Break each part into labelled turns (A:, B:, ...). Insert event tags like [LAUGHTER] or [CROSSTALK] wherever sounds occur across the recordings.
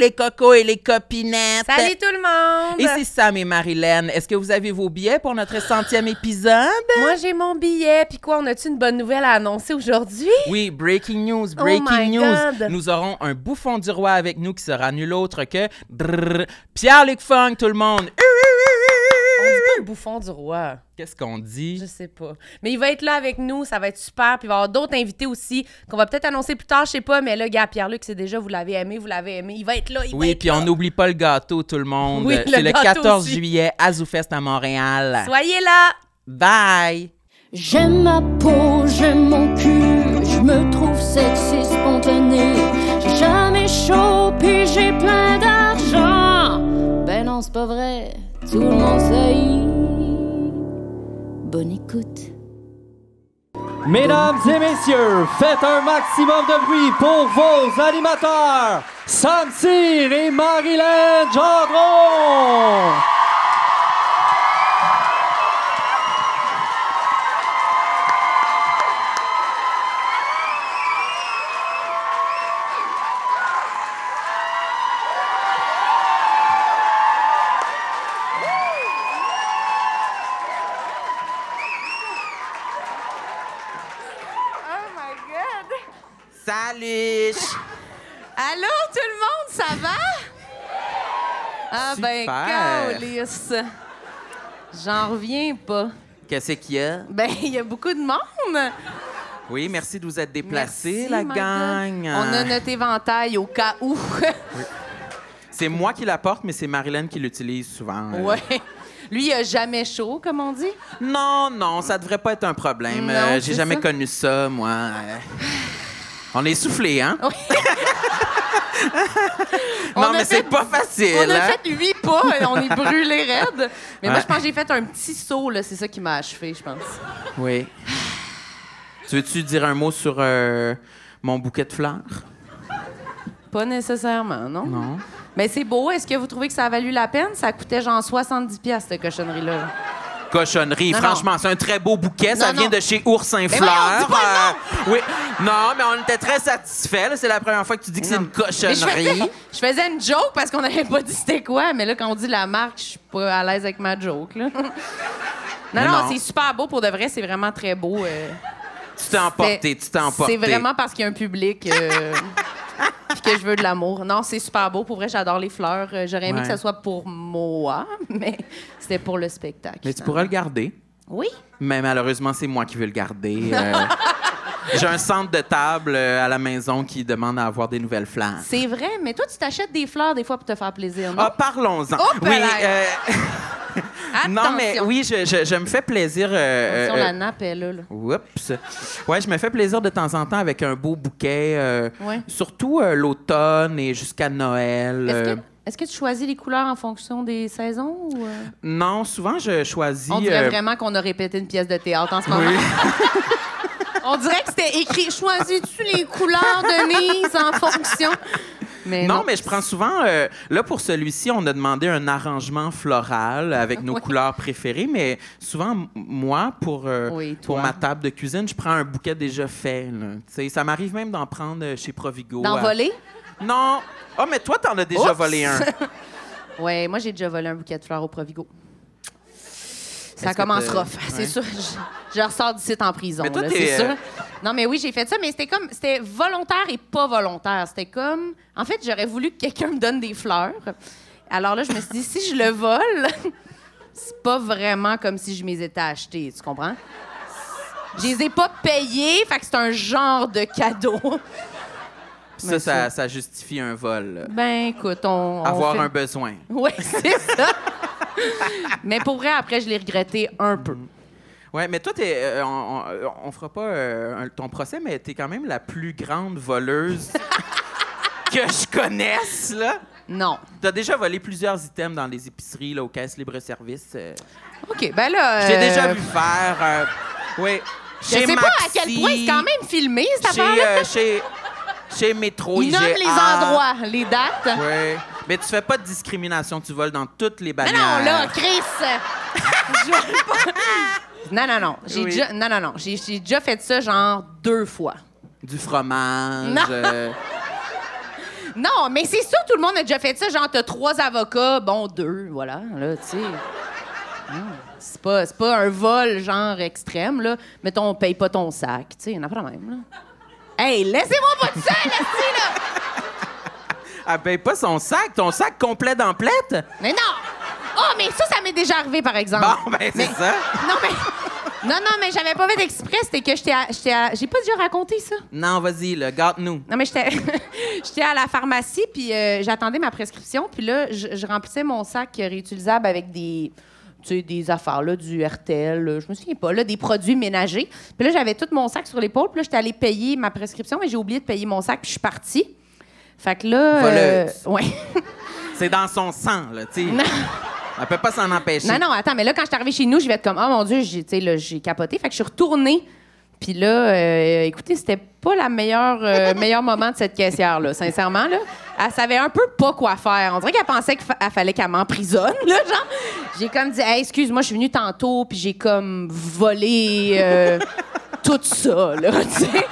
A: les cocos et les copinettes.
B: Salut tout le monde!
A: Ici Sam et Marilyn. Est-ce que vous avez vos billets pour notre centième épisode?
B: Moi, j'ai mon billet. Puis quoi, on a-tu une bonne nouvelle à annoncer aujourd'hui?
A: Oui, breaking news,
B: Oh
A: breaking
B: my
A: news.
B: God.
A: Nous aurons un bouffon du roi avec nous qui sera nul autre que brrr, Pierre-Luc Funk, tout le monde.
B: On dit pas le bouffon du roi.
A: Qu'est-ce qu'on dit?
B: Je sais pas. Mais il va être là avec nous, ça va être super. Puis il va y avoir d'autres invités aussi qu'on va peut-être annoncer plus tard, je sais pas. Mais là, gars, Pierre-Luc, c'est déjà, vous l'avez aimé, vous l'avez aimé. Il va être là, il va
A: Oui,
B: être
A: puis on n'oublie pas le gâteau, tout le monde.
B: Oui,
A: C'est
B: le
A: le
B: gâteau
A: 14
B: aussi.
A: juillet à ZooFest à Montréal.
B: Soyez là!
A: Bye!
C: J'aime ma peau, j'aime mon cul, je me trouve sexy spontané. J'ai jamais chaud, puis j'ai plein d'argent. Ben non, c'est pas vrai, tout le monde sait. Bonne écoute.
D: Mesdames et messieurs, faites un maximum de bruit pour vos animateurs, Sam Cyr et Marilyn Gendron.
A: Salut!
E: Allô, tout le monde, ça va? Ah
A: Super.
E: ben, calice! J'en reviens pas.
A: Qu'est-ce qu'il y a?
E: Ben, il y a beaucoup de monde.
A: Oui, merci de vous être déplacés,
E: Merci,
A: la
E: my
A: gang.
E: God. On a notre éventail au cas
A: [LAUGHS]
E: où.
A: C'est moi qui la porte, mais c'est Marilyn qui l'utilise souvent. euh.
E: ouais. Lui, il a jamais chaud, comme on dit.
A: Non, non, ça devrait pas être un problème.
E: Non,
A: Euh, J'ai
E: c'est
A: jamais
E: ça.
A: connu ça, moi. Euh, On est soufflé, hein?
E: Oui. On
A: non,
E: a
A: mais
E: fait-
A: c'est pas facile.
E: On a
A: hein?
E: fait huit pas et on est brûlé raide. Mais moi,
A: Ouais.
E: je pense que j'ai fait un petit saut, là. C'est ça qui m'a achevé, je pense.
A: Oui. tu veux-tu dire un mot sur euh, mon bouquet de fleurs?
E: Pas nécessairement, non?
A: Non.
E: Mais c'est beau. Est-ce que vous trouvez que ça a valu la peine? Ça coûtait genre 70 piastres, cette cochonnerie-là.
A: Cochonnerie,
E: Non,
A: franchement, c'est un très beau bouquet. ça
E: Non,
A: vient
E: non.
A: de chez Oursin
E: Mais
A: Fleur.
E: voyons, dis pas
A: oui. Non, mais on était très satisfaits. là. C'est la première fois que tu dis que c'est une
E: Mais je
A: cochonnerie.
E: faisais, [LAUGHS] je faisais une joke parce qu'on n'avait pas dit c'était quoi, mais là, quand on dit la marque, je suis pas à l'aise avec ma
A: [LAUGHS]
E: joke. Là. non,
A: Mais
E: non,
A: non.
E: c'est super beau. Pour de vrai, c'est vraiment très beau. euh.
A: Tu t'es emporté, tu t'es
E: C'est-
A: emporté.
E: C'est vraiment parce qu'il y a un public. euh, [LAUGHS] puis que je veux de l'amour. Non, c'est super beau. Pour vrai, j'adore les fleurs. Euh, J'aurais aimé
A: Ouais.
E: que ce soit pour moi, [LAUGHS] mais c'était pour le spectacle.
A: Mais tu pourrais le garder.
E: Oui.
A: Mais malheureusement, c'est moi qui veux le garder. euh.
E: [LAUGHS]
A: J'ai un centre de table euh, à la maison qui demande à avoir des nouvelles fleurs.
E: C'est vrai, mais toi, tu t'achètes des fleurs des fois pour te faire plaisir, non?
A: Ah, parlons-en.
E: Hop
A: oui,
E: Oh, ben là.
A: euh,
E: [LAUGHS]
A: Ah, non, mais
E: Attention.
A: oui, je, je- je me fais plaisir. euh,
E: Attention,
A: euh,
E: la nappe est là, là.
A: Oups. Ouais, je me fais plaisir de temps en temps avec un beau bouquet, euh,
E: Ouais.
A: surtout euh, l'automne et jusqu'à Noël.
E: Est-ce
A: euh.
E: que, est-ce que tu choisis les couleurs en fonction des saisons ou, euh?
A: Non, souvent je choisis.
E: On dirait
A: euh,
E: vraiment qu'on a répété une pièce de théâtre en ce moment.
A: oui.
E: [LAUGHS] On dirait que c'était écrit Choisis-tu les couleurs de mise en fonction Mais
A: non, mais je prends souvent. euh, là, pour celui-ci, on a demandé un arrangement floral
E: [LAUGHS]
A: avec nos
E: Oui.
A: couleurs préférées, mais souvent, m- moi, pour, euh,
E: Oui,
A: pour
E: toi.
A: ma table de cuisine, je prends un bouquet déjà fait. là. Tu sais, Ça m'arrive même d'en prendre euh, chez Provigo.
E: D'en
A: à-
E: voler
A: Non. Ah, mais toi, t'en as déjà
E: Oups.
A: volé
E: [LAUGHS]
A: un.
E: Ouais, moi j'ai déjà volé un bouquet de fleurs au Provigo. Ça
A: Est-ce que
E: commence
A: t'as-
E: rough, [LAUGHS] c'est
A: Ouais.
E: sûr. Je, je ressors d'ici en prison,
A: Mais toi,
E: là,
A: t'es,
E: c'est
A: euh,
E: sûr. Non, mais oui, j'ai fait ça, mais c'était comme, c'était volontaire et pas volontaire. C'était comme, en fait, j'aurais voulu que quelqu'un me donne des fleurs. Alors là, je me suis dit, si je le vole, [LAUGHS] c'est pas vraiment comme si je me les étais achetées, tu comprends? Je les ai pas payées, fait que c'est un genre de cadeau. [LAUGHS]
A: Puis
E: Mais
A: Ça, ça, ça justifie un vol. là.
E: Ben, écoute, on. on
A: Avoir
E: fait-
A: un besoin.
E: Oui, [LAUGHS] c'est ça. Mais pour vrai, après, je l'ai regretté un peu.
A: Ouais, mais toi, t'es, euh, on, on, on fera pas euh, un- ton procès, mais t'es quand même la plus grande voleuse [LAUGHS] que je connaisse, là.
E: Non.
A: T'as déjà volé plusieurs items dans les épiceries, là, aux caisses libre-service. euh.
E: OK, ben là.
A: J'ai
E: euh,
A: déjà vu faire. euh, oui.
E: Je sais pas à quel point c'est quand même filmé, cette
A: Chez,
E: affaire-là.
A: euh, Ah. chez, chez Métro
E: Ils nomment
A: IGA.
E: les endroits, les dates.
A: Oui. Mais tu fais pas de discrimination, tu voles dans toutes les
E: Mais
A: bannières.
E: non, là, Chris!
A: [LAUGHS]
E: Je veux pas. Non, non, non. J'ai
A: Oui.
E: déjà, non, non, non. J'ai j'ai déjà fait ça, genre, deux fois.
A: Du fromage.
E: Non.
A: euh,
E: Non, mais c'est ça, tout le monde a déjà fait ça. Genre, t'as trois avocats, bon, deux, voilà, là, tu sais. Non, C'est pas, c'est pas un vol, genre, extrême, là. Mettons, on paye pas ton sac, tu sais, y'en a pas de même, là. Hey, laissez-moi pas tout seul, esti, là!
A: Elle paye Ah, ben, pas son sac, ton sac complet d'emplette?
E: Mais non! Oh, mais ça, ça m'est déjà arrivé, par exemple.
A: Bon, ben, c'est ça.
E: Non, mais... Non, non, mais j'avais pas fait exprès, c'était que j'étais à- j'étais à... J'ai pas déjà raconté ça.
A: Non, vas-y, là, garde-nous.
E: Non, mais j'étais [LAUGHS] j'étais à la pharmacie, puis euh, j'attendais ma prescription, puis là, je, je remplissais mon sac réutilisable avec des, tu sais, des affaires, là, du RTL, euh, je me souviens pas, là, des produits ménagers. Puis là, j'avais tout mon sac sur l'épaule, puis là, j'étais allée payer ma prescription, mais j'ai oublié de payer mon sac, puis je suis partie. Fait que là. euh,
A: Voleuse.
E: ouais. [LAUGHS]
A: C'est dans son sang, là, tu sais. Elle peut pas s'en empêcher.
E: non, non, attends, mais là, quand je suis arrivée chez nous, je vais être comme, oh mon Dieu, j'ai tu sais, là, j'ai capoté. Fait que je suis retournée. Puis là, euh, écoutez, c'était pas la meilleure euh, meilleur moment de cette caissière là, sincèrement là. Elle savait un peu pas quoi faire. On dirait qu'elle pensait qu'il fa- elle fallait qu'elle m'emprisonne là, genre. J'ai comme dit, Hey, excuse-moi, je suis venue tantôt, puis j'ai comme volé euh, tout ça là, tu sais.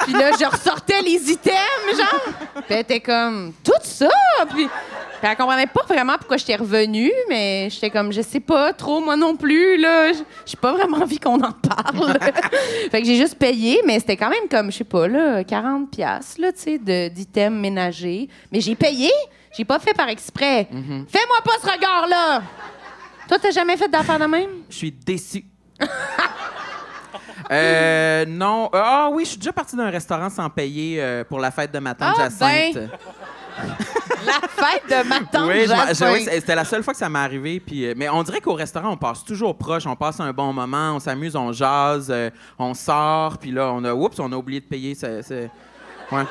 E: Puis là, je ressortais les items, genre. Puis elle était comme, tout ça? Puis, puis elle comprenait pas vraiment pourquoi j'étais revenue, mais j'étais comme, je sais pas trop, moi non plus, là. J- J'ai pas vraiment envie qu'on en parle. [LAUGHS] fait que j'ai juste payé, mais c'était quand même comme, je sais pas, là, 40 piastres, là, tu sais, de- d'items ménagers. Mais j'ai payé. J'ai pas fait par exprès. Fais-moi pas ce regard-là! Toi, t'as jamais fait d'affaires de même?
A: Je suis déçu. euh, non. Ah oui, je suis déjà partie d'un restaurant sans payer euh, pour la fête de ma tante
E: Ah,
A: Jacinthe.
E: ben, La fête de ma tante
A: oui, je m'en- je- oui,
E: Jacinthe.
A: c'est- c'était la seule fois que ça m'est arrivé. Puis, euh, mais on dirait qu'au restaurant, on passe toujours proche, on passe un bon moment, on s'amuse, on jase, euh, on sort, puis là, on a, oups, on a oublié de payer. ce- ce- Ouais.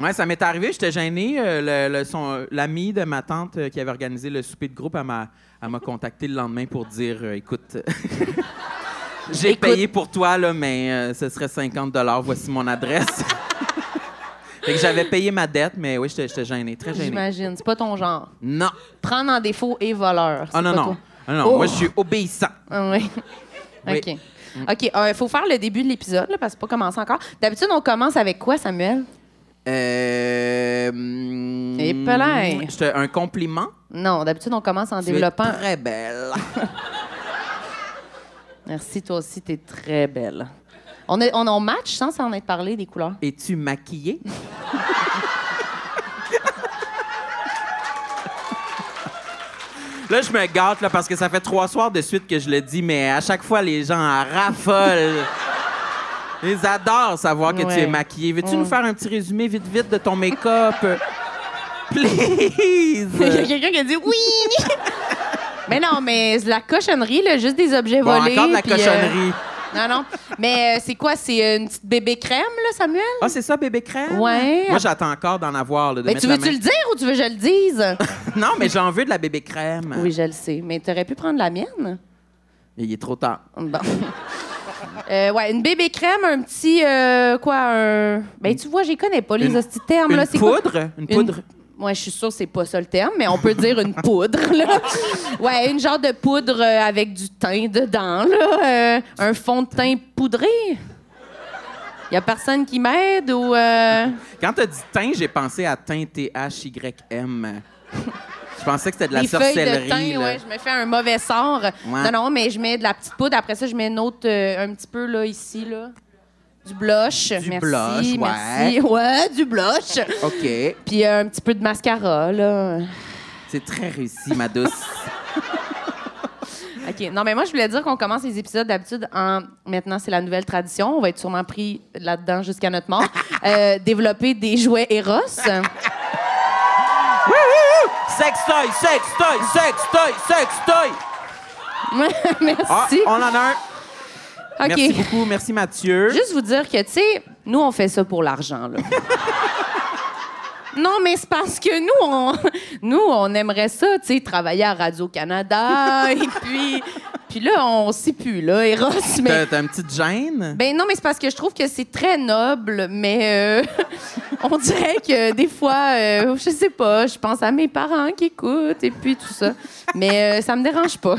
A: Ouais, ça m'est arrivé, j'étais gêné. euh, le- le- son- L'ami de ma tante euh, qui avait organisé le souper de groupe, elle m'a elle m'a contacté le lendemain pour dire euh, Écoute, [LAUGHS] j'ai
E: Écoute.
A: payé pour toi, là, mais euh, ce serait 50 voici mon adresse. [LAUGHS] fait que j'avais payé ma dette, mais oui, j'étais j'étais gêné, très gêné.
E: J'imagine, c'est pas ton genre.
A: Non.
E: Prendre en défaut et voleur.
A: Ah
E: c'est
A: non,
E: pas
A: non.
E: toi.
A: Ah non,
E: Oh.
A: moi, je suis obéissant.
E: Ah oui.
A: Oui.
E: OK. OK, euh, il faut faire le début de l'épisode, là, parce que c'est pas commencé encore. D'habitude, on commence avec quoi, Samuel?
A: Euh. mm,
E: Et pelin.
A: je te- Un compliment.
E: Non, d'habitude, on commence en
A: Tu es
E: développant.
A: très
E: [LAUGHS]
A: belle.
E: Merci, toi aussi, t'es très belle. On, est, on, on match sans s'en être parlé des couleurs.
A: Es-tu maquillée? Là, je me gâte là, parce que ça fait trois soirs de suite que je le dis, mais à chaque fois, les gens en raffolent. Ils adorent savoir que tu
E: Ouais.
A: es maquillée. Veux-tu nous faire un petit résumé vite, vite de ton
E: [LAUGHS]
A: make-up? Please!
E: Il y a quelqu'un qui a dit oui! [LAUGHS] mais non, mais c'est de la cochonnerie, là, juste des objets
A: Bon,
E: volés.
A: encore de la
E: puis, euh,
A: cochonnerie.
E: non, non. Mais euh, c'est quoi? C'est une petite bébé crème, là, Samuel?
A: Ah, c'est ça, bébé crème?
E: Ouais.
A: Moi, j'attends encore d'en avoir. Là, de
E: Mais
A: mettre
E: tu
A: la
E: veux-tu
A: main-
E: le dire ou tu veux que je le dise?
A: Non, mais j'en veux de la bébé crème.
E: oui, je le sais. Mais t'aurais pu prendre la mienne?
A: Il est trop tard.
E: Bon. Euh, ouais, une bébé crème, un petit. euh, quoi, un. Ben, tu vois, j'y connais pas les
A: Une-
E: hosties de termes, là.
A: Une
E: C'est quoi?
A: poudre? Une
E: Une-
A: poudre?
E: Moi, je suis sûre que c'est pas ça le terme, mais on peut dire une poudre, là. Ouais, une genre de poudre euh, avec du teint dedans, là. Euh, un fond de teint poudré. Y a personne qui m'aide ou. euh,
A: Quand t'as dit teint, j'ai pensé à teint, T-H-Y-M. je pensais que c'était de la
E: des feuilles de
A: sorcellerie.
E: teint,
A: là.
E: ouais, je me fais un mauvais sort. Non, non, mais je mets de la petite poudre. Après ça, je mets une autre euh, un petit peu là ici là. Du blush.
A: Du
E: merci,
A: blush, ouais.
E: merci. [LAUGHS] Ouais, du blush.
A: OK.
E: Puis euh, un petit peu de mascara là.
A: C'est très réussi, ma douce.
E: OK. Non, mais moi je voulais dire qu'on commence les épisodes d'habitude en maintenant c'est la nouvelle tradition, on va être sûrement pris là-dedans jusqu'à
A: [LAUGHS]
E: notre mort. Euh, développer des jouets Eros. [LAUGHS]
A: sextoy, sextoy, sextoy, sextoy! Ah,
E: merci.
A: on en a un.
E: OK.
A: Merci beaucoup. Merci, Mathieu.
E: Juste vous dire que, tu sais, nous, on fait ça pour l'argent, là. Non, mais c'est parce que nous, on, nous, on aimerait ça, tu sais, travailler à Radio-Canada et puis, Puis là, on sait plus, là, Eros.
A: T'as
E: Mais...
A: t'as une petite gêne?
E: Ben non, mais c'est parce que je trouve que c'est très noble, mais euh, [LAUGHS] on dirait que des fois, euh, je sais pas, je pense à mes parents qui écoutent et puis tout ça. Mais euh, ça me dérange pas.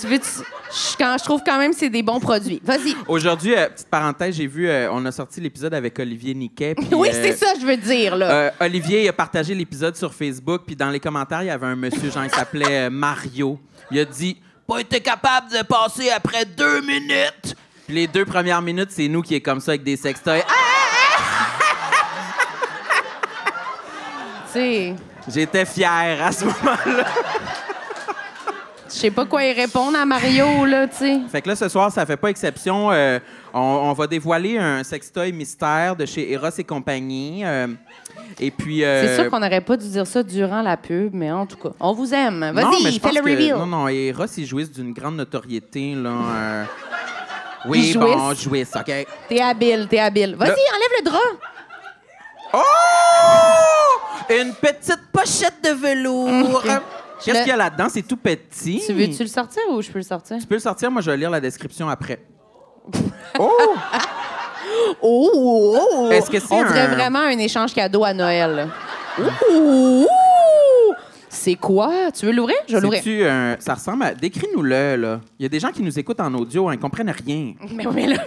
E: tu veux, tu- je, quand, je trouve quand même que c'est des bons produits. Vas-y.
A: Aujourd'hui, euh, petite parenthèse, j'ai vu, euh, on a sorti l'épisode avec Olivier Niquet. puis,
E: Oui,
A: euh,
E: c'est ça, je veux dire, là.
A: Euh, Olivier il a partagé l'épisode sur Facebook, puis dans les commentaires, il y avait un monsieur, genre, il s'appelait euh, Mario. Il a dit Pas été capable de passer après deux minutes. Puis les deux premières minutes, c'est nous qui est comme ça avec des sextoys. Ah!
E: Tu sais,
A: J'étais fier à ce moment-là. [LAUGHS]
E: je sais pas quoi y répondre à Mario, là, tu sais.
A: Fait que là, ce soir, ça fait pas exception. Euh, on, on va dévoiler un sextoy mystère de chez Eros et compagnie. Euh, et puis. euh,
E: C'est sûr qu'on n'aurait pas dû dire ça durant la pub, mais en tout cas, on vous aime.
A: Non, mais je
E: Vas-y,
A: pense
E: fais le
A: que-
E: reveal.
A: Non, non, et Ross, ils jouissent d'une grande notoriété, là. euh. Oui,
E: Ils
A: bon,
E: jouissent.
A: jouissent, OK.
E: T'es habile, t'es habile. Vas-y,
A: Le-
E: enlève le drap.
A: Oh! Une petite pochette de velours.
E: Ok.
A: Qu'est-ce
E: Le-
A: qu'il y a là-dedans? C'est tout petit.
E: Tu veux-tu le sortir ou je peux le sortir?
A: Tu peux le sortir, moi, je vais lire la description après. oh!
E: Oh, oh, oh.
A: Est-ce que c'est
E: On dirait
A: un-
E: vraiment un échange cadeau à Noël. Ouh! ouh. C'est quoi? Tu veux l'ouvrir? Je vais l'ouvrir.
A: C'est-tu un- Ça ressemble à... Décris-nous-le, là. Il y a des gens qui nous écoutent en audio, hein, ils comprennent rien.
E: [LAUGHS] Mais oui, mais là,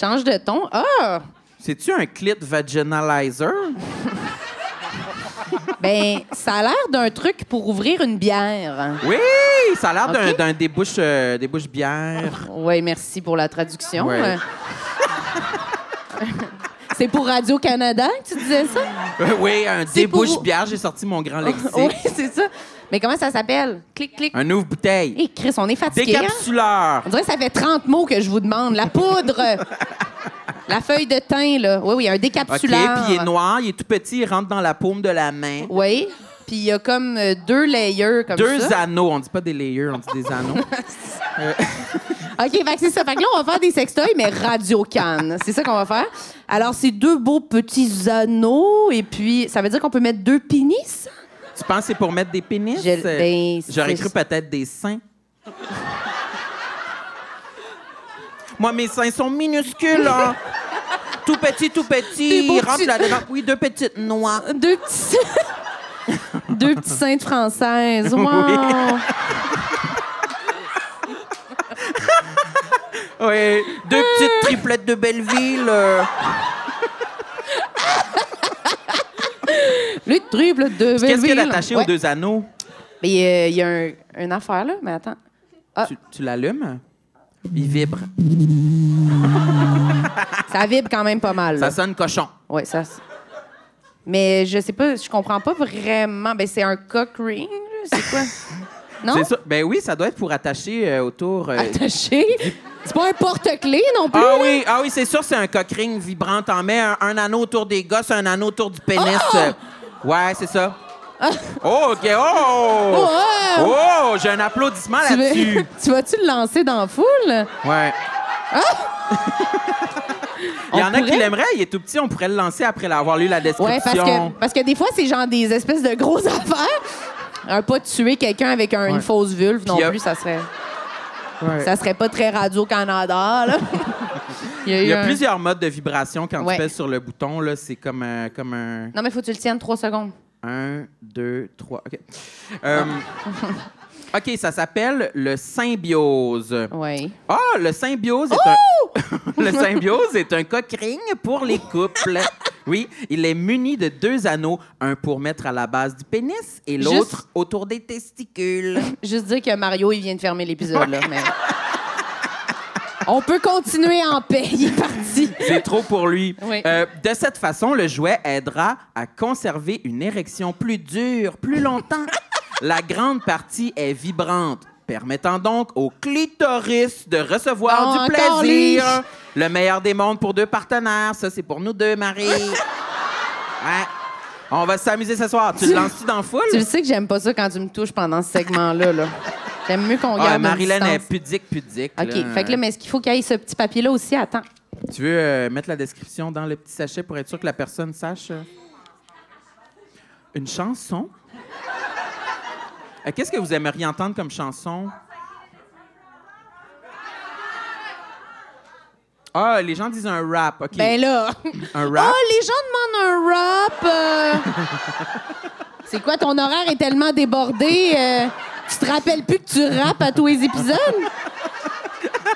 E: change de ton. Ah!
A: C'est-tu un clit vaginalizer?
E: Ben, ça a l'air d'un truc pour ouvrir une bière.
A: Oui! Ça a l'air d'un-
E: Ok.
A: d'un débouche, euh, débouche bière.
E: [LAUGHS] Oui, merci pour la traduction.
A: Ouais.
E: Euh, [LAUGHS] C'est pour Radio-Canada que tu disais ça?
A: Euh, oui, un
E: C'est pour- Oh,
A: débouche bière. J'ai sorti mon grand lexique.
E: oui, c'est ça. Mais comment ça s'appelle? Clic, clic.
A: Un ouvre bouteille.
E: Hé, Chris, on est fatigué. hein?
A: Décapsuleur.
E: On dirait que ça fait 30 mots que je vous demande. La poudre, la feuille de thym, là. Oui, oui, un
A: OK, puis
E: décapsuleur.
A: il est noir, il est tout petit, il rentre dans la paume de la main.
E: Oui. Puis il y a comme euh, deux layers comme
A: Deux
E: ça.
A: anneaux, on dit pas des layers, on dit des
E: [LAUGHS]
A: anneaux.
E: OK, fait que c'est ça. Fait que là, on va faire des sextoys, mais radio can C'est ça qu'on va faire. Alors, c'est deux beaux petits anneaux. Et puis, ça veut dire qu'on peut mettre deux pénis?
A: tu penses que c'est pour mettre des pénis? Euh,
E: Je- ben, c'est-
A: J'aurais cru peut-être des seins. Moi, mes seins sont minuscules,
E: [LAUGHS]
A: hein. tout petit, tout petit.
E: Des beaux
A: Ils rentrent
E: petits-
A: là-dedans. Oui, deux petites noix.
E: Deux petits... deux petits [LAUGHS] saintes françaises. Wow!
A: Oui, deux
E: Ah!
A: petites triplettes de Belleville. euh.
E: Le triple de
A: Qu'est-ce qu'il y a
E: Belleville.
A: d'attaché
E: Ouais.
A: aux deux anneaux?
E: Mais euh, il y a un- une affaire, là. Mais attends. Ah.
A: Tu, tu l'allumes? Il vibre.
E: Ça vibre quand même pas mal.
A: Ça
E: Là.
A: sonne cochon.
E: Ouais, ça. s- Mais je sais pas, je comprends pas vraiment. Ben, c'est un cock ring, là,
A: [LAUGHS]
E: c'est quoi? non?
A: C'est ça. Ben oui, ça doit être pour attacher euh, autour. euh,
E: Attaché? C'est pas un porte-clés non plus?
A: Ah
E: là?
A: oui, ah oui, c'est sûr, c'est un cockring vibrant. T'en mets un, un anneau autour des gosses, un anneau autour du pénis.
E: Oh! Ah!
A: euh, Ouais, c'est ça. Oh, OK. Oh!
E: Oh,
A: Oh,
E: oh!
A: j'ai un applaudissement
E: Tu, veux-
A: là-dessus.
E: [LAUGHS] tu vas-tu le lancer dans la foule?
A: Ouais. Il y
E: Ah! On
A: en a qui
E: pourrait?
A: l'aimeraient, il est tout petit, on pourrait le lancer après l'avoir lu la description.
E: Ouais, parce que, parce que des fois, c'est genre des espèces de grosses [LAUGHS] affaires. Un pas tuer quelqu'un avec un- une
A: Ouais.
E: fausse vulve non
A: Puis, euh,
E: plus, ça serait,
A: Ouais.
E: ça serait pas très Radio-Canada,
A: [LAUGHS]
E: là. il y a,
A: Il y a
E: un-
A: plusieurs modes de vibration quand
E: Ouais.
A: tu pèses sur le bouton. Là, c'est comme, un- comme un...
E: Non, mais faut que tu le tiennes trois secondes.
A: Un, deux, trois. OK.
E: [LAUGHS]
A: Euh, OK, ça s'appelle le symbiose.
E: Oui.
A: Ah, le symbiose est un... [LAUGHS] le symbiose est un cockring pour les couples. Oui, il est muni de deux anneaux, un pour mettre à la base du pénis et
E: Juste-
A: l'autre autour des testicules.
E: Juste dire que Mario, il vient de fermer l'épisode, là. Mais... [LAUGHS] On peut continuer en paix. Il est parti.
A: C'est trop pour lui.
E: Oui.
A: Euh, de cette façon, le jouet aidera à conserver une érection plus dure, plus
E: [LAUGHS]
A: longtemps. La grande partie est vibrante, permettant donc au clitoris de recevoir
E: Bon,
A: du
E: encore
A: plaisir. Le meilleur des mondes pour deux partenaires. Ça, c'est pour nous deux,
E: [LAUGHS]
A: Marie. Ouais. On va s'amuser ce soir. Tu le lances-tu dans la foule?
E: Tu le sais que j'aime pas ça quand tu me touches pendant ce segment-là, là. J'aime mieux qu'on garde
A: Ah,
E: une
A: Marilyn est
E: distance.
A: pudique, pudique.
E: OK. Fait que là, mais est-ce qu'il faut qu'il y ait ce petit papier-là aussi? Attends.
A: Tu veux euh, mettre la description dans le petit sachet pour être sûr que la personne sache? euh? Une chanson? Euh, Qu'est-ce que vous aimeriez entendre comme chanson? Ah, les gens disent un rap, OK.
E: Ben [LAUGHS] là.
A: Un rap?
E: Oh, les gens demandent un euh. rap. euh. [LAUGHS] C'est quoi, ton horaire est tellement débordé, euh, tu te rappelles plus que tu rappes à tous les épisodes?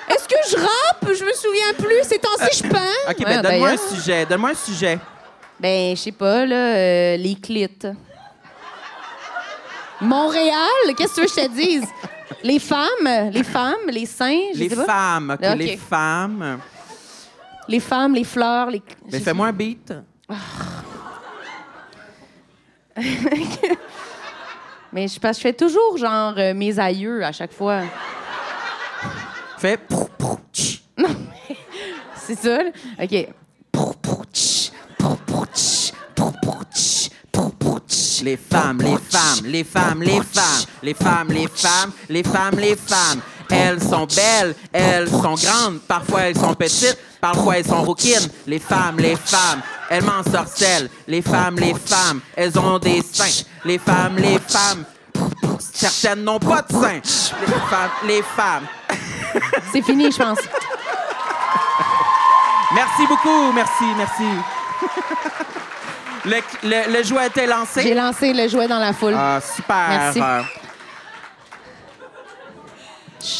E: Est-ce que je rappe? Je me souviens plus. C'est temps-ci, je peins.
A: OK,
E: Ouais,
A: ben donne-moi un
E: d'ailleurs.
A: sujet, donne-moi un sujet.
E: Ben, je sais pas, là, euh, les clites. Montréal, qu'est-ce que tu veux que je te dise? Les femmes, les femmes, les seins, je
A: Les
E: sais pas.
A: femmes, OK,
E: Ok.
A: les femmes.
E: Les femmes, les fleurs, les. je
A: Mais
E: sais
A: fais-moi un beat.
E: pas. Mais je, parce que je fais toujours, genre, euh, mes aïeux à chaque fois.
A: Fais... prou, prou, tch.
E: C'est ça? là? OK. Prou, prou, tch, prou, prou, tch, prou, prou, tch, prou, prou, tch.
A: Les femmes, les femmes, les femmes, les femmes, les femmes, les femmes, les femmes, les femmes. Elles sont belles, elles sont grandes, parfois elles sont petites, parfois elles sont rouquines. Les femmes, les femmes, elles m'en sorcellent. Les femmes, les femmes, elles ont des seins. Les femmes, les femmes, certaines n'ont pas de seins. Les femmes, les femmes.
E: C'est fini,
A: [LAUGHS]
E: je pense.
A: Merci beaucoup, merci, merci. [LAUGHS] Le, le, le jouet était
E: J'ai
A: lancé.
E: lancé le jouet dans la foule.
A: Ah, super.
E: Merci.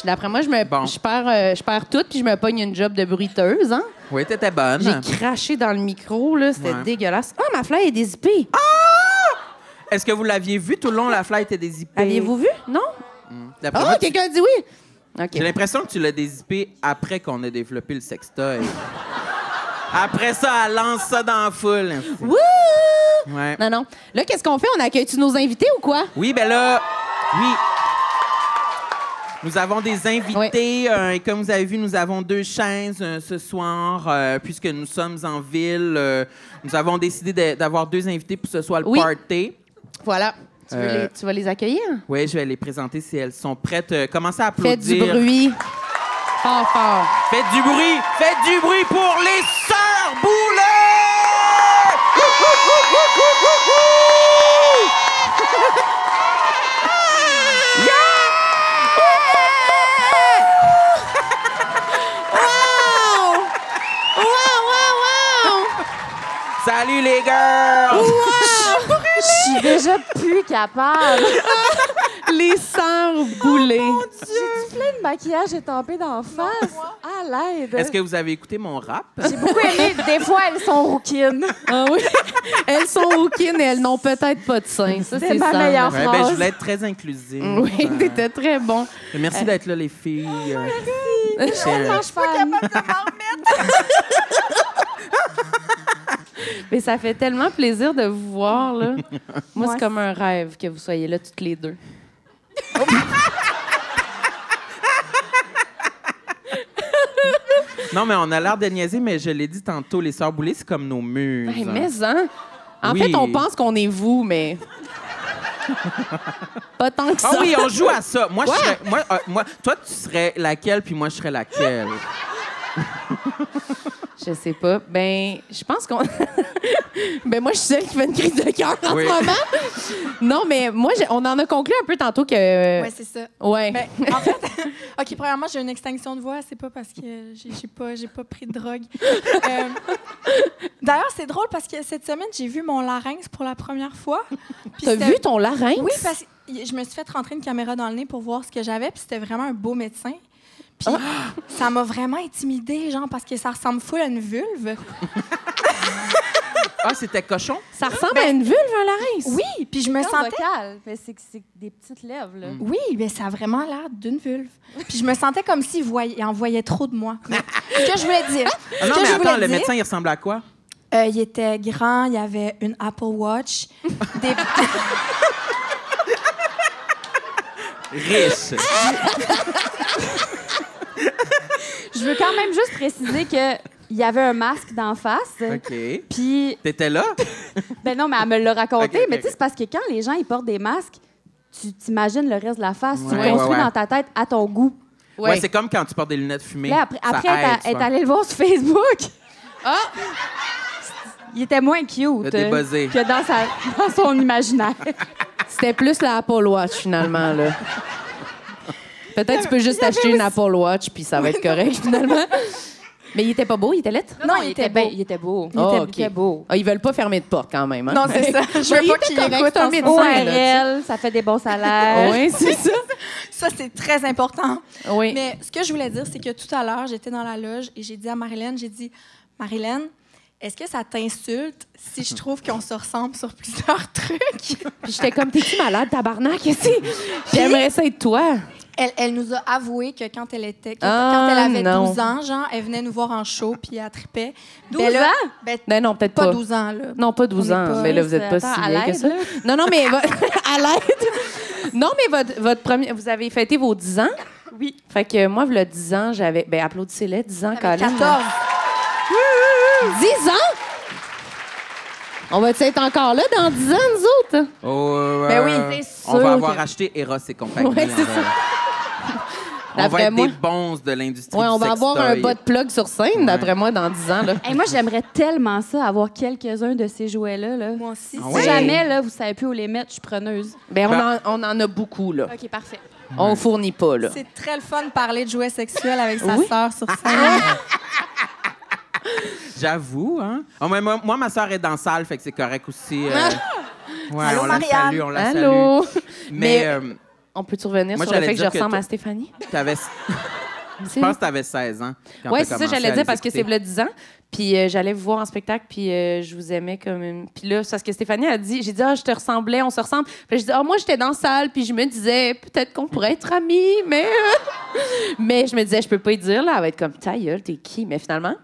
E: Je- D'après moi, je me,
A: Bon.
E: je perds, euh, je perds tout puis je me pogne une job de bruiteuse. Hein?
A: Oui, t'étais bonne.
E: J'ai craché dans le micro, là, c'était
A: Ah. Ouais.
E: dégueulasse. Ah, ma fleur est dézippée.
A: Est-ce que vous l'aviez vu tout le long, la flight était dézippée?
E: Aviez-vous vu Non
A: D'après
E: Oh,
A: moi, tu-
E: quelqu'un dit oui. Ok.
A: J'ai l'impression que tu l'as dézippée après qu'on ait développé le sextoy. après ça, elle lance ça dans la foule.
E: Wouh!
A: Ouais.
E: Non, non. Là, qu'est-ce qu'on fait On accueille-tu nos invités ou quoi
A: Oui, ben là, oui. Nous avons des invités euh, et comme vous avez vu, nous avons deux chaises euh, ce soir euh, puisque nous sommes en ville. euh, nous avons décidé de- d'avoir deux invités pour ce soir le
E: Oui.
A: party.
E: Voilà. Tu, veux
A: Euh,
E: les- tu vas les accueillir
A: Oui, je vais les présenter si elles sont prêtes. Euh, Commencez à applaudir.
E: Faites du bruit. Fort, fort.
A: Faites du bruit, faites du bruit pour les sœurs Boulay!
E: Wow! Wow, wow, wow!
A: Salut les girls!
C: Je suis déjà plus capable.
E: Les sœurs boulées.
C: J'ai du plein de maquillage étampé d'en face. À l'aide.
A: Est-ce que vous avez écouté mon rap?
C: J'ai beaucoup aimé. Des fois, elles sont rouquines.
E: ah oui. [LAUGHS] Elles sont hooking et elles n'ont peut-être pas de seins. Ça,
C: C'est
E: c'est
C: ma
E: ça.
C: meilleure
A: Ouais, ben,
C: phrase.
A: je voulais être très inclusive.
E: Oui,
A: Euh,
E: t'étais très bon.
A: Merci d'être là, les filles. Euh, c'est-
C: [LAUGHS] Je suis pas capable.
E: Mais ça fait tellement plaisir de vous
A: [LAUGHS]
E: voir, là. Moi,
C: Ouais.
E: c'est comme un rêve que vous soyez là toutes les deux.
A: Non, mais on a l'air de niaiser, mais je l'ai dit tantôt, les sœurs Boulay, c'est comme nos muses.
E: Hey, mais, hein? En
A: Oui.
E: fait, on pense qu'on est vous,
A: [LAUGHS]
E: mais. pas tant que ça.
A: Ah oui, on joue à ça. Moi,
E: Ouais.
A: je serais, moi, euh, moi, toi, tu serais laquelle, puis moi, je serais laquelle.
E: [LAUGHS] Je sais pas. Ben, je pense qu'on. [LAUGHS] ben, moi, je suis celle qui fait une crise de cœur en
A: Oui.
E: ce moment. Non, mais moi, j'ai- on en a conclu un peu tantôt que.
F: Ouais, c'est ça.
E: Ouais.
F: Ben, en fait, OK, premièrement, j'ai une extinction de voix. C'est pas parce que j'ai j'ai pas, j'ai pas pris
E: [LAUGHS]
F: de drogue. Euh, D'ailleurs, c'est drôle parce que cette semaine, j'ai vu mon larynx pour la
E: [LAUGHS]
F: première fois. Puis
E: T'as
F: c'était-
E: vu ton larynx?
F: Oui, parce que je me suis fait rentrer une caméra dans le nez pour voir ce que j'avais. Puis c'était vraiment un beau médecin. Puis
E: Ah!
F: ça m'a vraiment intimidée, genre, parce que ça ressemble full à une vulve.
A: Ah, c'était cochon?
E: Ça
C: Ah,
E: ressemble
C: ben,
E: à une vulve, un larynx.
F: Oui, puis je me sentais
C: vocal, mais c'est que c'est des petites lèvres.
A: Mm.
C: Là.
F: Oui, mais ça a vraiment l'air d'une vulve. Puis je me sentais comme s'il voyait, il en voyait trop de moi. Mais ce que je voulais dire,
A: Ah non,
F: que
A: mais
F: je
A: attends,
F: voulais
A: le
F: dire-
A: médecin, il ressemble à quoi?
F: euh, il était grand, il avait une Apple [LAUGHS] Watch. Des...
A: Riche.
E: Ah!
C: Je veux quand même juste préciser que il y avait un masque d'en face.
A: OK.
C: Puis,
A: T'étais là?
C: ben non, mais elle me l'a raconté.
A: Ok, ok,
C: mais tu sais,
A: ok.
C: c'est parce que quand les gens ils portent des masques, tu t'imagines le reste de la face. tu
A: Ouais,
C: le
A: ouais,
C: construis
A: ouais.
C: dans ta tête à ton goût.
A: Ouais,
E: Ouais.
A: c'est comme quand tu portes des lunettes fumées.
C: Là, après,
A: Ça
C: après
A: aide,
C: elle t'a-
A: tu
C: elle est
A: vois.
C: allée le voir sur Facebook.
E: Ah!
C: Il était moins cute
A: Le
C: euh,
A: débuzzé.
C: que dans, sa, dans
E: [LAUGHS]
C: son imaginaire.
E: C'était plus la Apple Watch, finalement, là. [LAUGHS] Peut-être tu peux juste acheter une Apple Watch, puis ça va être correct, finalement. Mais il était pas beau, il était lettre?
F: Non, il était
E: ben-
F: beau.
E: il était beau.
F: Il
E: Ah,
F: était-
E: ok.
F: il était beau.
E: Ah, ils veulent pas fermer de porte quand même. hein?
F: Non,
E: [LAUGHS]
F: c'est ça. [LAUGHS] Je
E: Mais
F: veux
E: il
F: pas
E: était
F: qu'il
E: correct,
F: écoute
E: c'est un
F: en ce
E: médecin.
F: moment.
E: ORL,
C: ça fait des bons salaires.
E: Oui, c'est ça.
F: Ça, c'est très important.
E: [LAUGHS] Oui.
F: Mais ce que je voulais dire, c'est que tout à l'heure, j'étais dans la loge et j'ai dit à Marilyn, j'ai dit, Marilyn, est-ce que ça t'insulte si je trouve qu'on se ressemble sur plusieurs [LAUGHS] trucs?
E: Puis j'étais comme, t'es-tu malade, tabarnak? Qu'est-ce que c'est? J'aimerais ça être toi.
F: Elle, elle nous a avoué que quand elle était, que-
E: Ah,
F: quand elle avait
E: non.
F: 12 ans, genre, elle venait nous voir en show puis elle tripait.
E: 12
F: Ben là-
E: ans?
F: Ben,
E: Non, non, peut-être
F: pas
E: pas.
F: 12 ans, là.
E: Non, pas 12
F: On est
E: ans.
F: pas-
E: mais là, vous êtes pas
C: Attends,
E: si
C: à
E: vieille que
C: l'aide,
E: ça. Non, non, [LAUGHS] mais vo- à l'aide. Non, mais votre, votre premier. Vous avez fêté vos 10 ans? Oui. Fait que moi, le 10 ans, j'avais. Ben, applaudissez-les, 10 ans, Colin.
F: 14.
E: 10 ans? On va être encore là dans 10 ans, nous autres?
A: Oh, euh,
E: Ben oui,
A: euh,
E: c'est
A: On
E: sûr
A: va avoir
E: que-
A: acheté Eros et compagnie.
E: Ouais, c'est
A: on va-
E: ça.
A: On va
E: D'après
A: être
E: moi.
A: des bons de l'industrie
E: Ouais,
A: du
E: on va avoir un
A: sextoy.
E: bas de plug sur scène, d'après moi, dans 10 ans. Là.
C: Hey, moi, j'aimerais tellement ça, avoir quelques-uns de ces jouets-là. Là.
F: Moi aussi.
A: Ah
C: Si
A: ouais?
C: jamais, là, vous savez plus où les mettre, je suis preneuse.
E: Ben,
A: [LAUGHS]
E: on,
A: Ben-
E: en, on en a beaucoup, là.
C: OK, parfait.
E: On fournit pas, là.
F: C'est très le fun de parler de jouets sexuels avec sa sœur
A: Ah,
F: sur scène.
A: J'avoue, hein. Ah, mais moi, moi, ma soeur est dans la salle, fait que c'est correct aussi. euh, ouais,
F: Ah! Allô,
A: on la
F: Marianne.
A: salue, on la salue.
E: Allô?
A: Mais
E: Mais-
A: euh,
E: On peut-tu revenir
A: Moi,
E: sur le
A: j'allais
E: fait que je
A: dire que
E: ressemble
A: t'as-
E: à Stéphanie?
A: t'avais- je pense que tu avais 16 ans.
E: Oui, c'est ça, j'allais dire, parce que c'est
A: vrai.
E: le 10 ans. Puis euh, j'allais vous voir en spectacle, puis euh, je vous aimais comme une... Puis là, c'est parce que Stéphanie a dit, j'ai dit, ah, je te ressemblais, on se ressemble. Puis je dis, ah, moi, j'étais dans la salle, puis je me disais, peut-être qu'on pourrait être amis, mais. [LAUGHS] euh, mais je me disais, je peux pas y dire, là, elle va être comme, ta gueule, t'es qui? Mais finalement,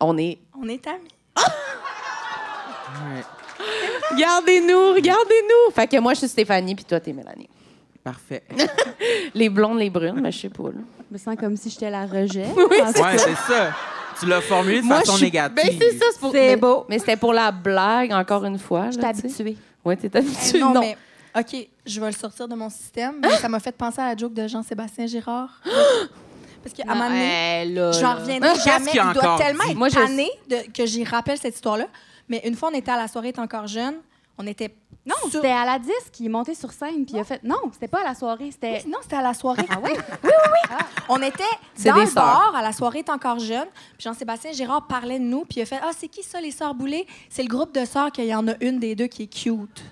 E: on est.
F: On est amis.
E: Regardez-nous, regardez-nous! Fait que moi, je suis Stéphanie, puis toi, t'es Mélanie. [LAUGHS]
A: Parfait.
E: Les blondes, les brunes, mais je sais pas, là.
C: Je me sens comme si j'étais la rejet.
E: [LAUGHS]
A: Ouais, c'est ça. Tu l'as formulé de façon négative.
E: Ben, c'est ça, c'est pour.
C: C'est
E: mais-
C: beau.
E: Mais c'était pour la blague, encore une fois.
C: Je
E: Je
C: suis habituée.
E: Oui, t'es habituée.
F: Eh,
E: non,
F: mais OK, je vais le sortir de mon système,
A: Ah.
F: mais ça m'a fait penser à la joke de Jean-Sébastien Girard. Parce qu'à un moment donné, J'en reviendrai
A: Ah, Qu'est-ce
F: jamais.
A: qu'il a
F: Il doit
A: encore
F: tellement
A: dit?
E: Moi,
F: être
E: je-
F: tanné de- que j'y rappelle cette histoire-là. Mais une fois, on était à la soirée, t'es encore jeune. On était.
C: Non,
F: sur-
C: c'était à la disque, il est monté sur scène, puis il a fait... Non, c'était pas à la soirée, c'était...
F: Non, c'était à la soirée.
C: Eh. Ah
F: [LAUGHS]
C: ouais?
F: On était
E: C'est
F: dans
E: des
F: le
E: sœurs.
F: bar, à la soirée, t'es encore jeune. Puis Jean-Sébastien Girard parlait de nous, puis il a fait Ah, c'est qui ça, les sœurs boulées? C'est le groupe de sœurs qu'il y en a une des deux qui est cute.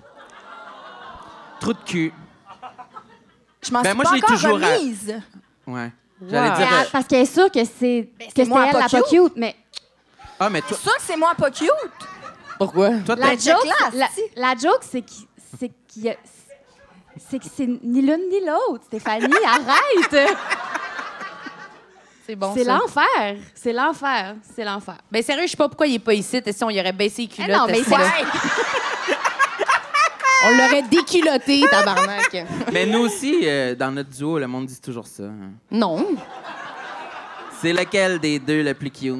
A: Trou de cul.
F: Je m'en
A: Ben,
F: suis
A: moi,
F: pas
A: je l'ai
F: encore
A: toujours à-
F: remise.
A: Ouais. J'allais
E: Wow.
A: dire.
C: Ah,
A: euh,
C: Parce qu'elle est sûre que c'est que
F: c'est
C: c'était
F: moi,
C: elle
F: pas
C: la pas
F: cute.
C: cute, mais
A: Ah, mais toi,
F: Ça, c'est moi pas cute. Ben,
E: Pourquoi?
A: toi
C: la
A: t'as-
F: check-la,
C: joke, la,
F: si.
C: la joke, c'est qu'il c'est qu'il y a- c'est que c'est ni l'une ni l'autre. Stéphanie, arrête!
E: C'est bon.
C: c'est
E: ça.
C: l'enfer. C'est l'enfer. C'est l'enfer.
E: Ben sérieux, je sais pas pourquoi il est pas ici. Si on y aurait baissé les
C: Eh
E: culottes.
C: non, mais
E: est-ce
C: c'est...
E: que- On l'aurait déculotté, tabarnak.
A: Mais nous aussi, euh, dans notre duo, le monde dit toujours ça. hein.
E: non.
A: C'est lequel des deux le plus
E: [LAUGHS]
A: cute?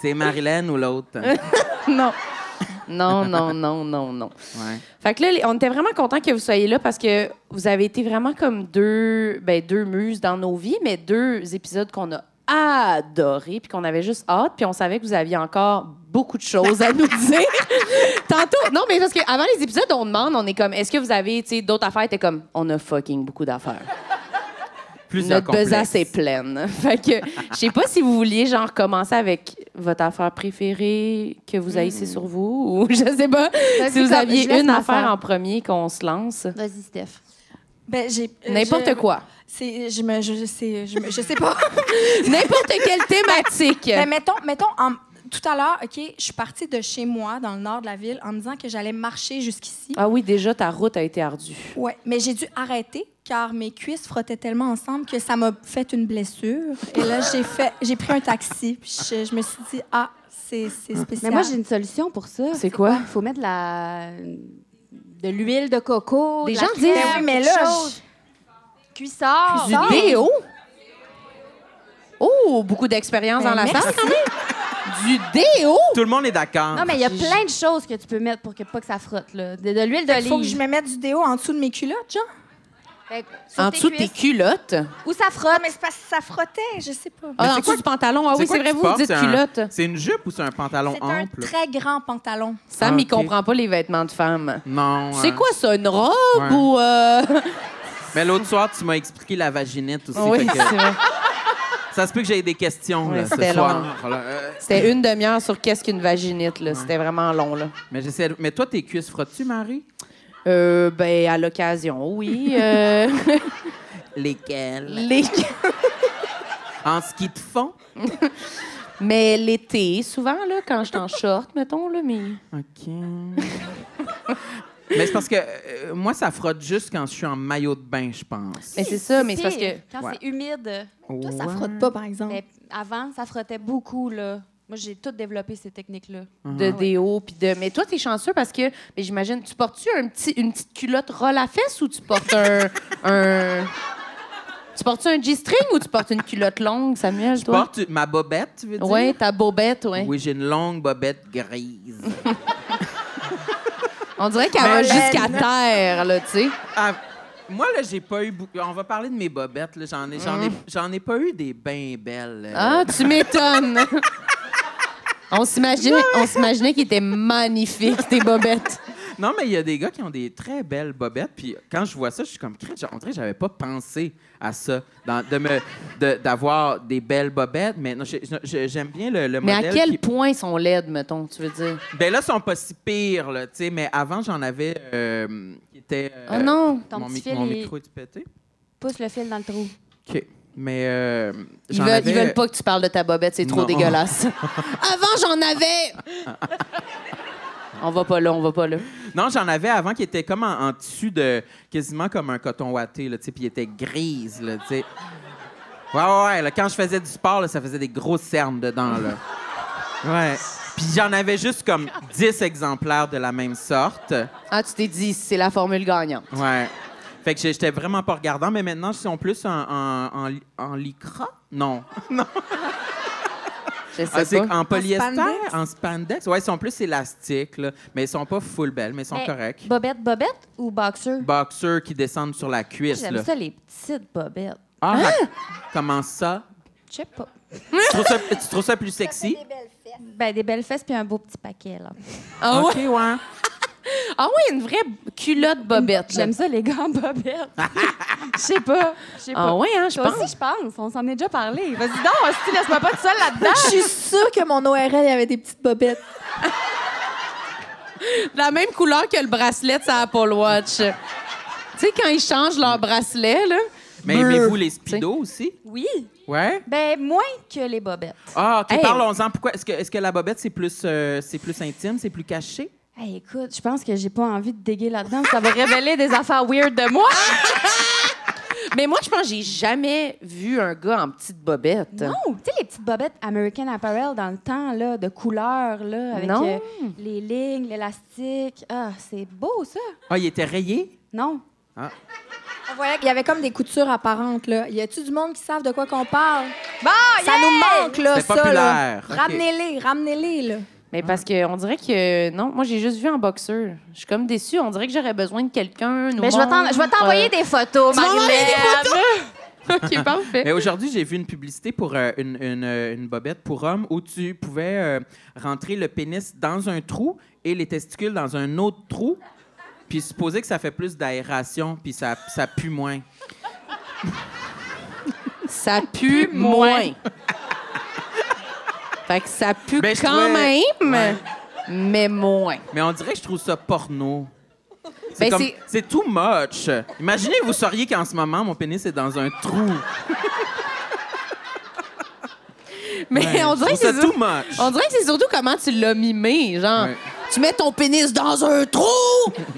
A: c'est Marilyn ou l'autre?
E: [LAUGHS] Non. Non, non, non, non, non.
A: Ouais.
E: Fait que là, les- on était vraiment contents que vous soyez là parce que vous avez été vraiment comme deux, ben, deux muses dans nos vies, mais deux épisodes qu'on a adorés, puis qu'on avait juste hâte, puis on savait que vous aviez encore beaucoup de choses à [LAUGHS] nous dire. Tantôt, non, mais parce qu'avant les épisodes, on demande, on est comme, est-ce que vous avez, tu sais, d'autres affaires? T'es comme, on a fucking beaucoup d'affaires.
A: Plusieurs
E: Notre besace
A: complexes.
E: est pleine. [LAUGHS] fait que, je sais pas si vous vouliez, genre, commencer avec votre affaire préférée que vous haïssez sur vous, [LAUGHS] ou je sais pas,
C: Hmm. Vas-y,
E: si vous
C: comme-
E: aviez
C: je laisse
E: une
C: ma
E: affaire
C: faire.
E: en premier qu'on se lance.
C: [LAUGHS] Vas-y, Steph.
F: Ben, j'ai. euh,
E: N'importe
F: je-
E: quoi.
F: C'est, je, me, je, je sais, je, me- je sais
C: [LAUGHS]
F: pas.
E: [LAUGHS] N'importe quelle thématique.
F: Mais mettons, mettons en- tout à l'heure, OK, je suis partie de chez moi, dans le nord de la ville, en me disant que j'allais marcher jusqu'ici.
E: Ah oui, déjà, ta route a été ardue.
F: Ouais, mais j'ai dû arrêter car mes cuisses frottaient tellement ensemble que ça m'a fait une blessure. Et là, j'ai fait, j'ai pris un taxi. Puis je, je me suis dit, ah, c'est, c'est
C: Mais
F: spécial.
C: moi, j'ai une solution pour ça.
E: C'est quoi?
C: Il faut mettre de la... de l'huile de coco,
E: Des
C: de
E: gens
C: la
E: disent-
C: crème,
E: Ben oui,
F: mais
C: quelque
F: là,
C: chose. Cuissard.
G: Ah,
E: Du déo? Oh, beaucoup d'expérience dans la
C: Ben,
F: merci.
E: salle quand même. Du déo?
A: Tout le monde est d'accord.
C: Non, mais il y a plein de choses que tu peux mettre pour que pas que ça frotte. Là. De, de l'huile
F: Il faut que je
C: d'olive.
F: me mette du déo en dessous de mes culottes, genre.
C: Fait que sur
E: En dessous de tes
C: cuisses.
E: culottes.
C: Où ça
F: Ah,
C: frotte.
F: mais c'est parce que ça frottait, je sais pas.
E: Ah, en
A: c'est
E: dessous
A: quoi-
E: du pantalon. Ah oui,
A: quoi que
E: c'est vrai,
A: tu
E: vous
A: portes?
E: dites
A: C'est un-
E: culotte.
A: C'est une jupe ou c'est un pantalon
F: C'est un
A: ample?
F: très grand pantalon.
E: Sam,
A: Ah,
E: il
A: ok.
E: comprend pas les vêtements de femme.
A: Non.
E: C'est
A: hein.
E: quoi ça, une robe
A: Ouais.
E: ou... euh,
A: [LAUGHS] Mais l'autre soir, tu m'as expliqué la vaginette aussi.
E: Ah Oui,
A: fait que
E: c'est vrai.
A: Ça se peut que j'aie des questions
E: Ouais,
A: là, ce
E: c'était
A: soir.
E: long.
A: là. Euh,
E: C'était une demi-heure sur qu'est-ce qu'une vaginite, là. C'était vraiment long, là.
A: mais j'essaie. de- Mais toi, tes cuisses frottes-tu, Marie?
E: Euh, ben, à l'occasion, oui.
A: [LAUGHS]
E: Euh,
A: Lesquelles?
E: les-
A: En ski de fond?
E: Mais l'été, souvent, là, quand je suis en short, mettons, là, mais... [LAUGHS]
A: OK. mais c'est parce que euh, moi, ça frotte juste quand je suis en maillot de bain, je pense.
E: Mais c'est ça, mais c'est parce que...
G: Pire, Quand
A: Ouais.
G: c'est humide,
F: Toi, ça
A: Ouais.
F: frotte pas, par exemple.
G: mais avant, ça frottait beaucoup, là. Moi, j'ai tout développé ces techniques-là.
A: Ah
E: de déo puis de mais toi t'es chanceux parce que mais j'imagine tu portes-tu un petit une petite culotte roll à fesse ou tu
A: [LAUGHS]
E: portes un, un- tu portes un G-string ou tu portes une culotte longue Samuel
A: Tu
E: toi
A: portes ma bobette, tu veux dire?
E: ouais ta bobette ouais
A: Oui, j'ai une longue bobette grise.
E: on dirait qu'elle va
G: Ben,
A: Baleine.
E: jusqu'à terre là tu sais
A: Ah, moi, là, j'ai pas eu beaucoup. On va parler de mes bobettes. là. J'en ai, j'en ai, j'en ai pas eu des bien belles. euh.
E: Mm. ah tu m'étonnes on s'imaginait on s'imaginait qu'ils étaient magnifiques tes bobettes
A: Non, mais il y a des gars qui ont des très belles bobettes. Puis quand je vois ça, je suis comme crête. On dirait que j'avais pas pensé à ça, dans- de me, de- d'avoir des belles bobettes. Mais non, je- je- j'aime bien le, le
E: mais
A: modèle.
E: à quel
A: qui-
E: point ils sont laides mettons tu veux dire
A: Ben là, ils sont pas si pires, là, tu sais. Mais avant, j'en avais euh, qui étaient. euh,
E: oh non
G: Ton
A: mon,
G: petit
A: mi-
G: fil,
A: mon
G: il-
A: micro est pété.
G: Pousse le fil dans le trou.
A: OK. Mais. euh,
E: Ils
A: j'en
E: veulent, ils
A: avais-
E: veulent pas que tu parles de ta bobette, c'est trop
A: Non.
E: dégueulasse.
A: [LAUGHS]
E: Avant, j'en avais. on va pas là, on va pas là.
A: Non, j'en avais avant qui était comme en, en tissu de quasiment comme un coton ouaté, là, tu sais, puis il était grise, là, tu sais. Ouais, ouais, ouais. là, quand je faisais du sport, là, ça faisait des grosses cernes dedans, là. Ouais. Puis j'en avais juste comme 10 exemplaires de la même sorte.
E: Ah, tu t'es dit, c'est la formule gagnante.
A: Ouais. Fait que j'ai- j'étais vraiment pas regardant, mais maintenant, ils sont plus en, en, en, li- en lycra? Non.
E: Je sais
A: Ah, c'est
E: pas.
A: en polyester,
F: spandex?
A: en spandex. Ouais, ils sont plus élastiques, là, mais ils sont pas full belles, mais ils sont
G: Mais
A: corrects.
G: Ben, Bobette, bobette ou boxer?
A: Boxers qui descendent sur la cuisse, là.
G: J'aime ça, les petites bobettes.
A: Ah! Comment ça?
G: Je sais pas.
A: tu, trouves ça tu trouves ça plus sexy?
G: Ben, des belles fesses puis un beau petit paquet, là.
E: Ah ouais,
A: OK,
G: [LAUGHS]
A: ouais.
E: ah ouais, une vraie culotte bobette. là.
G: J'aime ça, les gars
E: [LAUGHS]
G: en bobette. Je sais pas. Je sais pas.
E: Ah ouais, hein, je
G: Toi
E: pense.
G: aussi, je pense. On s'en est déjà parlé. Vas-y donc, hostie, laisse-moi pas toute seule là-dedans.
F: Je suis sûre que mon ORL, il y avait des petites bobettes.
E: La même couleur que le bracelet de sa Apple Watch. tu sais, quand ils changent leur bracelet, là.
A: Mais
E: brr.
A: aimez-vous les speedos aussi?
G: Oui.
A: Ouais.
G: Ben, moins que les bobettes.
A: Ah, OK,
G: Hey.
A: parlons-en. Pourquoi? Est-ce que, est-ce que la bobette, c'est plus, euh, c'est plus intime, c'est plus caché?
G: Hey, écoute, je pense que j'ai pas envie de déguer là-dedans. Ça va révéler des affaires weird de moi.
E: [LAUGHS] Mais moi, je pense que j'ai jamais vu un gars en petite bobette.
G: Non, tu sais, les petites bobettes American Apparel dans le temps, là, de couleurs, là, avec
E: Non.
G: euh, les lignes, l'élastique. Ah, c'est beau, ça.
A: Ah, il était rayé?
G: Non.
E: Ah.
F: On voyait qu'il y avait comme des coutures apparentes, là. Y a-tu du monde qui savent de quoi qu'on parle?
G: Bon,
F: Ça nous manque, là,
A: C'était
F: Ah, ça, là.
A: populaire. OK.
F: Ramenez-les, ramenez-les, là.
E: Mais parce que on dirait que non, moi j'ai juste vu en boxeur. Je suis comme déçue. On dirait que j'aurais besoin de quelqu'un. nous
G: Mais je vais t'en- je vais
E: montre,
G: t'envoyer
E: euh,
G: des photos,
E: Tu vas m'envoyer des
G: OK, parfait.
A: Mais aujourd'hui, j'ai vu une publicité pour euh, une, une, euh, une bobette pour homme où tu pouvais euh, rentrer le pénis dans un trou et les testicules dans un autre trou, puis supposer que ça fait plus d'aération, puis ça, ça pue moins.
E: Ça [LAUGHS] pue moins. fait que ça pue
A: Ben, je
E: quand
A: trouvais-
E: même,
A: Ouais.
E: mais moins.
A: Mais on dirait que je trouve ça porno.
E: Ben,
A: C'est comme-
E: c'est-
A: c'est too much. Imaginez, vous sauriez qu'en ce moment, mon pénis est dans un
E: [LAUGHS]
A: trou.
E: Mais
A: Ouais,
E: on
A: je
E: dirait que
A: trouve ça
E: c'est
A: too much.
E: on dirait que c'est surtout comment tu l'as mimé, genre.
A: Ouais.
E: Tu mets ton pénis dans un trou,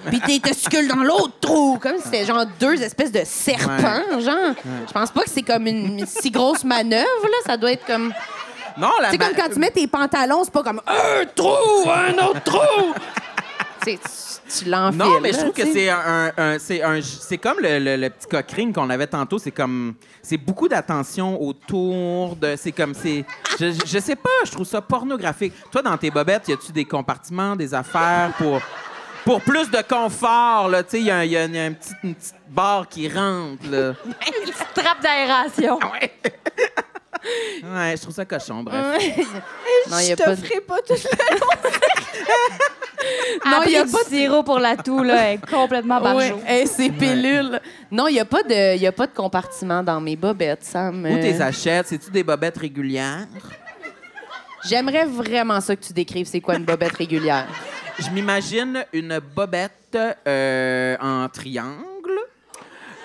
E: puis tes testicules dans l'autre trou, comme si c'était genre deux espèces de serpents, genre. Je pense pas que c'est comme une si grosse manœuvre là, ça doit être comme
A: Ah, Non, la
E: Tu sais,
A: ma-
E: comme quand tu mets tes pantalons, c'est pas comme un trou, un autre trou. [LAUGHS] tu sais, tu tu l'enfiles.
A: Non, mais je
E: là,
A: trouve que
E: tu sais.
A: c'est un, un- c'est un- c'est comme le, le- le petit cockring qu'on avait tantôt. C'est comme, c'est beaucoup d'attention autour de, c'est comme, c'est, je, je sais pas, je trouve ça pornographique. Toi, dans tes bobettes, y a-tu des compartiments, des affaires pour, pour plus de confort là, tu sais, y a, un- y a une, y a une petite, une petite barre qui rentre là.
G: Trappe d'aération.
A: Ouais, je trouve ça cochon, bref.
E: Non, y
F: je
E: a pas de-
F: t'offrirai pas tout le
E: Non, il
G: Après,
E: y a
G: du
E: pas de-
G: sirop pour la toux, là, est complètement
E: Ouais.
G: barjot.
E: Hey, ces pilules. Non, il n'y a, pas de- il y a pas de compartiment dans mes bobettes, Sam.
A: Où t'es
E: Euh,
A: achètes? C'est-tu des bobettes régulières?
E: J'aimerais vraiment ça que tu décrives c'est quoi une bobette régulière.
A: Je m'imagine une bobette euh, en triangle.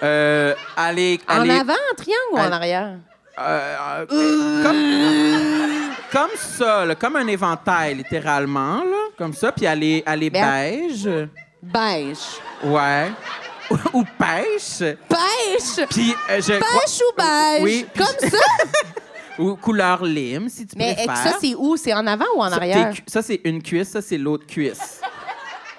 A: Euh, elle est- elle
E: En
A: est-
E: avant, en triangle ou en
A: Elle-
E: arrière?
A: euh, euh, comme, comme ça, là, comme un éventail, littéralement. Là, comme ça, puis elle est, elle est
E: Merde.
A: beige.
E: Beige.
A: Ouais. Ou pêche.
E: Beige!
A: Puis euh, je crois-
E: Pêche ou beige?
A: Ah, Oui, puis- [LAUGHS]
E: Comme ça?
A: Ou couleur lime, si tu
E: Mais est-ce que
A: préfères.
E: ça, c'est où? C'est en avant ou en
A: Ça,
E: arrière?
A: t'es cu- Ça, c'est une cuisse, ça, c'est l'autre cuisse.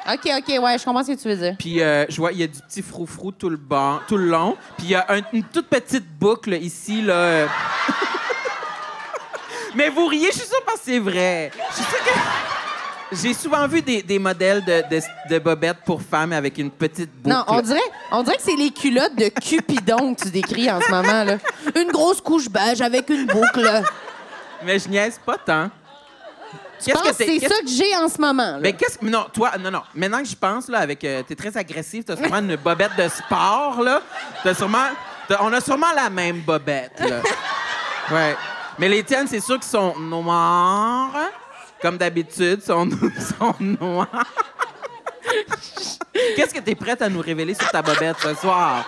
E: OK, OK, ouais, je comprends ce que tu veux dire.
A: Puis euh, je vois, il y a du petit froufrou tout le, ban- tout le long. Puis il y a un- une toute petite boucle ici, là. [LAUGHS] euh. Mais vous riez, je suis sûre parce que c'est vrai. Je suis sûre que... J'ai souvent vu des, des modèles de, de- de bobettes pour femmes avec une petite boucle.
E: Non, on dirait, on dirait que c'est les culottes de Cupidon que tu décris en ce moment. Là. Une grosse couche beige avec une boucle.
A: Mais je niaise pas tant.
E: Je pense
A: t'es-
E: que c'est
A: qu'est-ce-
E: ça que j'ai en ce moment. là.
A: Mais qu'est-ce que. Non, toi, non, non. Maintenant que je pense, là, avec. euh, t'es très agressif, t'as sûrement une bobette de sport, là. T'as sûrement. t'as- on a sûrement la même bobette,
E: [LAUGHS]
A: là. Ouais. Mais les tiennes, c'est sûr qu'ils sont noirs. Comme d'habitude, sont, [LAUGHS] sont
E: [LAUGHS]
A: noirs. qu'est-ce que t'es prête à nous révéler sur ta bobette ce soir?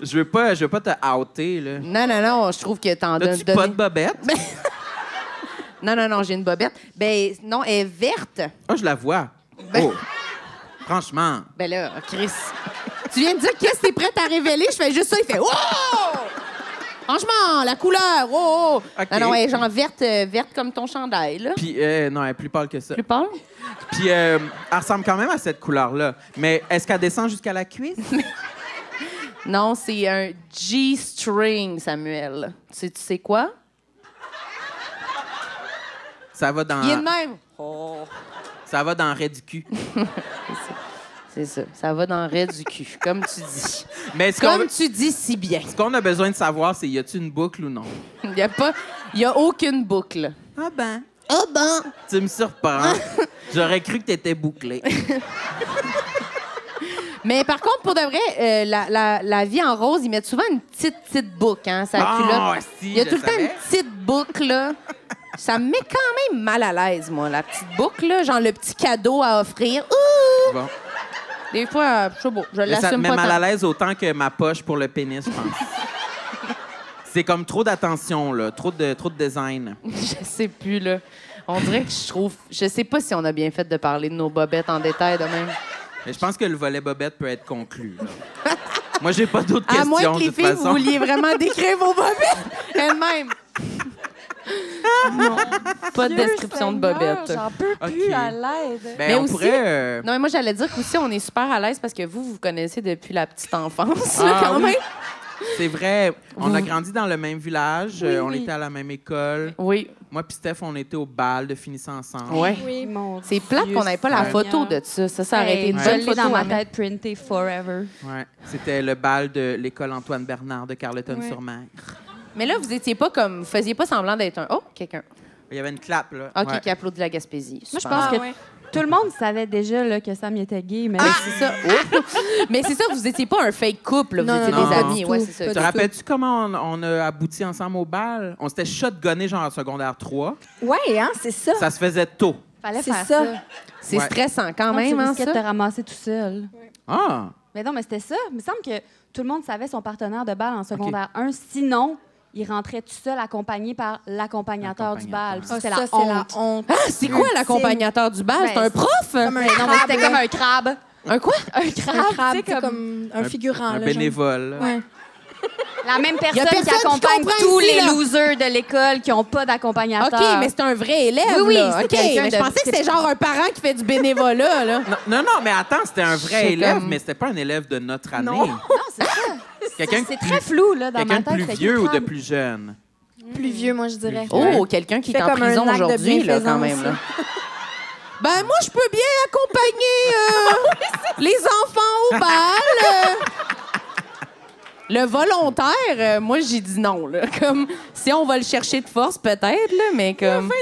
A: Je veux pas, je veux pas te outer, là.
E: Non, non, non, je trouve que t'en donnes...
A: T'as-tu pas de
E: donné-
A: bobette?
E: Ben- Non, non, non, j'ai une bobette. Ben, non, elle est verte.
A: Ah, je la vois.
E: Ben-
A: Oh. Franchement.
E: Ben là, Chris, tu viens de dire qu'est-ce que t'es prête à révéler? Je fais juste ça, il fait « Oh! » Franchement, la couleur, oh! oh.
A: OK.
E: Non, non, elle est genre verte, euh, verte comme ton chandail, là.
A: Puis, euh, non, elle est plus pâle que ça.
E: Plus pâle?
A: Puis euh, elle ressemble quand même à cette couleur-là. Mais est-ce qu'elle descend jusqu'à la
E: [LAUGHS]
A: cuisse?
E: Non, c'est un G-string, Samuel. Tu sais, tu sais quoi?
A: Ça va dans,
E: Il est de même.
A: ça va dans raid du cul.
E: C'est ça, ça va dans le raid du cul, comme tu dis. [LAUGHS]
A: Mais ce qu'on
E: Comme tu dis si bien.
A: ce qu'on a besoin de savoir, c'est y a-tu une boucle ou non?
E: Il n'y a, pas- il y a aucune boucle.
A: Ah ben.
E: Ah ben!
A: Tu me
E: [LAUGHS]
A: surprends. J'aurais cru que t'étais bouclée.
E: Mais par contre, pour de vrai, euh, la, la- la vie en rose, ils mettent souvent une petite, petite boucle, hein, sa
A: Ah,
E: culotte.
A: si,
E: Il y a
A: je
E: tout le temps
A: savais.
E: une petite boucle, là. Ça me met quand même mal à l'aise, moi, la petite boucle, là, genre le petit cadeau à offrir. Ouh!
A: Bon.
E: Des fois, euh, je sais pas, je
A: Mais ça te
E: l'assume
A: met
E: pas
A: mal à
E: tant.
A: l'aise autant que ma poche pour le pénis, je
E: [LAUGHS]
A: pense. c'est comme trop d'attention, là. Trop de, trop de design.
E: Je sais plus, là. On dirait que je trouve... Je sais pas si on a bien fait de parler de nos bobettes en détail de même.
A: Mais je pense que le volet bobette peut être conclu. là.
E: [LAUGHS]
A: Moi, j'ai pas d'autres
E: À
A: questions,
E: moins que
A: de
E: les
A: toute
E: filles,
A: façon.
E: vous vouliez vraiment décrire
A: [LAUGHS]
E: vos bobettes elles-mêmes. non, pas de description de bobettes.
F: J'en peux plus
A: Ok.
F: à
A: Ben,
F: l'aide.
E: Mais
A: on
E: aussi-
A: pourrait... euh,
E: Non, mais moi, j'allais dire qu'aussi, on est super à l'aise parce que vous, vous connaissez depuis la petite enfance,
A: Ah,
E: quand
A: oui.
E: même.
A: euh, C'est vrai. On a grandi dans le même village. euh, on était à la même école.
E: Oui,
A: Moi puis Steph, on était au bal de finissant ensemble.
E: ouais.
F: Oui.
G: Mon
E: C'est plate qu'on n'ait pas la photo de ça. Ça, ça aurait été une
G: Hey,
E: bonne
G: je l'ai
E: photo.
G: dans ma
E: hein.
G: tête printée forever.
A: Ouais. C'était le bal de l'école Antoine Bernard de Carleton-sur-Mer.
E: Mais là, vous étiez pas comme... Vous faisiez pas semblant d'être un... Oh, quelqu'un.
A: Il y avait une clap, là.
E: OK,
A: Ouais.
E: qui applaudit la Gaspésie.
G: Moi, je
E: Super.
G: pense
F: Ah,
G: que
F: ouais.
G: tout le monde savait déjà là, que Sam il était gay, mais
E: Ah! Mais c'est ça. mais c'est ça, vous étiez pas un fake couple, là. vous
G: Non,
E: étiez
A: non,
E: des
A: non,
E: amis.
G: pas
E: Ouais,
G: du
E: c'est
G: tout,
E: ça.
G: pas
A: Te rappelles-tu comment on, on a abouti ensemble au bal? On s'était shotgunné genre en secondaire 3.
F: Ouais, hein, c'est ça.
A: Ça se faisait tôt.
G: fallait
F: C'est
G: faire
F: ça.
G: ça.
E: C'est
A: Ouais.
E: stressant quand
G: Quand tu
E: même, hein,
G: risquais de te
E: ça?
G: ramasser tout seul.
A: Ah!
G: Mais non, mais c'était ça. Il me semble que tout le monde savait son partenaire de bal en secondaire 1. Sinon, il rentrait tout seul accompagné par l'accompagnateur du bal. Puis
A: L'accompagnateur.
F: Ah,
G: C'était
F: ça,
G: la
F: c'est
G: honte.
F: la honte.
E: Ah, c'est quoi l'accompagnateur du bal?
G: Ben,
E: C'est un prof?
F: Comme un
G: Mais non, mais c'était
F: crabe,
G: comme
F: là.
G: un crabe.
E: hein. Un quoi?
G: Un crabe,
F: Un crabe,
G: tu
F: c'est
G: sais, comme
F: comme un figurant.
A: Un
F: là,
A: bénévole.
F: genre. Ouais.
G: la même
E: Y a personne
G: personne,
E: qui
G: qui accompagne
E: comprend
G: tous
E: ici,
G: les
E: là.
G: losers de l'école qui n'ont pas
E: OK,
G: d'accompagnateur.
E: mais c'est un vrai élève.
G: Oui, oui,
E: là.
G: c'est
E: OK.
G: quelqu'un
E: Mais je
G: de-
E: pensais que c'était genre un parent qui fait du bénévolat, là.
A: Non, non, non, mais attends, c'était un vrai
E: C'est
A: élève,
E: comme-
A: mais c'était pas un élève de notre année.
G: Non, c'est ça.
A: Quelqu'un de
G: C'est
A: plus-
G: très flou là, dans
A: Quelqu'un
G: ma
A: de
G: tête.
A: plus
G: c'était
A: vieux ou de
G: crabe.
A: plus jeune?
F: Plus vieux, moi, je dirais.
E: Oh, quelqu'un qui est
F: hein. Fait
E: en
F: comme un
E: prison
F: acte de
E: aujourd'hui, là, quand même.
F: bienfaisance,
E: là.
F: là.
E: Ben, moi, je peux bien
F: [LAUGHS] Ah
E: accompagner euh, les enfants au bal. euh. Le volontaire, euh, moi, j'ai dit non. Là. Comme, [LAUGHS] si on va le chercher de force, peut-être, là, mais comme...
F: 9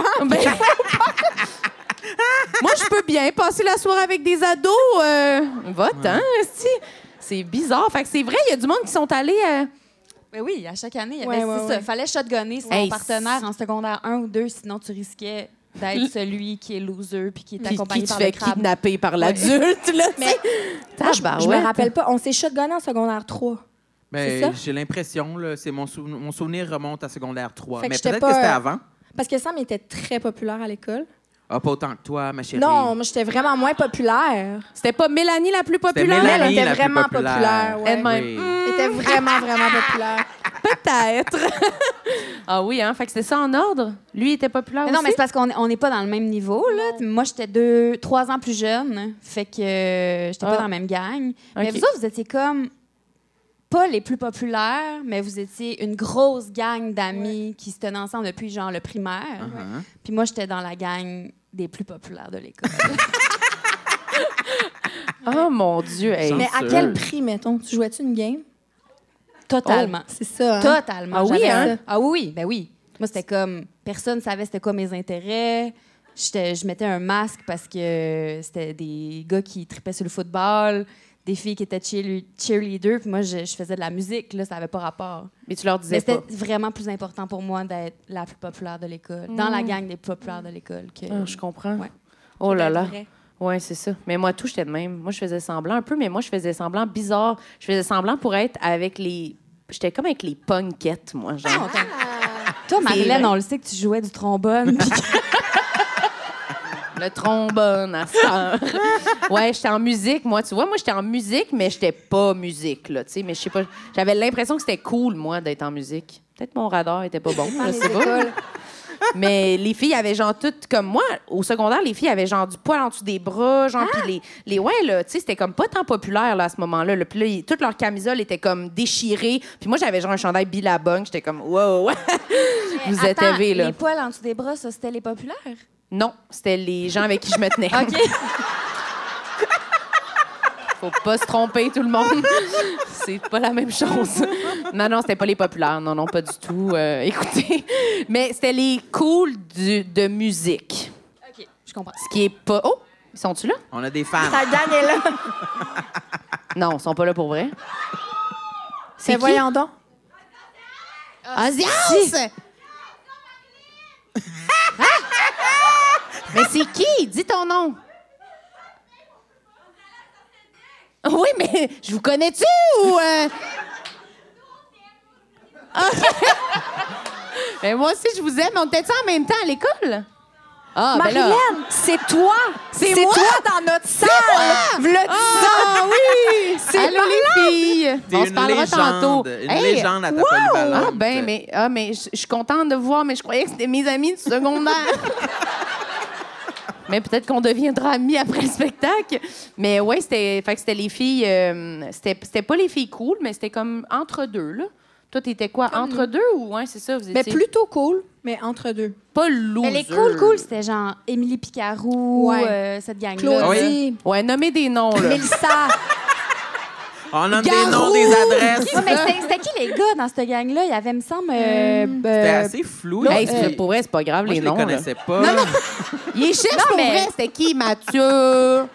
F: ans.
E: Ben, [LAUGHS] Moi, je peux bien passer la soirée avec des ados. Euh, Va-t'en, esti. C'est bizarre. Fait que c'est vrai, il y a du monde qui sont allés. euh,
G: Ben oui, à chaque année, il y
F: Ouais,
G: avait
F: ouais,
G: six,
F: ouais.
G: euh, fallait shotgunner son
E: Hey,
G: partenaire en secondaire 1 ou 2, sinon tu risquais
E: [LAUGHS]
G: d'être celui qui est loser puis qui est
E: qui,
G: accompagné
E: qui te
G: par
E: fait
G: le crabe.
E: kidnapper par l'adulte, là.
F: Mais- Moi, je, je me rappelle pas. On s'est shotgunné en secondaire 3. C'est ça?
A: Ben, j'ai l'impression, là, c'est mon, sou- mon souvenir remonte à secondaire 3.
F: Fait que
A: mais
F: j'étais
A: peut-être
F: pas,
A: que c'était
F: euh,
A: avant.
F: Parce que Sam était très populaire à l'école.
A: Ah, pas autant que toi, ma chérie.
F: Non, moi, j'étais vraiment moins populaire.
E: C'était pas Mélanie la plus
A: C'était
E: populaire?
A: Mélanie,
F: était
A: la plus
F: vraiment populaire, ouais.
E: Elle-même.
A: Oui.
E: Hmm,
F: Elle était vraiment, vraiment populaire.
E: Peut-être. ah oui, hein? Fait que c'était ça en ordre? Lui, il était populaire
G: Mais non, mais
E: aussi?
G: c'est parce qu'on est- on n'est pas dans le même niveau. Là. Moi, j'étais deux, trois ans plus jeune, fait que euh, j'étais
E: Ah.
G: pas dans la même gang. Mais
E: Ok.
G: vous autres, vous étiez comme pas les plus populaires, mais vous étiez une grosse gang d'amis qui se tenaient ensemble depuis genre le primaire.
A: Uh-huh.
G: Puis moi, j'étais dans la gang des plus populaires de l'école. [LAUGHS]
E: Oh mon Dieu, hey.
A: Genre-
F: Mais à
A: Sûr.
F: quel prix, mettons? Tu jouais-tu une game?
G: Totalement.
E: Oh,
F: C'est ça. hein?
G: Totalement.
E: Ah oui,
G: J'avais
E: hein?
G: ça. Ah oui, oui, ben oui. Moi, c'était comme, personne savait c'était quoi mes intérêts. J'étais- je mettais un masque parce que c'était des gars qui tripaient sur le football, des filles qui étaient cheerle- cheerleaders, puis moi, je, je faisais de la musique, là, ça n'avait pas rapport.
E: Mais tu leur
G: Mais
E: disais
G: c'était
E: pas.
G: vraiment plus important pour moi d'être la plus populaire de l'école, dans la gang des plus populaires de l'école. Que...
E: Ah, je comprends.
G: Ouais.
E: Oh là là.
G: Vrai.
E: Ouais, c'est ça. Mais moi, tout, j'étais de même. Moi, je faisais semblant un peu, mais moi, je faisais semblant bizarre. Je faisais semblant pour être avec les. J'étais comme avec les punkettes, moi. Genre.
G: Ah, Toi, Marilyn, on le sait que tu jouais du [LAUGHS] trombone. puis que-
E: Le trombone à ça. [LAUGHS] ouais, j'étais en musique, moi, tu vois. Moi, j'étais en musique, mais j'étais pas musique, là, tu sais. Mais je sais pas, j'avais l'impression que c'était cool, moi, d'être en musique. Peut-être mon radar était pas bon, je sais pas. [LAUGHS] Mais les filles avaient genre toutes comme moi. Au secondaire, les filles avaient genre du poil en dessous des bras, genre puis les, les ouais là, tu sais, c'était comme pas tant populaire là à ce moment-là. là. Puis là, ils- toutes leurs camisoles étaient comme déchirées. Puis moi, j'avais genre un chandail Billabong, j'étais comme wow. [LAUGHS] Vous êtes
G: Attends,
E: élevés, là.
G: Les poils en dessous des bras, ça, c'était les populaires?
E: Non, c'était les gens avec qui je me tenais.
G: [LAUGHS] OK.
E: Faut pas se tromper, tout le monde. C'est pas la même chose. Non, non, c'était pas les populaires. Non, non, pas du tout. Euh, écoutez, mais c'était les cool du- de musique.
G: Je comprends.
E: Ce qui est pas. Oh, ils sont-tu là?
A: On a des fans.
F: Ta gang est là.
E: Non, ils sont pas là pour vrai. C'est
F: Mais
E: qui? Ah,
F: voyons donc.
E: Audience! Hein? Mais c'est qui? Dis ton nom. Oui, mais je vous connais-tu ou... euh? Ah. [LAUGHS] mais moi aussi, je vous aime. On était-tu en même temps à l'école? Ah, ben là.
F: Marilyn, c'est toi!
E: C'est
F: C'est
E: moi!
F: toi dans notre salle! V'là dix
E: Ah
F: ans.
E: oui! Allô les filles!
A: T'es
E: On se
A: une
E: parlera
A: légende,
E: tantôt.
A: une
E: Hey,
A: légende à ta
E: wow!
A: polyvalente.
E: Ah ben, mais, ah, mais je je suis contente de vous voir, mais je croyais que c'était mes amis du secondaire.
A: [LAUGHS]
E: mais peut-être qu'on deviendra amis après le spectacle. Mais ouais, c'était, fait que c'était les filles, euh, c'était, c'était pas les filles cool, mais c'était comme entre deux là. Toi, t'étais quoi? entre deux ou ouais, c'est ça? Vous
F: Mais
E: étiez
F: plutôt cool, mais entre deux.
E: pas loser.
G: Mais les cool, cool, c'était genre Émilie Picarou,
F: Ouais.
G: euh, cette gang-là.
F: Claudie,
A: Ah
E: Ouais, nommez des noms là.
G: Mélissa.
A: On nomme des noms, des adresses.
E: Euh,
G: Ouais, Ah, mais c'était- c'était qui les gars dans cette gang-là? Il y avait, me semble. euh, euh,
A: C'était assez flou.
E: Hey,
A: Euh,
E: c'est- pour vrai, c'est pas grave
A: moi,
E: les
A: je
E: noms.
A: les
E: là.
A: connaissais pas.
E: Il est chef, pour
G: mais-
E: vrai, c'était qui, Mathieu?
F: Ah,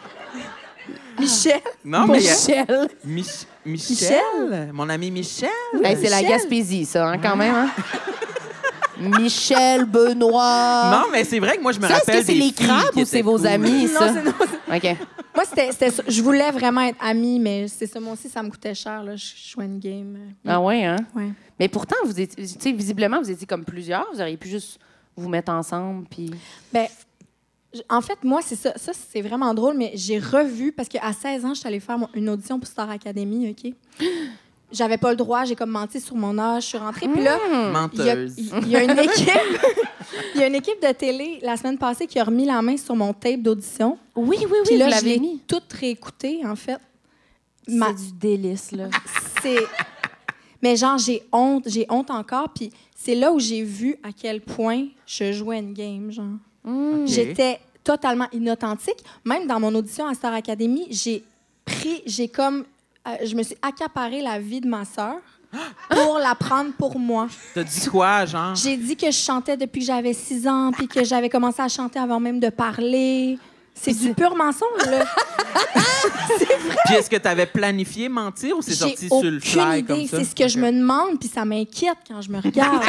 F: [LAUGHS] Michel.
A: Non, mais il y a-
E: Michel.
A: Mich- Michel? Mon ami Michel?
E: Hey, Ben, c'est la
F: Michel.
E: Gaspésie, ça, hein, quand même. Hein?
F: [LAUGHS]
E: Michel, Benoît.
A: Non, mais c'est vrai que moi, je me
E: Ah. ça, est-ce
A: rappelle
E: que c'est
A: des
E: les
A: filles
E: crabes
A: qui
E: ou c'est
A: étaient
E: vos
A: cool.
E: amis,
F: Non,
E: ça?
F: c'est non. c'est-
E: OK.
F: Moi, c'était, c'était ça. je voulais vraiment être amie, mais c'est ça. Moi aussi, ça me coûtait cher. Là. Je je jouais une game. euh,
E: Ah ouais, hein?
F: Ouais.
E: Mais pourtant, vous étiez, tu sais, visiblement, vous étiez comme plusieurs. Vous auriez pu juste vous mettre ensemble,
F: [LAUGHS]
E: puis...
F: Ben, j- en fait, moi, c'est ça. Ça, c'est vraiment drôle, mais j'ai revu, parce qu'à 16 ans, je suis allée faire mon- une audition pour Star Academy, OK? J'avais pas le droit, j'ai comme menti sur mon âge, je suis rentrée. Puis là, il y, a-
A: Menteuse.
F: il y a une équipe [LAUGHS] il y a une équipe de télé, la semaine passée, qui a remis la main sur mon tape d'audition.
E: Oui, oui, oui,
F: Puis là,
E: vous
F: je
E: l'avez
F: l'ai
E: mis.
F: toute réécoutée, en fait.
G: C'est
F: Ma-
G: du délice, là.
F: c'est mais genre j'ai honte j'ai honte encore puis c'est là où j'ai vu à quel point je jouais une game genre
A: Ok.
F: j'étais totalement inauthentique même dans mon audition à Star Academy j'ai pris j'ai comme euh, je me suis accaparée la vie de ma sœur pour la prendre pour moi.
A: T'as dit quoi, genre?
F: J'ai dit que je chantais depuis que j'avais 6 ans, puis que j'avais commencé à chanter avant même de parler. C'est du pur mensonge, là.
A: Puis est-ce que t'avais planifié mentir ou [LAUGHS] c'est
F: J'ai
A: sorti sur
F: aucune
A: le fly comme
F: idée.
A: ça?
F: C'est ce que je me demande, puis ça m'inquiète quand je me
A: [LAUGHS]
F: regarde.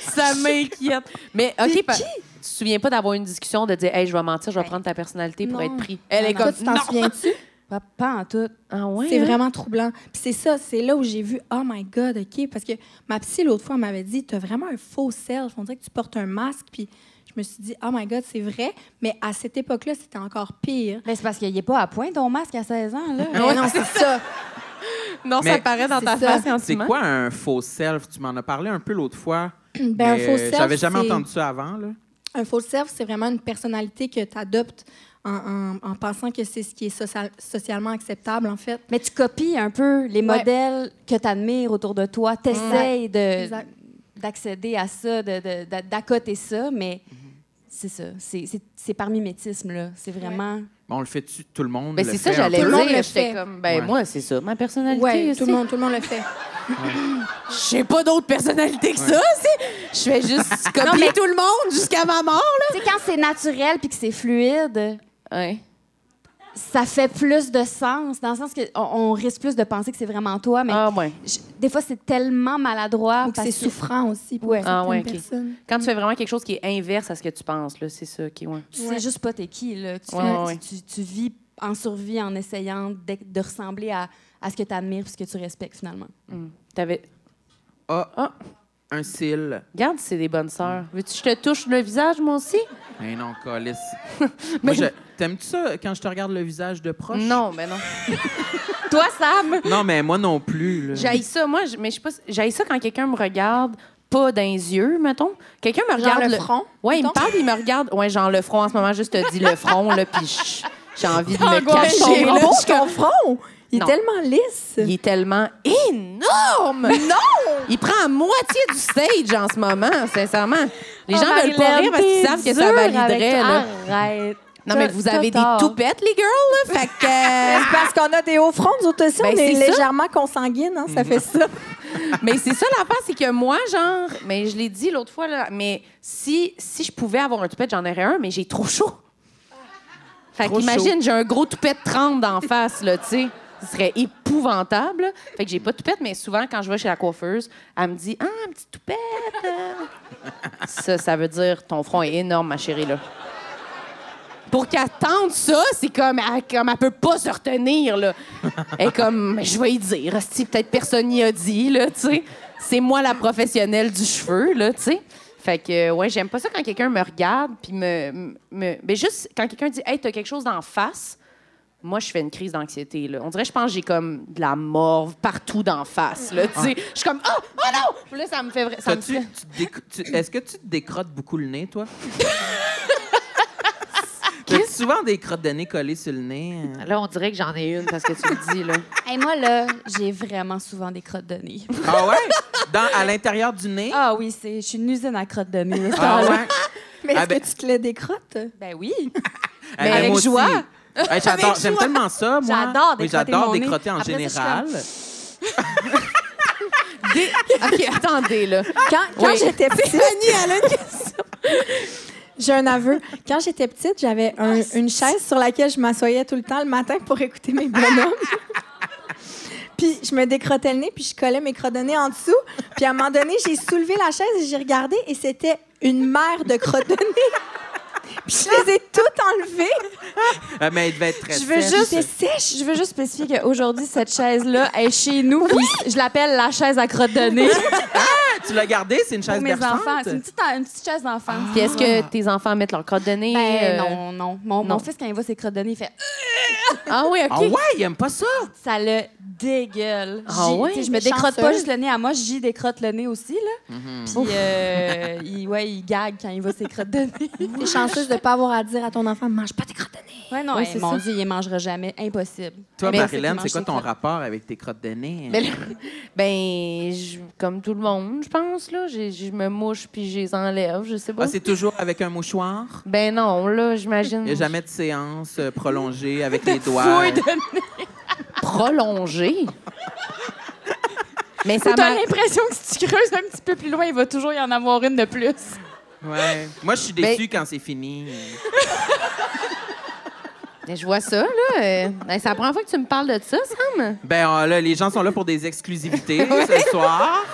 E: Ça m'inquiète. Mais
F: T'es
E: OK, pa-
F: qui?
E: tu te souviens pas d'avoir une discussion de dire Hey, je vais mentir, je vais prendre ta personnalité pour
F: Non.
E: être pris.
G: ben,
E: Elle est
F: Toi,
E: comme
F: tu t'en
G: [LAUGHS]
F: souviens-tu?
G: Pas, pas en tout.
E: Ah ouais.
F: C'est
E: hein?
F: vraiment troublant. Puis c'est ça, c'est là où j'ai vu « Oh my God, OK ». Parce que ma psy, l'autre fois, elle m'avait dit « T'as vraiment un faux self. On dirait que tu portes un masque. » Puis je me suis dit « Oh my God, c'est vrai. » Mais à cette époque-là, c'était encore pire.
G: Ben, c'est parce qu'il n'est pas à point ton masque à 16 ans, [LAUGHS] là.
F: Mais non, c'est ça.
E: Ah [LAUGHS] Non,
A: Mais
E: ça paraît dans
F: c'est
E: ta
F: ça.
E: face en ce
A: C'est
E: moment.
A: quoi un faux self? Tu m'en as parlé un peu l'autre fois.
F: Ben, un
A: mais,
F: faux
A: euh,
F: self,
A: J'avais jamais
F: c'est-
A: entendu ça avant, là.
F: Un faux self, c'est vraiment une personnalité que tu adoptes en, en- en pensant que c'est ce qui est social- socialement acceptable, en fait.
G: Mais tu copies un peu les
F: Ouais.
G: modèles que tu admires autour de toi. Tu essaies
E: Euh,
F: Exact.
G: d'accéder à ça, de- de- d'a- d'accoter ça, mais c'est ça. C'est- C'est c'est par mimétisme, là. C'est vraiment...
A: Bon, on le fait-tu, tout le monde?
E: Ben,
A: le
E: c'est ça,
A: fait un
E: j'allais
A: peu?
F: Tout le monde le
E: dire.
F: fait.
E: J'étais comme, ben,
A: Ouais.
E: moi, c'est ça, ma personnalité. aussi.
F: Oui,
E: Ah,
F: tout le, monde, tout le monde le fait.
E: J'ai pas d'autre personnalité que ça, c'est- Je fais [LAUGHS] juste copier tout le monde jusqu'à ma mort,
G: Tu sais, quand c'est naturel puis que c'est fluide,
E: là. Ouais.
G: ça fait plus de sens, dans le sens qu'on on risque plus de penser que c'est vraiment toi, mais
E: Ah, ouais.
G: je- des fois, c'est tellement maladroit.
F: Ou que
G: parce
F: c'est
G: que-
F: souffrant aussi pour
G: Ouais.
F: certaines
E: Ah ouais, OK.
F: personnes.
E: Quand tu fais vraiment quelque chose qui est inverse à ce que tu penses, là, c'est ça qui est. Ouais.
G: Tu sais
F: Ouais.
G: juste pas t'es qui, là. Tu,
E: Ouais,
G: fais-
E: ouais, ouais.
G: tu- tu vis en survie en essayant de, de ressembler à, à ce que tu admires et ce que tu respectes, finalement.
E: T'avais.
A: Ah,
E: Ah.
A: un cil.
E: Regarde, c'est des bonnes sœurs. Mm. Veux-tu que je te touche le visage, moi aussi?
A: Mais Ben non,
F: [LAUGHS]
A: Calice. Moi, je- T'aimes-tu ça quand je te regarde le visage de proche?
E: Non, mais [LAUGHS] non. Toi, Sam?
A: Non, mais moi non plus. là.
E: J'aille ça, moi, je- mais je sais pas. si- J'aille ça quand quelqu'un me regarde pas dans les yeux, mettons. Quelqu'un me
F: Genre
E: regarde.
F: le
E: le-
F: front.
E: Ouais, il me
F: mettons.
E: parle, il me regarde. Ouais, genre le front en ce moment, juste te dis le front, là, puis je- j'ai [LAUGHS] envie de
F: Ah,
E: me
F: ouais,
E: cacher.
F: j'ai
E: là.
F: là, je comprends. Il est
E: Non.
F: tellement lisse.
E: Il est tellement énorme! Non! Il prend la moitié du stage en ce moment, sincèrement. Les gens veulent pas rire parce qu'ils savent que ça validerait. là.
G: Arrête.
E: Non, mais vous avez des toupettes, les girls, là. Fait que.
F: Euh, C'est parce qu'on a des hauts fronts, nous autres aussi,
E: Ben,
F: on est,
E: c'est ça. Mhm.
F: légèrement consanguines, hein, ça fait ça.
E: Mais c'est ça l'affaire, c'est que moi, genre, mais je l'ai dit l'autre fois, là, mais si, si je pouvais avoir un toupette, j'en aurais un, mais j'ai trop chaud. Fait
A: Trop chaud.
E: qu'imagine, j'ai un gros toupette 30 d'en face, là, tu sais. Ce serait épouvantable. là. Fait que j'ai pas de toupette, mais souvent, quand je vais chez la coiffeuse, elle me dit Ah, un petit toupette. euh. ça, ça veut dire ton front est énorme, ma chérie, là. Pour qu'elle tente ça, c'est comme elle, comme elle peut pas se retenir là. Elle est comme je vais y dire, si peut-être personne n'y a dit là, tu sais. C'est moi la professionnelle du cheveu là, tu sais. Fait que euh, ouais, j'aime pas ça quand quelqu'un me regarde puis me, me, me- mais juste quand quelqu'un dit "Hey, t'as quelque chose d'en face." Moi, je fais une crise d'anxiété là. On dirait je pense que j'ai comme de la morve partout d'en face là, tu sais. Je suis comme "Oh, oh non!" Puis là ça me fait vra- ça me
A: T'as-tu-
E: fait-
A: tu te déco- tu- Est-ce que tu te décrottes beaucoup le
F: [LAUGHS]
A: nez, toi? T'as souvent des crottes de nez collées sur le nez. euh?
E: Là, on dirait que j'en ai une parce que tu le dis là.
G: Hey, moi, là, j'ai vraiment souvent des crottes de nez.
A: Ah ouais? Dans, à l'intérieur du nez?
G: Ah oui, c'est, je suis une usine à crottes de nez. là, ce
A: Ah
G: temps-là.
A: ouais?
F: Mais est-ce
A: Ah, ben-
F: que tu te le décrottes?
G: [LAUGHS] Ben oui.
A: Mais
G: avec joie.
A: j'adore, j'aime tellement ça, moi.
G: J'adore
A: Oui,
G: décrotter
A: j'adore
G: mon nez.
A: décrotter en
G: Après ça, je suis
A: général.
E: Des- [LAUGHS] OK, attendez là.
F: Quand, quand
E: Oui.
F: j'étais petite. [LAUGHS] J'ai un aveu. Quand j'étais petite, j'avais un- une chaise sur laquelle je m'assoyais tout le temps le matin pour écouter mes bonhommes. puis je me décrottais le nez, puis je collais mes crottes de nez en dessous. Puis à un moment donné, j'ai soulevé la chaise et j'ai regardé, et c'était une mer de crottes de nez. Puis je les ai toutes enlevées.
A: Euh, mais il devait être très
G: Je veux
A: sèche.
G: juste Je veux juste spécifier qu'aujourd'hui, cette chaise-là est chez nous. puis Je l'appelle la chaise à crottes de nez.
A: Tu l'as gardé, c'est une chaise
G: pour mes
A: berçante?
G: enfants. C'est une petite, une petite chaise d'enfant.
E: Puis est-ce que tes enfants mettent leur crotte de nez?
G: Ben,
E: euh,
G: non, non. Mon, mon
E: Ah. non.
G: fils, quand il voit ses crottes de nez, il fait
E: Ah oui, OK.
A: Ah ouais, il aime pas ça.
G: ça le dégueule.
E: Ah
G: J'y-
E: ouais?
G: tu sais, Je me
F: Chanceuse.
G: décrotte pas juste le nez à moi, j'y décrotte le nez aussi. Là.
A: Mhm.
G: Puis, euh, il, ouais, il gague quand il voit ses crottes de nez.
F: [LAUGHS] T'es chanceuse de ne pas avoir à dire à ton enfant, mange pas tes crottes de nez.
G: Ouais, non,
E: Ouais,
G: hey,
E: c'est
G: mon
E: ça.
G: Dieu, il les mangera jamais. Impossible.
A: Toi,
G: Mais
A: Marilyn, c'est
G: qu'il
A: quoi
G: mange
A: ton
G: ses crottes-
A: rapport avec tes crottes de nez?
E: Mais là, ben, je- comme tout le monde, je pense, là. j'ai- Je me mouche puis je les enlève, je sais pas.
A: Ah, c'est toujours avec un mouchoir?
E: ben non, là, j'imagine.
G: Mm.
A: Il n'y a jamais de séance euh,
G: [LAUGHS]
A: prolongée avec les doigts.
E: Prolongé. Mais
H: Ou
E: ça
H: t'as
E: m'a.
H: l'impression que si tu creuses un petit peu plus loin, il va toujours y en avoir une de plus.
A: Ouais. Moi, je suis déçu
G: Ben
A: quand c'est fini.
E: Mais Ben, je vois ça, là. euh, ben, c'est la première fois que tu me parles de ça, Sam.
A: Ben euh, là, les gens sont là pour des
G: [LAUGHS]
A: exclusivités ce soir.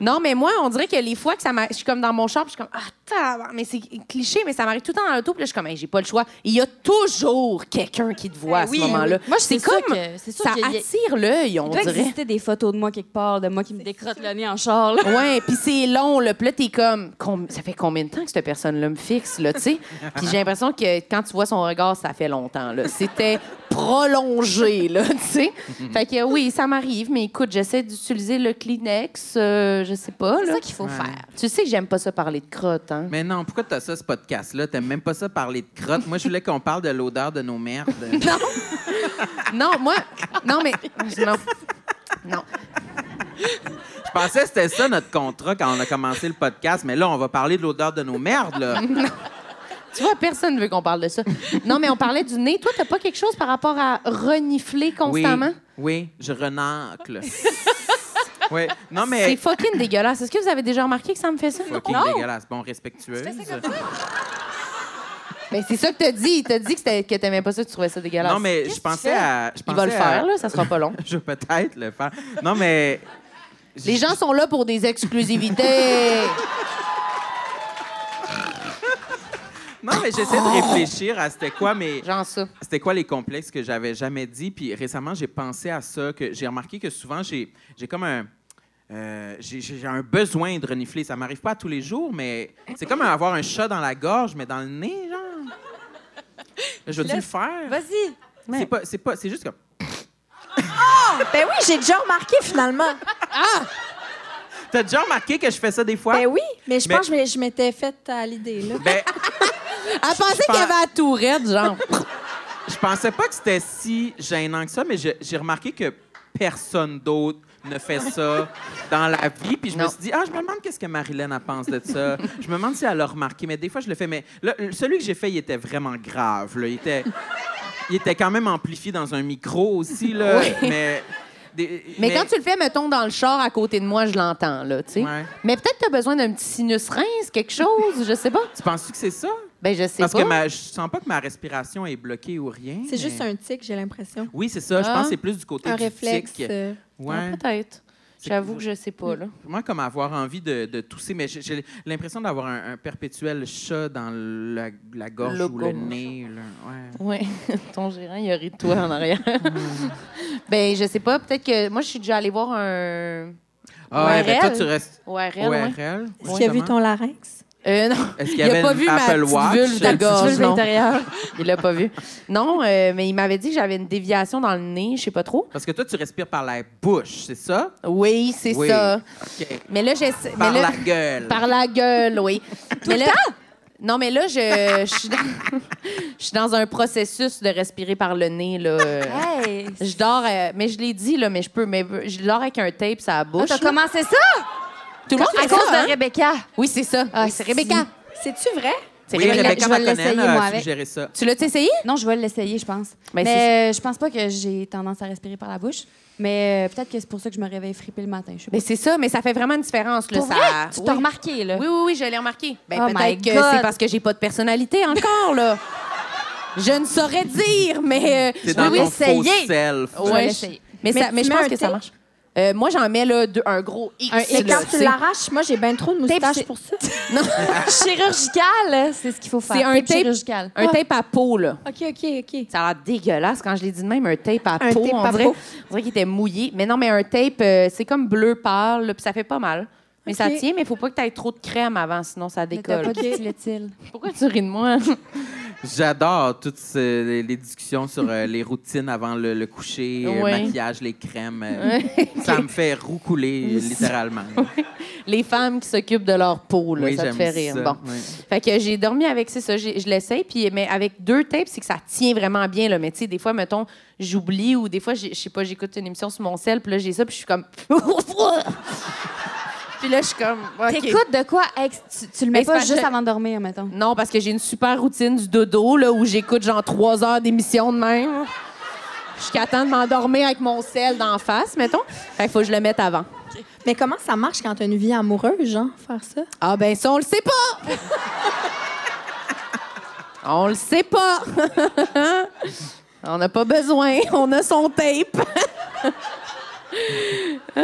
E: Non, mais moi, on dirait que les fois que ça m'a. Je suis comme dans mon char, puis je suis comme. Ah, tabarnak, mais c'est cliché, mais ça m'arrive tout le temps dans l'auto, puis là, je suis comme. Hey, j'ai pas le choix. Il y a toujours quelqu'un qui te voit à
G: Oui,
E: ce moment-là.
G: oui. Moi, je-
E: c'est
G: c'est sûr
E: comme.
G: que- c'est sûr
E: ça
G: qu'il y a-
E: attire l'œil, on
G: Il doit
E: dirait.
G: exister des photos de moi quelque part, de moi qui me décrotte le nez en char. là.
E: Ouais, puis c'est long, là. Puis là, t'es comme, Com- ça fait combien de temps que cette personne-là me fixe, là, tu sais? Puis j'ai l'impression que quand tu vois son regard, ça fait longtemps, là. C'était prolongé, là, tu sais? Fait que oui, ça m'arrive, mais écoute, j'essaie d'utiliser le Kleenex, euh, je sais pas, là.
G: C'est ça qu'il faut faire.
E: Tu sais que j'aime pas ça parler de crotte, hein?
A: Mais non, pourquoi t'as ça, ce podcast-là? T'aimes même pas ça parler de crotte? Moi, je voulais qu'on parle de l'odeur de nos
E: [LAUGHS]
A: merdes.
E: Non, moi, non, mais, non. Non.
A: je pensais que c'était ça notre contrat quand on a commencé le podcast, mais là, on va parler de l'odeur de nos merdes, là.
E: Tu vois, personne veut qu'on parle de ça. Non, mais on parlait du nez. Toi, t'as pas quelque chose par rapport à renifler
A: Oui,
E: [LAUGHS] constamment?
A: oui, je
E: [LAUGHS]
A: renacle. oui. Non,
E: C'est
A: mais...
E: fucking dégueulasse. Est-ce que vous avez déjà remarqué que ça me fait ça?
A: Fucking dégueulasse. Bon, respectueuse.
E: Mais c'est ça que t'as dit. T'as dit que, c'était- que t'aimais pas ça, que tu trouvais ça dégueulasse.
A: Non, mais je pensais à... je
E: Il va le
A: pensais à-
E: faire, là. Ça sera pas long.
A: [LAUGHS] Je vais peut-être le faire. Non, mais...
E: Les gens sont là pour
A: [LAUGHS]
E: des exclusivités.
A: Non, mais j'essaie
E: Oh!
A: de réfléchir à c'était quoi, mais...
E: Genre ça.
A: c'était quoi les complexes que j'avais jamais dit. Puis récemment, j'ai pensé à ça, que j'ai remarqué que souvent, j'ai j'ai comme un... euh, j'ai j'ai un besoin de renifler. Ça m'arrive pas tous les jours, mais c'est comme avoir un chat dans la gorge, mais dans le nez, genre. Je veux le faire.
I: Vas-y.
A: C'est pas, c'est pas, c'est juste comme.
I: Ben oui, j'ai déjà remarqué finalement.
A: T'as déjà remarqué que je fais ça des fois?
I: Ben oui, mais je
A: Mais-
I: pense que je m'ai- je m'étais faite à l'idée, là.
A: Ben,
E: À penser
A: qu'il y avait
E: à Tourette, genre.
A: je pensais pas que c'était si gênant que ça, mais je- j'ai remarqué que personne d'autre ne fait ça dans la vie. Puis je me
E: Non.
A: suis dit, ah, je me demande qu'est-ce que Marilyn elle pense de ça. je me demande si elle a remarqué. Mais des fois, je le fais. Mais là, celui que j'ai fait, il était vraiment grave. là. Il, était, il était quand même amplifié dans un micro aussi. Là.
E: Oui.
A: Mais, des-
E: Mais, quand tu le fais, mettons, dans le char à côté de moi, je l'entends, là, tu sais.
A: Ouais.
E: Mais peut-être t'as besoin d'un petit sinus rince, quelque chose, je sais pas.
A: Tu penses que c'est ça?
E: Ben, je sais
A: Parce
E: pas.
A: que ma- je sens pas que ma respiration est bloquée ou rien.
F: C'est juste
A: mais-
F: un tic, j'ai l'impression.
A: Oui, c'est ça. Je
E: Ah.
A: pense que c'est plus du côté
F: Un
A: du
F: réflexe.
A: tic.
F: euh,
A: Ouais.
E: Ah, peut-être. J'avoue que je sais pas, là.
A: Moi, comme avoir envie de, de tousser, mais j'ai- j'ai l'impression d'avoir un, un perpétuel chat dans la, la gorge
E: Le
A: ou le
E: gorge.
A: nez. là. Ouais.
E: Oui, [LAUGHS] ton gérant, il a ri de toi en arrière.
A: Hmm.
E: ben, je sais pas, peut-être que. Moi, je suis déjà allée voir un.
A: Ah, ouais, ben, toi,
E: ORL.
A: tu restes
E: ORL, ouais.
A: ORL.
F: Est-ce qu'il a vu
A: justement.
F: ton larynx?
E: Euh, non.
A: Est-ce qu'il y
E: il a
A: avait
E: pas
A: une
E: vu ma
A: Apple
E: petite
A: Watch?
E: vulve de
A: La
E: la
A: petite
E: gorge, non.
I: l'intérieur.
E: [LAUGHS] Il l'a pas vu. Non, euh, mais il m'avait dit que j'avais une déviation dans le nez, je sais pas trop.
A: Parce que toi, tu respires par la bouche, c'est ça?
E: Oui, c'est
A: Oui.
E: ça.
A: OK.
E: Mais là, j'essaie. mais
A: Par
E: là-
A: la gueule.
E: Par la gueule,
A: [LAUGHS]
E: oui. Tout le temps? Non, mais là, je, je suis dans, [LAUGHS] je suis dans un processus de respirer par le nez, là. euh.
G: Hey!
E: Je dors, euh, mais je l'ai dit, là, mais je peux, mais je dors avec un tape sur la
G: Ah,
E: bouche.
G: T'as
E: là.
G: commencé ça?
E: Tout le monde
G: à
E: fait
G: cause
E: ça, hein?
G: de Rebecca. Ah,
E: Oui, c'est ça. Oui, c'est Rebecca.
F: C'est-tu vrai?
E: C'est
A: Oui,
E: Rebecca.
A: Rebecca
G: je vais l'essayer,
A: McConnell
G: moi,
A: a
G: avec.
A: suggéré ça.
E: Tu l'as essayé?
G: Non, je vais l'essayer, je pense.
E: Ben,
G: mais euh, je pense pas que j'ai tendance à respirer par la bouche. Mais euh, peut-être que c'est pour ça que je me réveille fripée le matin. Je sais pas.
E: Mais c'est ça, mais ça fait vraiment une différence, là.
G: Pour
E: ça...
G: vrai? Tu t'as
E: oui.
G: remarqué, là?
E: Oui, oui, oui, je l'ai remarqué. Ben,
G: Oh my
E: peut-être que
G: God.
E: c'est parce que j'ai pas de personnalité encore, là. Je ne saurais dire, mais euh,
A: C'est dans
E: oui,
A: ton
E: oui,
A: faux
E: essayez.
A: self.
G: Je vais
E: Ouais, je-
G: l'essayer.
E: mais, ça-
F: tu
E: mais je
F: mets
E: pense
F: un
E: que ça
F: tape?
E: marche. Euh, moi, j'en mets là, deux- un gros X.
F: Mais
E: là,
F: quand
E: tu
F: tu
E: sais.
F: l'arraches, moi, j'ai bien trop de moustaches
G: c'est-
F: pour ça.
G: Chirurgical, c'est ce qu'il faut faire.
E: C'est un
G: Tape
E: tape-
G: chirurgical.
E: un tape à peau, là.
F: [LAUGHS] OK, OK, OK.
E: Ça a l'air dégueulasse quand je l'ai dit de même, un tape à
F: Un
E: peau.
F: tape
E: on,
F: à
E: dirait,
F: peau.
E: on dirait qu'il était mouillé. Mais non, mais un tape, euh, c'est comme bleu pâle, là, puis ça fait pas mal. Mais ça
F: Ok.
E: tient, mais faut pas que tu aies trop de crème avant, sinon ça
G: Mais t'as
E: décolle.
G: pas de styletile.
E: Pourquoi tu ris de moi?
A: J'adore toutes ces- les, les discussions sur euh, les routines avant le, le coucher, le
E: Ouais.
A: maquillage, les crèmes. euh, [LAUGHS] Ça me fait roucouler,
E: [LAUGHS]
A: littéralement.
E: Les femmes qui s'occupent de leur peau, là,
A: Oui,
E: ça te
A: j'aime
E: fait rire.
A: ça,
E: Bon.
A: oui.
E: Fait que j'ai dormi avec, c'est ça, j'ai- je l'essaye, puis mais avec deux tapes, c'est que ça tient vraiment bien, là. Mais tu sais, des fois, mettons, j'oublie ou des fois, j'ai- je sais pas, j'écoute une émission sur mon sel, puis là, j'ai ça, puis je suis comme... [LAUGHS] puis là, je suis comme... OK.
G: T'écoutes de quoi? Hey, tu, tu le
E: Mais
G: mets pas
E: c'est
G: juste
E: pas-
G: avant de dormir, mettons.
E: Non, parce que j'ai une super routine du dodo, là, où j'écoute genre trois heures d'émission de même. Jusqu'à temps de m'endormir avec mon sel d'en face, mettons. Fait que faut que je le mette avant.
F: Mais comment ça marche quand t'as une vie amoureuse, genre, faire ça?
E: Ah ben ça, on le sait pas! on le sait pas! on n'a pas besoin, on a son tape. Ah,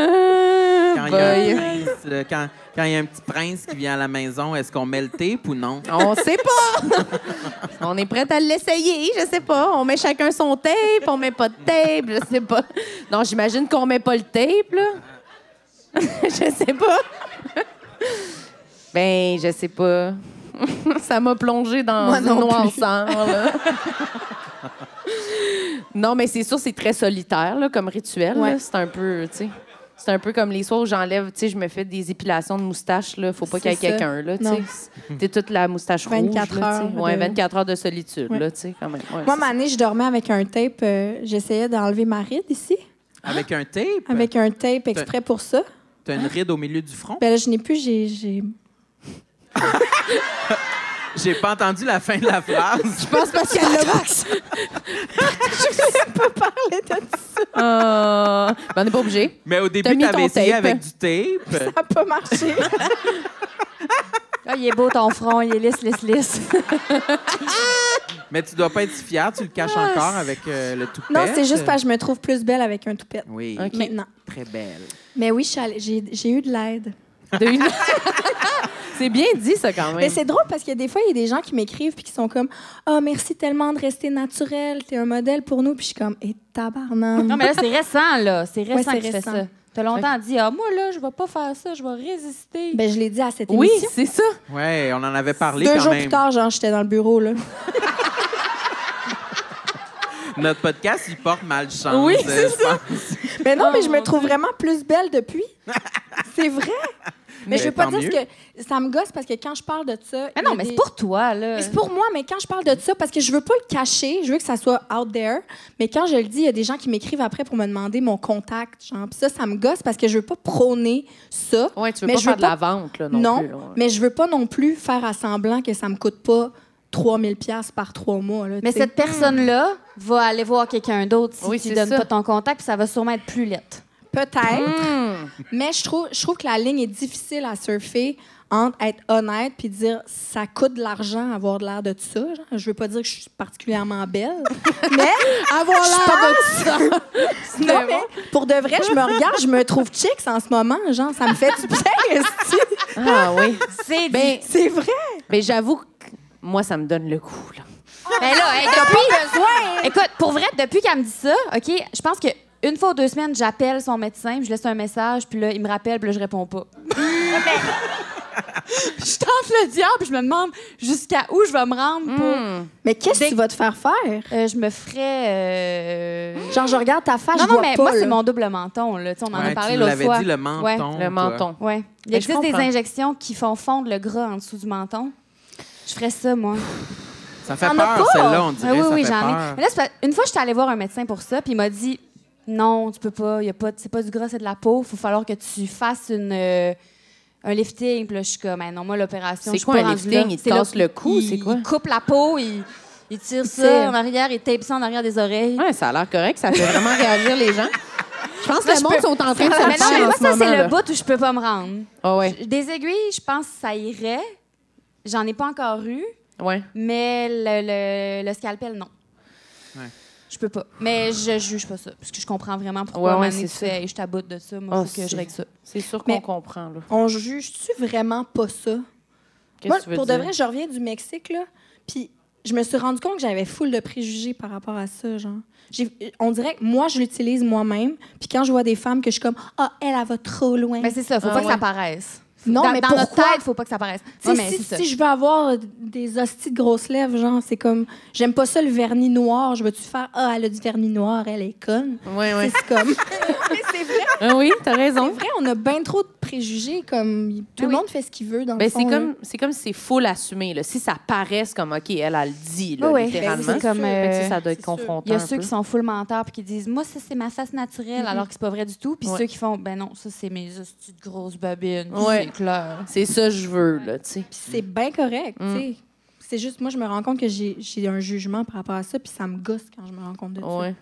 A: Quand il y a un
E: boy.
A: prince, là, quand- quand il y a un petit prince qui vient à la maison, est-ce qu'on met le tape ou non?
E: On sait pas! [LAUGHS] on est prête à l'essayer, je sais pas. On met chacun son tape, on met pas de tape, je sais pas. Non, j'imagine qu'on met pas le tape, là. [LAUGHS] je sais pas. ben, je sais pas. [LAUGHS] Ça m'a plongé dans
F: Moi
E: un
F: non
E: noir
F: plus.
E: sang, là. non, mais c'est sûr, c'est très solitaire, là, comme rituel. là.
F: Ouais.
E: C'est un peu, tu sais. C'est un peu comme les soirs où j'enlève, tu sais, je me fais des épilations de moustache, là. Faut pas qu'il y ait
F: C'est ça.
E: quelqu'un, là, tu
F: Non.
E: sais. T'es toute la moustache rouge,
F: 24
E: là, tu sais.
F: heures
E: Ouais,
F: de-
E: 24 heures de solitude,
F: Ouais.
E: là, tu sais, quand même. Ouais,
F: Moi,
E: Ben, c'est
F: ma
E: ça.
F: année, je dormais avec un tape. euh, J'essayais d'enlever ma ride ici,
A: Avec un
E: Ben,
A: tape?
F: avec un tape exprès pour ça.
A: T'as une ride au milieu du front?
F: Ben là, je n'ai plus, j'ai- j'ai.
A: J'ai pas entendu la fin de la phrase.
E: [LAUGHS]
A: [LAUGHS]
E: Je pense parce
F: [LAUGHS]
E: qu'elle l'a
F: parlé de ça.
E: [LAUGHS] Euh, ben, on n'est pas obligé.
A: Mais au
E: T'as
A: début,
E: mis ton
A: t'avais essayé
E: tape.
A: avec du tape.
E: [LAUGHS]
F: Ça n'a pas [LAUGHS] marché.
G: Ah, il est beau ton front, il est lisse, lisse, lisse.
A: Mais tu dois pas être si fière, tu le caches
E: Ah,
A: encore avec euh, le toupet.
F: Non, c'est juste parce que je me trouve plus belle avec un toupette
A: Oui,
E: Ben, Ok.
F: maintenant.
A: très belle.
F: Mais oui, je suis allée- j'ai j'ai eu de l'aide.
E: De une- [LAUGHS] c'est bien dit, ça, quand
F: Mais
E: même.
F: c'est drôle parce que des fois, il y a des gens qui m'écrivent puis qui sont comme Ah, merci tellement de rester naturel, t'es un modèle pour nous. Puis je suis comme Eh, tabarnak.
G: Non, mais là, c'est récent, là. C'est récent
F: Ouais, c'est
G: que tu fais
F: récent.
G: ça. T'as longtemps dit, ah, moi, là, je vais pas faire ça, je vais résister.
F: [LAUGHS] Ben, je l'ai dit à cette
E: Oui,
F: émission.
E: c'est ça.
A: Ouais, on en avait parlé
F: Deux
A: quand
F: jours
A: même.
F: plus tard, genre, j'étais dans le bureau, là.
A: Notre podcast, il porte malchance.
E: Oui,
A: euh,
E: c'est
A: je pense.
F: Mais non, mais je me trouve vraiment plus belle depuis. c'est vrai. Mais, je veux pas
A: tant
F: dire
A: mieux.
F: que ça me gosse parce que quand je parle de ça.
G: Ah
F: il y
G: non,
F: a
G: mais
F: des-
G: c'est pour euh, toi, là.
F: Mais c'est pour moi, mais quand je parle de ça, parce que je veux pas le cacher, je veux que ça soit out there, mais quand je le dis, il y a des gens qui m'écrivent après pour me demander mon contact, genre. Puis ça, ça me gosse parce que je veux pas prôner ça.
E: Ouais, tu veux
F: Mais
E: pas
F: je
E: faire
F: veux
E: de la
F: pas-
E: vente, là, non,
F: Non,
E: plus, ouais.
F: mais je veux pas non plus faire à semblant que ça me coûte pas 3000 pièces par trois mois. Là,
G: Mais
F: tu sais.
G: cette personne-là va aller voir quelqu'un d'autre si
E: Oui,
G: tu
E: c'est
G: lui donnes
E: ça.
G: pas ton contact, puis ça va sûrement être plus lettre.
F: Peut-être, Hmm. mais je trouve, je trouve que la ligne est difficile à surfer entre être honnête puis dire ça coûte de l'argent avoir de l'air de ça. Genre. Je veux pas dire que je suis particulièrement [LAUGHS] belle, mais avoir [LAUGHS] l'air de ça. Non, mais pour de vrai, je me regarde, je me trouve chicks en ce moment, genre, ça me fait du bien, [LAUGHS] esti.
E: Ah oui.
G: C'est
E: Ben,
F: C'est vrai.
E: ben, j'avoue que moi, ça me donne le coup, là.
G: Mais ben là, hey, depuis... Écoute, pour vrai, depuis qu'elle me dit ça, OK, je pense que une fois ou deux semaines, j'appelle son médecin, puis je laisse un message, puis là, il me rappelle, puis là, je réponds pas. [LAUGHS]
H: Je tente le diable, je me demande jusqu'à où je vais me rendre
E: Hmm.
H: pour.
F: Mais qu'est-ce que tu vas te faire faire?
G: Euh, je me ferais... euh,
F: Genre, je regarde ta face,
G: Non,
F: je
G: non,
F: vois
G: mais
F: pas,
G: moi, c'est
F: là.
G: mon double menton, là. Tu sais, on en
A: Ouais,
G: a parlé
A: tu
G: l'autre
A: l'avais
G: fois.
A: dit, le menton.
G: Ouais.
E: Le
A: toi.
E: menton.
F: Ben,
G: Ouais. Il
E: Mais je
G: existe des
E: comprends.
G: injections qui font fondre le gras en dessous du menton. Je ferais ça, moi.
A: Ça fait
F: Ah,
G: T'en as
A: peur,
G: pas?
A: celle-là, on dirait.
G: Ah oui, oui,
A: ça fait
G: j'en ai.
A: peur.
G: Mais là, c'est pas- une fois, j'étais allée voir un médecin pour ça, puis il m'a dit non, tu peux pas, y a pas c'est pas du gras, c'est de la peau. Il faut falloir que tu fasses une, euh, un lifting. Puis là, je suis comme, Ah non, moi, l'opération,
E: C'est
G: je suis
E: quoi
G: pas
E: un
G: rendue
E: lifting?
G: là.
E: Il te
G: C'est
E: casse le cou,
G: il-
E: c'est quoi?
G: Il coupe la peau, il, il tire
F: tire.
G: ça en arrière, il tape ça en arrière des oreilles.
E: Ouais, ça a l'air correct, ça fait vraiment réagir les gens. Je pense que le monde sont en train de se
G: Mais non, mais
E: en
G: moi,
E: ce
G: ça,
E: moment,
G: c'est
E: là.
G: le bout où je peux pas me rendre.
E: Ah ouais.
G: Des aiguilles, je pense que ça irait. J'en ai pas encore eu,
E: Ouais.
G: mais le, le- le scalpel, non.
A: Ouais.
G: Je peux pas. Mais je juge pas ça, parce que je comprends vraiment pourquoi
E: Ouais, ouais,
G: ma mère,
E: c'est
G: tu
E: ça.
G: fais, je t'aboute de ça, moi,
E: Ah,
G: faut que
E: c'est-
G: je règle ça.
E: C'est sûr qu'on
F: Mais-
E: comprend, là.
F: On juge-tu vraiment pas ça?
E: Qu'est-ce
F: Moi,
E: que tu veux
F: pour
E: dire?
F: de vrai, je reviens du Mexique, là, puis je me suis rendu compte que j'avais full de préjugés par rapport à ça, genre. J'ai- On dirait que moi, je l'utilise moi-même, puis quand je vois des femmes que je suis comme « Ah, elle, elle va trop loin
G: Mais c'est ça, faut
E: Ah,
G: pas que
E: ouais.
G: ça paraisse. ».
F: Non,
G: dans
F: mais
G: dans notre
F: pourquoi?
G: tête, faut pas que ça paraisse.
F: Tu
G: Ouais,
F: sais,
G: mais
F: si,
G: c'est ça.
F: si je veux avoir des hosties de grosses lèvres, genre, c'est comme, j'aime pas ça le vernis noir. Je veux-tu faire, ah, elle a du vernis noir, elle est conne.
E: Ouais, ouais.
F: Tu sais, C'est
G: [LAUGHS]
F: comme. Mais c'est vrai,
E: Ah oui, t'as
F: c'est
E: raison.
F: vrai, on a bien trop de préjugés. Comme,
G: Ah
F: tout le monde fait ce qu'il veut dans
E: Ben,
F: le
E: c'est
F: fond.
E: comme c'est comme si c'est faux l'assumer là. Si ça paraisse comme OK, elle elle le dit là,
G: Ouais, ouais.
E: littéralement.
G: Ben, c'est comme,
E: Fait que ça,
G: euh,
E: ça doit être
F: c'est sûr.
E: confrontant.
G: Il y a
E: un
G: ceux
E: peu.
G: qui sont full menteurs puis qui disent moi ça c'est ma face naturelle alors que c'est pas vrai du tout puis
E: Ouais.
G: ceux qui font ben non ça c'est mes hosties de grosses babines
E: Ouais.
G: c'est clair.
E: C'est ça que je veux là, tu sais.
F: Puis c'est bien correct,
E: Mm.
F: tu sais. C'est juste, moi, je me rends compte que j'ai j'ai un jugement par rapport à ça, puis ça me gosse quand je me rends compte de ça.
E: Ouais.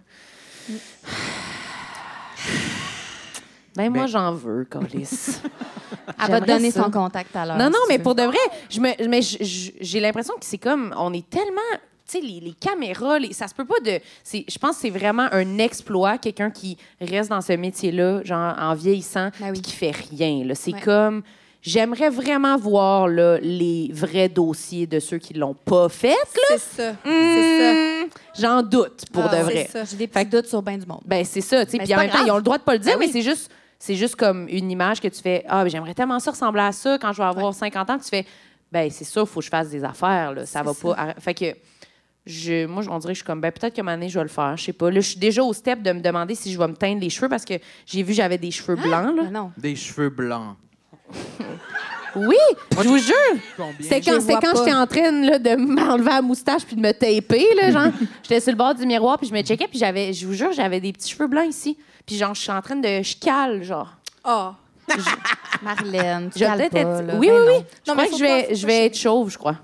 E: Ben, moi,
A: Ben-
E: j'en veux,
G: [LAUGHS]
E: Colis.
G: Elle va te donner son contact à l'heure.
E: Non, non,
G: si tu
E: mais
G: veux.
E: pour de vrai, je me, mais je- je- j'ai l'impression que c'est comme, on est tellement, tu sais, les, les caméras, les- ça se peut pas de, c'est, je pense que c'est vraiment un exploit, quelqu'un qui reste dans ce métier-là, genre en vieillissant,
G: Ben oui.
E: puis qui fait rien. Là. C'est
G: Ouais.
E: comme, j'aimerais vraiment voir là, les vrais dossiers de ceux qui l'ont pas fait. là.
F: C'est ça. C'est
E: Hum, J'en doute, pour
F: Ah,
E: de
F: c'est
E: vrai.
F: ça.
G: J'ai des petits doutes sur bien du monde.
E: Ben c'est ça, tu sais.
G: Ben,
E: Puis
G: c'est
E: en
G: pas
E: même temps,
G: grave.
E: ils ont le droit de pas le dire,
G: Ben
E: mais
G: oui.
E: c'est juste, c'est juste comme une image que tu fais. Ah, ben, j'aimerais tellement ça ressembler à ça quand je vais avoir 50 ans. Tu fais, ben c'est ça, faut que je fasse des affaires. Là. Ça va pas. arr- Fait que je, moi, on dirait que je suis comme, ben peut-être que ma année, je vais le faire. Je sais pas. Là, je suis déjà au step de me demander si je vais me teindre les cheveux parce que j'ai vu j'avais des cheveux blancs. Là.
G: Ben non.
A: Des cheveux blancs.
E: Oui, je vous jure.
A: Combien?
E: C'était quand,
I: les
E: c'était
I: vois
E: quand
I: pas.
E: j'étais en train là, de [LAUGHS] m'enlever la moustache puis de me taper, là,
G: [LAUGHS]
E: genre. j'étais sur le bord du miroir puis je me checkais puis j'avais, je vous jure, j'avais des petits cheveux blancs ici. Puis genre, je suis en train de, je cale, genre.
F: ça. Oh.
G: Marlène, tu
E: Je vais
G: cales
E: peut-être
G: pas,
E: être-
G: là.
E: Oui, oui,
G: Ben
E: oui.
G: non.
E: euh, Je
F: Non,
E: crois
F: mais
E: que
F: faut
E: je vais,
F: pas-
E: je vais être chauve, je crois.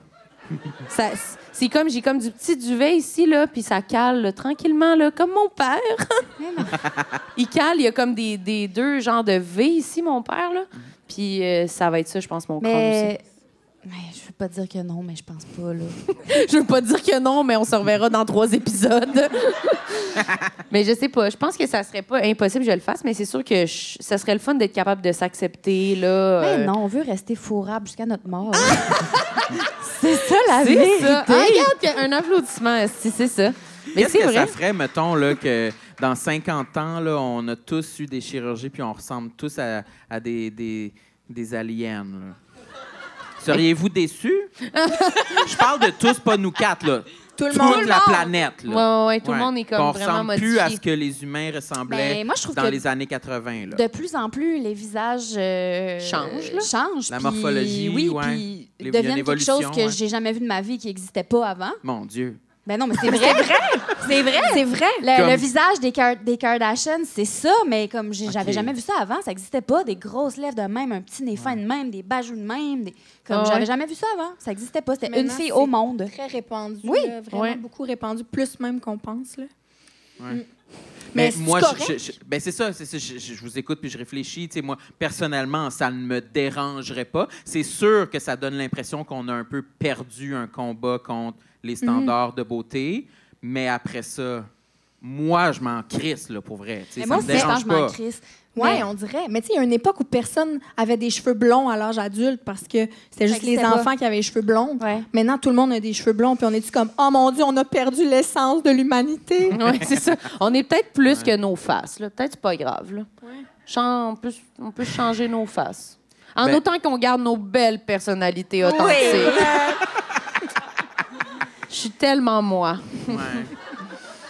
E: Ça- c'est comme, j'ai comme du petit duvet ici, là, puis ça cale là, tranquillement, là, comme mon père. [LAUGHS] il cale, il y a comme des, des deux genres de V ici, mon père, là. Puis euh, ça va être ça, je pense, mon crâne aussi.
G: Mais... mais je veux pas dire que non, mais je pense pas, là.
E: [LAUGHS] Je veux pas dire que non, mais on se reverra dans trois épisodes. [LAUGHS] mais je sais pas. Je pense que ça serait pas impossible que je le fasse, mais c'est sûr que je- ça serait le fun d'être capable de s'accepter, là.
G: Mais
E: euh,
G: non, on veut rester fourrable jusqu'à notre mort. [LAUGHS] c'est ça, la
E: Ah! C'est
G: vérité.
E: ça. Ah, regarde, qu'il y a un applaudissement, si c'est ça. Mais
A: Qu'est-ce
E: c'est
A: que
E: vrai.
A: ça ferait, mettons, là, que dans 50 ans, là, on a tous eu des chirurgies puis on ressemble tous à, à des, des, des aliens? là? Seriez-vous déçus? Je parle de tous, pas nous quatre, là.
F: Tout le
A: Toute
F: monde.
A: la planète, là.
E: Ouais, ouais, ouais, tout le
A: Ouais.
E: monde est comme
A: Qu'on
E: vraiment
A: ressemble
E: modifié.
A: plus à ce que les humains ressemblaient
G: Ben, moi, je trouve
A: dans
G: que-
A: les années 80, là.
G: De plus en plus, les visages euh,
E: Changent, là.
G: changent,
A: La
G: puis-
A: morphologie,
G: oui,
A: ouais. Les-
G: puis
A: il y a une
G: deviennent quelque
A: évolution,
G: chose que
A: ouais.
G: j'ai jamais vu de ma vie qui n'existait pas avant.
A: Mon Dieu.
G: Ben non, mais c'est vrai.
I: C'est vrai. C'est vrai.
G: Le,
A: Comme-
G: le visage des, Kar- des Kardashians, c'est ça, mais comme j'ai- j'avais
A: Ok.
G: jamais vu ça avant, ça n'existait pas. Des grosses lèvres de même, un petit nez fin de même, des bajous de même. des- Comme
E: Ah ouais.
G: j'avais jamais vu ça avant, ça n'existait pas. C'était une
F: Maintenant,
G: fille
F: c'est
G: au monde.
F: Très répandu.
G: Oui.
F: là, vraiment
E: Ouais.
F: beaucoup répandu, plus même qu'on pense. Là.
A: Ouais.
F: Mm.
A: Mais,
F: c'est
A: moi,
F: correct?
A: je, je- je- ben c'est ça, c'est ça, je, je- je vous écoute puis je réfléchis. Tu sais, moi, personnellement, ça ne me dérangerait pas. C'est sûr que ça donne l'impression qu'on a un peu perdu un combat contre
G: Mhm.
A: les standards de beauté, mais après ça, moi, je m'en crisse, là, pour vrai. Tu sais,
G: Mais
A: ça
G: moi
A: me
G: aussi, je pense
A: dérange
G: que je m'en
A: pas.
G: crisse.
F: Ouais, on dirait. Mais tu sais, il y a une époque où personne avait des cheveux blonds à l'âge adulte parce que c'était juste les
G: existait pas.
F: enfants qui avaient les cheveux blonds.
G: Ouais.
F: Maintenant, tout le monde a des cheveux blonds, puis on est-tu comme, oh mon Dieu, on a perdu l'essence de l'humanité?
E: Ouais, c'est ça. On est peut-être plus que nos faces. là. Peut-être c'est pas grave. Là. Chan- on, peut, on peut changer nos faces. En
A: Ben-
E: autant qu'on garde nos belles personnalités authentiques. Je suis tellement moi.
A: Ouais.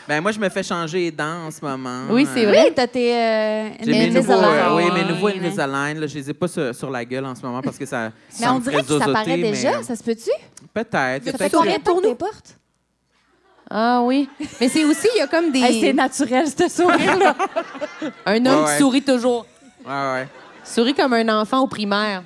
A: Ben, moi, je me fais changer les dents en ce moment.
E: Oui, c'est
A: Euh,
E: vrai.
G: T'as tes euh,
A: J'ai mes nouveaux,
G: Invisalign.
A: euh, oui, mes
G: Ouais,
A: nouveaux
G: ouais.
A: Invisalign. Là, je les ai pas sur, sur la gueule en ce moment parce que ça.
G: Mais
A: ça
G: on
A: me ferait
G: dirait que ça
A: zozoter,
G: paraît
A: mais,
G: déjà,
A: euh,
G: ça se peut-tu?
A: Peut-être.
G: Ça fait
A: peut-être que-
G: combien de temps que t'es portes?
E: Ah oui. Mais c'est aussi, il y a comme des.
G: [LAUGHS] Hey, c'est naturel, ce sourire-là.
E: un homme
A: Ouais, ouais.
E: qui sourit toujours.
A: Ouais, ouais.
E: Sourit comme un enfant au primaire.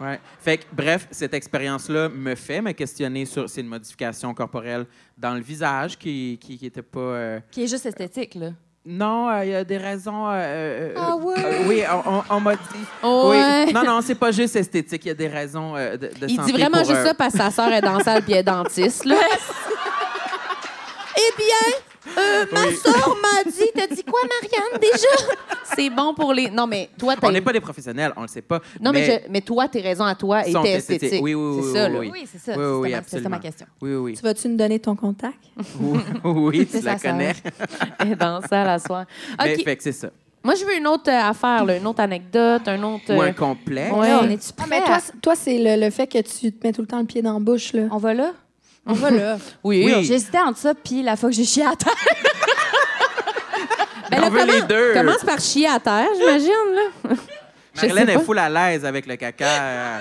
A: Ouais. Fait que, bref, cette expérience-là me fait me questionner sur c'est une modification corporelle dans le visage qui qui, qui était pas. euh,
G: Qui est juste esthétique, là.
A: Non, euh, il y a des raisons. euh, euh,
G: Ah ouais?
A: euh, oui, on, on- on m'a dit.
E: Ouais.
A: Oui. Non, non, c'est pas juste esthétique. Il y a des raisons euh, de, de
E: Il
A: santé
E: dit vraiment
A: pour,
E: juste
A: euh,
E: ça parce que sa sœur est dans la salle puis elle est
A: [LAUGHS]
E: dentiste. Là. eh bien, euh, ma
A: Oui.
E: sœur m'a dit, t'as dit quoi, Marianne, déjà? C'est bon pour les... Non, mais toi, t'as...
A: On n'est pas des professionnels, on le sait pas.
E: ben Non, mais, je- mais toi, tes raisons à toi
A: Sont
E: étaient
A: esthétiques.
E: esthétiques.
A: Oui, oui,
E: C'est
A: oui,
E: ça, là.
A: oui.
G: Oui, c'est ça.
A: Oui, oui,
G: c'est ça ma- c'est ça
A: absolument.
G: ma question.
A: Oui, oui,
F: Tu vas-tu nous donner ton contact?
A: oui. oui,
G: C'est
A: tu la
G: sa sœur.
A: connais.
E: [LAUGHS] Elle est dans la salle à soir.
A: Mais,
E: OK.
A: fait que c'est ça.
E: Moi, je veux une autre euh, affaire, là, une autre anecdote, un autre...
A: Ou
E: euh,
A: un complet.
E: Ouais.
G: Là, on est-tu
F: Ah,
G: prêts
F: mais
G: à-
F: toi, c- toi c'est le, le fait que tu te mets tout le temps le pied dans la bouche. Là.
G: On va là?
F: On va [LAUGHS] là.
E: Oui.
A: Oui.
G: J'hésitais entre ça puis la fois que j'ai chié
E: [LAUGHS]
G: à terre. Ben
E: Ben
A: on
E: là,
A: veut les deux.
E: Commence par chier à terre, j'imagine, là. Je
A: Marilyn
E: sais pas.
A: est full à l'aise avec le caca. euh,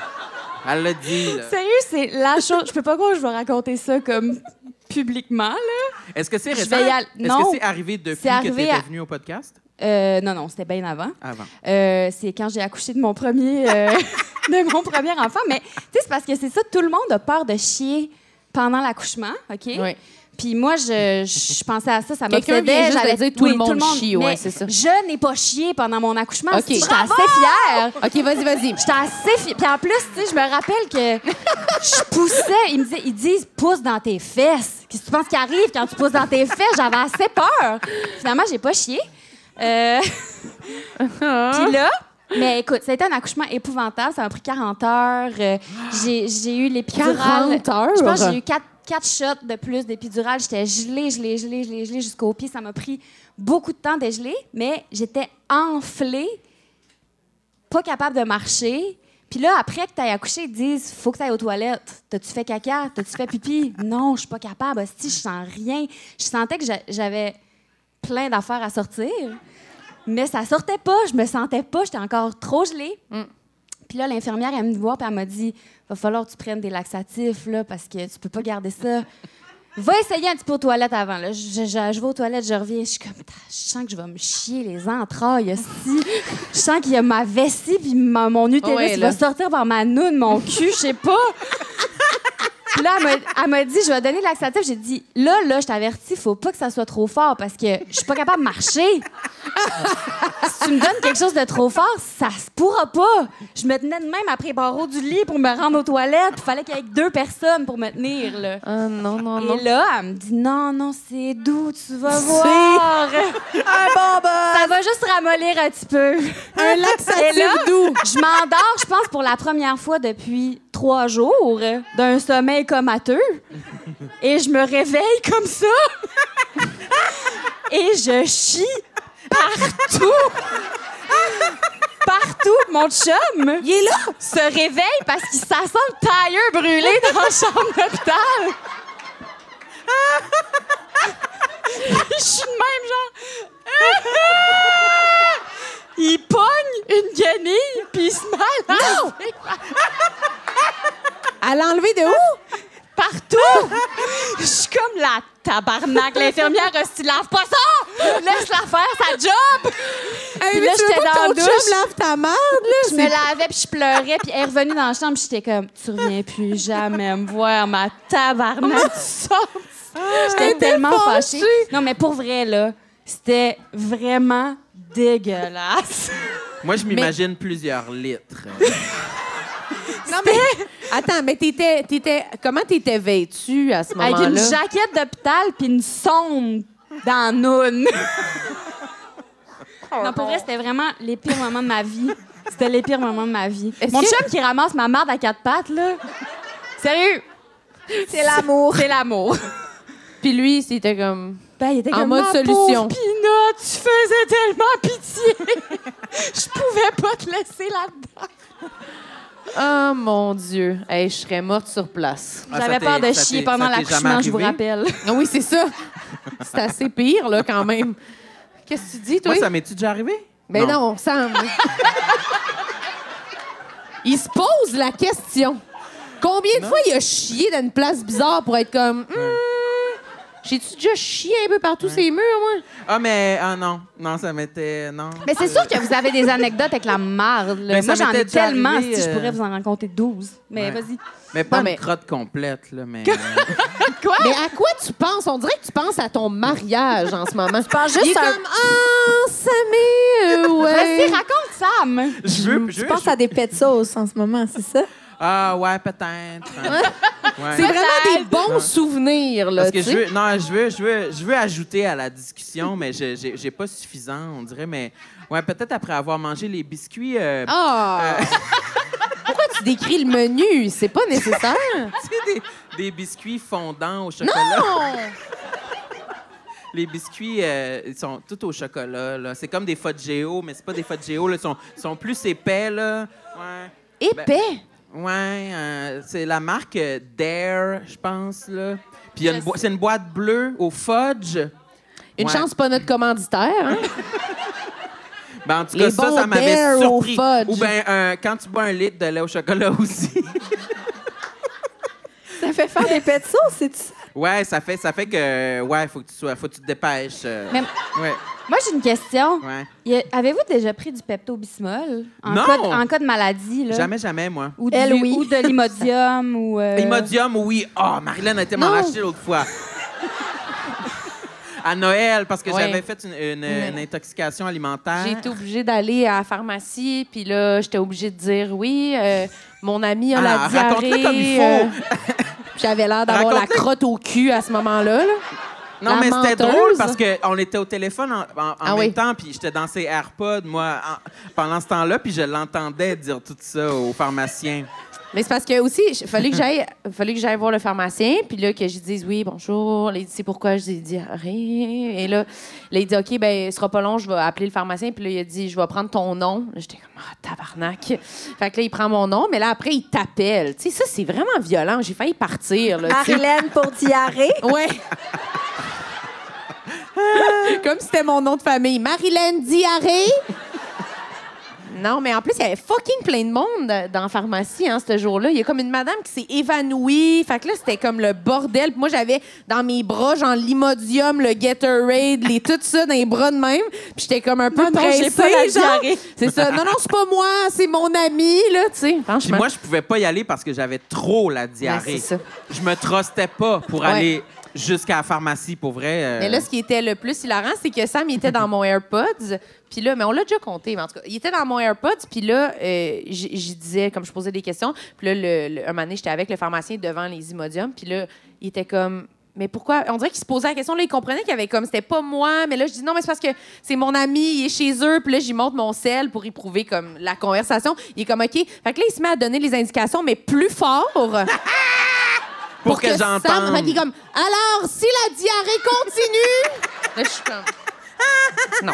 A: Elle l'a dit. là.
I: Sérieux, c'est la chose. Je peux pas croire que je vais raconter ça comme publiquement. là.
A: Est-ce que c'est
I: Je
A: récent?
I: vais y aller.
A: Est-ce
I: Non.
A: que c'est arrivé depuis
G: C'est
A: que
G: arrivé
A: tu
G: à-
A: es venu au podcast?
G: Euh, non, non, c'était bien avant.
A: Avant.
G: Euh, c'est quand j'ai accouché de mon premier, euh, [LAUGHS] de mon premier enfant. Mais tu sais, c'est parce que c'est ça, tout le monde a peur de chier pendant l'accouchement, OK?
E: Oui.
G: Puis moi, je, je pensais à ça, ça
E: Quelqu'un
G: m'obsédait.
E: vient juste de
G: J'allais
E: dire tout le monde chie, ouais,
G: mais
E: c'est ça.
G: Je n'ai pas chié pendant mon accouchement.
E: Ok.
G: Si, J'étais assez fière.
E: OK, vas-y, vas-y.
G: J'étais assez fière. Puis en plus, tu sais, je me rappelle que je poussais. Ils me disaient, ils disent, pousse dans tes fesses. Qu'est-ce que tu penses qui arrive quand tu pousses dans tes fesses? J'avais assez peur. Finalement, j'ai pas chié. Euh... Puis là, mais écoute, ça a été un accouchement épouvantable. Ça m'a pris 40 heures. Euh, J'ai j'ai eu l'épidurale.
I: 40 heures?
G: Je pense que j'ai eu 4, shots de plus d'épidurale. J'étais gelée, gelée, gelée, gelée, gelée jusqu'aux pieds. Ça m'a pris beaucoup de temps de geler, mais j'étais enflée, pas capable de marcher. Puis là, après que tu ailles accoucher, ils te disent Faut que tu ailles aux toilettes. T'as-tu fait caca T'as-tu fait pipi Non, je suis pas capable. Si, je sens rien. Je sentais que j'a- j'avais plein d'affaires à sortir. Mais ça sortait pas, je me sentais pas, j'étais encore trop gelée.
E: Mm.
G: Puis là, l'infirmière, elle me voit, puis elle m'a dit Va falloir que tu prennes des laxatifs, là, parce que tu peux pas garder ça. Va essayer un petit peu aux toilettes avant. Là. Je, je- je- je vais aux toilettes, je reviens. Je suis comme, Putain, je sens que je vais me chier les entrailles aussi. je sens qu'il y a ma vessie, puis ma- mon utérus
E: Ouais,
G: il
E: là.
G: va sortir par ma noune, mon cul, je sais pas. Puis là, elle m'a- elle m'a dit, je vais donner le laxatif. J'ai dit, là, là, je t'avertis, faut pas que ça soit trop fort parce que je suis pas capable de marcher. si tu me donnes quelque chose de trop fort, ça se pourra pas. Je me tenais de même après les barreaux du lit pour me rendre aux toilettes. Il fallait qu'il y ait deux personnes pour me tenir, là.
E: Ah non, non,
G: Et là, elle me dit non, non, c'est doux, tu vas [LAUGHS] voir. Ça va juste ramollir un petit peu. Un laxatif doux. Je m'endors, je pense, pour la première fois depuis trois jours d'un sommeil comateux. Et je me réveille comme ça. Et je chie partout. Partout, mon chum. Il est là. Se réveille parce qu'il ça sent le tailleur brûlé dans la chambre d'hôpital. je suis de même, genre. [LAUGHS] il pogne une guenille, puis il se hein? met à l'enlever. À l'enlever de où? Partout! Je suis comme la tabarnak. L'infirmière, euh, si tu laves pas ça, laisse-la faire sa job! Puis là, j'étais dans la douche. lave ta Je me lavais, puis je pleurais, puis elle est revenue dans la chambre, puis j'étais comme, tu reviens plus jamais me voir, ma tabarnak. J'étais tellement fâchée. Non, mais pour vrai, là, c'était vraiment dégueulasse.
A: Moi, je m'imagine plusieurs litres.
E: Non, mais... Attends, mais t'étais, t'étais... Comment t'étais vêtue à ce
G: Avec
E: moment-là?
G: une jaquette d'hôpital puis une sonde
A: [LAUGHS]
G: dans Noun. non, pour vrai, c'était vraiment les pires moments de ma vie. C'était les pires moments de ma vie. Mon chum qui ramasse ma marde à quatre pattes, là. Sérieux? C'est l'amour. C'est l'amour.
E: Puis lui, c'était comme...
G: Ben, il était
E: En
G: comme
E: mode
G: Ma
E: solution.
G: pauvre Pina, tu faisais tellement pitié. [LAUGHS] Je pouvais pas te laisser là-dedans.
E: Oh mon Dieu, Hey, je serais morte sur place.
A: Ah, ça
G: J'avais
A: t'est-
G: peur de
A: ça
G: chier
A: t'est-
G: pendant
A: ça t'est
G: l'accouchement,
A: jamais
G: je vous
A: arrivé?
G: rappelle.
E: Ah oui, c'est ça. C'est assez pire, là, quand même. Qu'est-ce que tu dis, toi?
A: Moi, ça m'est-tu déjà arrivé?
E: Mais Ben non, Sam. il se pose la question. Combien de fois il a chié dans une place bizarre pour être comme. Hmm, J'ai-tu déjà chié un peu partout ces murs, moi?
A: Ah, mais ah non. Non, ça m'était. Non.
G: Mais c'est sûr que vous avez des anecdotes avec la marde. là.
A: Ben, ça
G: Moi, j'en ai
A: m'était déjà
G: tellement,
A: arrivé,
G: si je
A: euh,
G: pourrais vous en raconter 12. Mais
A: Ouais.
G: vas-y.
A: Mais pas
E: Non, mais-
A: une crotte complète, là. Mais.
E: Mais à quoi tu penses? On dirait que tu penses à ton mariage en ce moment. Tu penses
G: juste
E: il est
G: à un-
E: comme. Ah, Sammy, euh,
G: Vas-y,
E: ouais.
G: raconte, Sam.
A: [LAUGHS] je veux. Je
F: Je
A: veux-
F: pense à des pets de sauce en ce moment, c'est ça?
A: Ah, ouais, peut-être. Ouais.
E: C'est vraiment des bons
A: Ouais.
E: souvenirs, là.
A: Parce que
E: tu
A: je
E: sais.
A: veux, non, je veux, je veux, je veux ajouter à la discussion, mais je- j'ai j'ai pas suffisant, on dirait. Mais ouais, peut-être après avoir mangé les biscuits. euh,
E: Ah! Pourquoi tu décris le menu? C'est pas nécessaire.
G: [LAUGHS]
A: [LAUGHS] tu sais, des, des biscuits fondants au chocolat. Les biscuits, euh, ils sont tous au chocolat. là. C'est comme des Géo, mais c'est pas des Fudgeo. là. Ils sont, ils sont plus épais. Là. Ouais.
E: Épais.
A: Ouais, euh, c'est la marque euh, Dare, je pense. Là. Puis il y a une boi- c'est une boîte bleue au fudge.
E: Une
A: Ouais.
E: chance, pas notre commanditaire. Hein?
A: Ben, en tout
E: Les
A: cas, ça,
E: bons
A: ça m'avait
E: Dare au
A: surpris.
E: fudge.
A: Ou bien, quand tu bois un litre de lait au chocolat aussi. [LAUGHS]
F: Ça fait faire des pets de sauce, c'est ça?
A: ouais, ça fait, ça fait que. Ouais, faut que tu sois. Faut que tu te dépêches. euh,
G: Mais-
A: Ouais,
G: Moi, j'ai une question.
A: ouais.
G: Y a- Avez-vous déjà pris du Pepto-Bismol en,
A: Non.
G: Cas de, en cas de maladie? Là?
A: Jamais, jamais, moi.
G: Ou, du-
F: Elle, oui.
G: ou de l'imodium? ou, euh,
A: Imodium, oui. Oh, Marilyn a été m'en
E: Non.
A: acheter l'autre fois. à Noël parce que
E: Ouais.
A: j'avais fait une, une- une intoxication alimentaire.
E: J'ai été obligée d'aller à la pharmacie, puis là, j'étais obligée de dire oui, euh, mon ami a
A: Ah,
E: la
A: raconte-le
E: diarrhée. euh.
A: comme il faut.
E: J'avais l'air d'avoir la
A: Raconte-le.
E: crotte au cul à ce moment-là. là.
A: Non,
E: La
A: mais c'était
E: menteuse.
A: drôle parce qu'on était au téléphone en, en- en
E: Ah
A: même
E: oui.
A: temps, puis j'étais dans ses AirPods, moi, en- pendant ce temps-là, puis je l'entendais dire tout ça au pharmacien.
E: Mais c'est parce que aussi, il fallait que j'aille, fallait que j'aille voir le pharmacien, puis là que je dise oui, bonjour, là, il dit c'est pourquoi je dis rien. Et là, là, il dit OK, ben ce sera pas long, je vais appeler le pharmacien, puis là il a dit je vais prendre ton nom. Là, j'étais comme ah tabarnak. Fait que là il prend mon nom, mais là après il t'appelle. Tu sais ça c'est vraiment violent, j'ai failli partir là, tu sais.
J: Marilène pour diarrhée.
E: Ouais. [LAUGHS] Comme c'était mon nom de famille. Marilyn Diarré. Non, mais en plus, il y avait fucking plein de monde dans la pharmacie hein, ce jour-là. Il y a comme une madame qui s'est évanouie. Fait que là, c'était comme le bordel. Puis moi, j'avais dans mes bras, genre l'imodium, le Gatorade, les, tout ça dans les bras de même. Puis j'étais comme un peu
I: Non, non, j'ai
E: pressée,
I: pas la
E: genre.
I: diarrhée.
E: C'est ça. Non, non, c'est pas moi, c'est mon ami, là, tu sais.
A: Puis
E: Franchement.
A: moi, je pouvais pas y aller parce que j'avais trop la diarrhée.
E: Ouais, Ben, c'est ça.
A: Je me trustais pas pour
E: Ouais.
A: aller jusqu'à la pharmacie, pour vrai. euh,
E: Mais là, ce qui était le plus hilarant, c'est que Sam, il était dans mon AirPods. Puis là, mais on l'a déjà compté, mais en tout cas, il était dans mon AirPods. Puis là, euh, j- j'y disais, comme je posais des questions. Puis là, le, le- un moment donné, j'étais avec le pharmacien devant les Imodium. Puis là, il était comme. Mais pourquoi? On dirait qu'il se posait la question. Là, il comprenait qu'il y avait comme, c'était pas moi. Mais là, je dis non, mais c'est parce que c'est mon ami, il est chez eux. Puis là, j'y montre mon sel pour y prouver comme la conversation. Il est comme, OK. Fait que là, il se met à donner les indications, mais plus fort.
A: pour, que,
E: Sam-
A: j'entende.
E: Fait qu'il est comme, alors, si la diarrhée continue. Là, je suis comme. Non.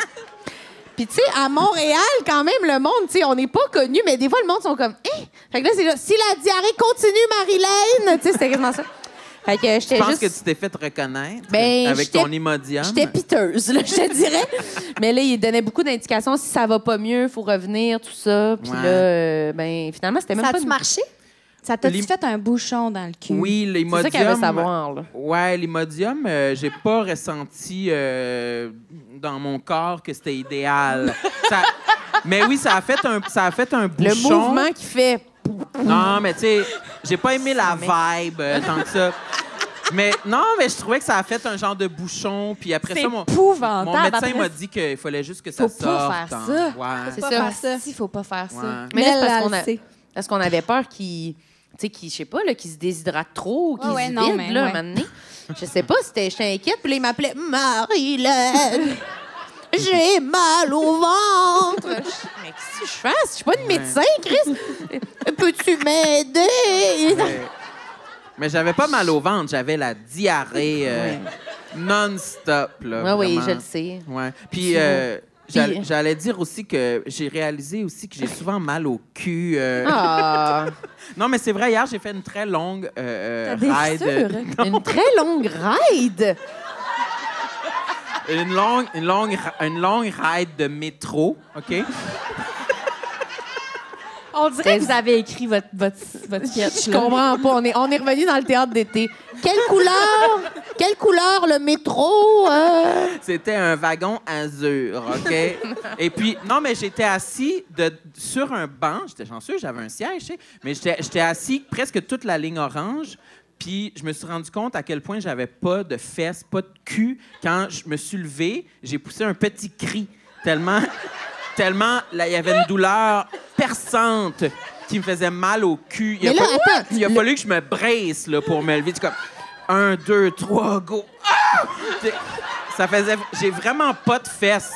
E: Puis, tu sais, à Montréal, quand même, le monde, tu sais, on n'est pas connu, mais des fois, le monde sont comme, hé! Fait que là, c'est là, si la diarrhée continue, Marilyn. Tu sais, c'était quasiment ça. Fait que j'étais
A: Je pense
E: juste.
A: que tu t'es fait reconnaître
E: Ben,
A: avec
E: j'étais-
A: ton imodium.
E: J'étais piteuse, là, je te dirais. Mais là, il donnait beaucoup d'indications. Si ça va pas mieux, faut revenir, tout ça. Puis
A: Ouais.
E: là, euh, ben, finalement, c'était même
J: Ça
E: pas.
J: a-tu
E: une-
J: marché?
G: Ça t'a-tu
A: Lim-
G: fait un bouchon dans le cul?
A: Oui,
E: C'est ça qu'elle veut
A: l'imodium.
E: savoir, là.
A: Ouais, l'imodium, euh, j'ai pas ressenti euh, dans mon corps que c'était idéal. Ça- Mais oui, ça a fait un, ça a fait un
E: Le
A: bouchon.
E: mouvement qui fait.
A: Non, mais tu sais, j'ai pas aimé la vibe euh, tant que ça. Mais non, mais je trouvais que ça a fait un genre de bouchon. Puis après
I: C'est
A: ça, mon,
I: épouvantable.
A: mon médecin
I: Après,
A: m'a dit qu'il fallait juste que ça
G: Faut pas
A: sorte.
G: faire
A: en-
G: ça.
A: Ouais.
E: C'est
J: Pas
E: ça.
J: faire ça.
G: Si, faut pas faire ça.
A: Ouais.
E: Mais là, c'est
J: elle,
E: parce
J: elle
E: qu'on a-
J: le sait.
E: Parce qu'on avait peur qu'il, tu sais, qu'il, je sais pas, là, qu'il se déshydrate trop, ou qu'il
G: Ouais, ouais,
E: se
G: non,
E: vide,
G: mais
E: là,
G: ouais.
E: un moment donné. Je sais pas, c'était, j'étais inquiète, puis là, il m'appelait
G: [LAUGHS]
E: Marilyn. J'ai mal au ventre. Je- Mais qu'est-ce que je fais? Je suis pas une médecin, Chris. Peux-tu m'aider?
A: Mais, mais j'avais pas mal au ventre, j'avais la diarrhée euh, non-stop. là,
E: Ouais, Ah oui,
A: vraiment.
E: je le sais.
A: Ouais. Puis euh, j'all-
E: Puis-
A: j'allais dire aussi que j'ai réalisé aussi que j'ai souvent mal au cul. euh.
E: Ah,
A: Non, mais c'est vrai, hier, j'ai fait une très longue euh, euh,
E: des
A: ride.
E: fissures. hein? une très longue ride.
A: Une longue, une, longue, ra- une longue ride de métro, OK?
I: On dirait que vous avez écrit votre, votre, votre sketch.
A: [LAUGHS]
E: Je
I: là.
E: comprends pas. On est, on est revenu dans le théâtre d'été. Quelle couleur? Quelle couleur le métro? euh?
A: C'était un wagon azur, OK? Et puis, non, mais j'étais assis de, sur un banc. J'étais chanceux, j'avais un siège, tu sais. Mais j'étais j'étais assis presque toute la ligne orange. Puis, je me suis rendu compte à quel point j'avais pas de fesses, pas de cul. Quand je me suis levé, j'ai poussé un petit cri. Tellement, [LAUGHS] tellement, là, il y avait une douleur perçante qui me faisait mal au cul. Il a,
E: Mais là,
A: fallu-
E: attends,
A: il a fallu que je me brace là, pour me lever. C'est comme un, deux, trois, go. J'ai- Ça faisait. J'ai vraiment pas de fesses.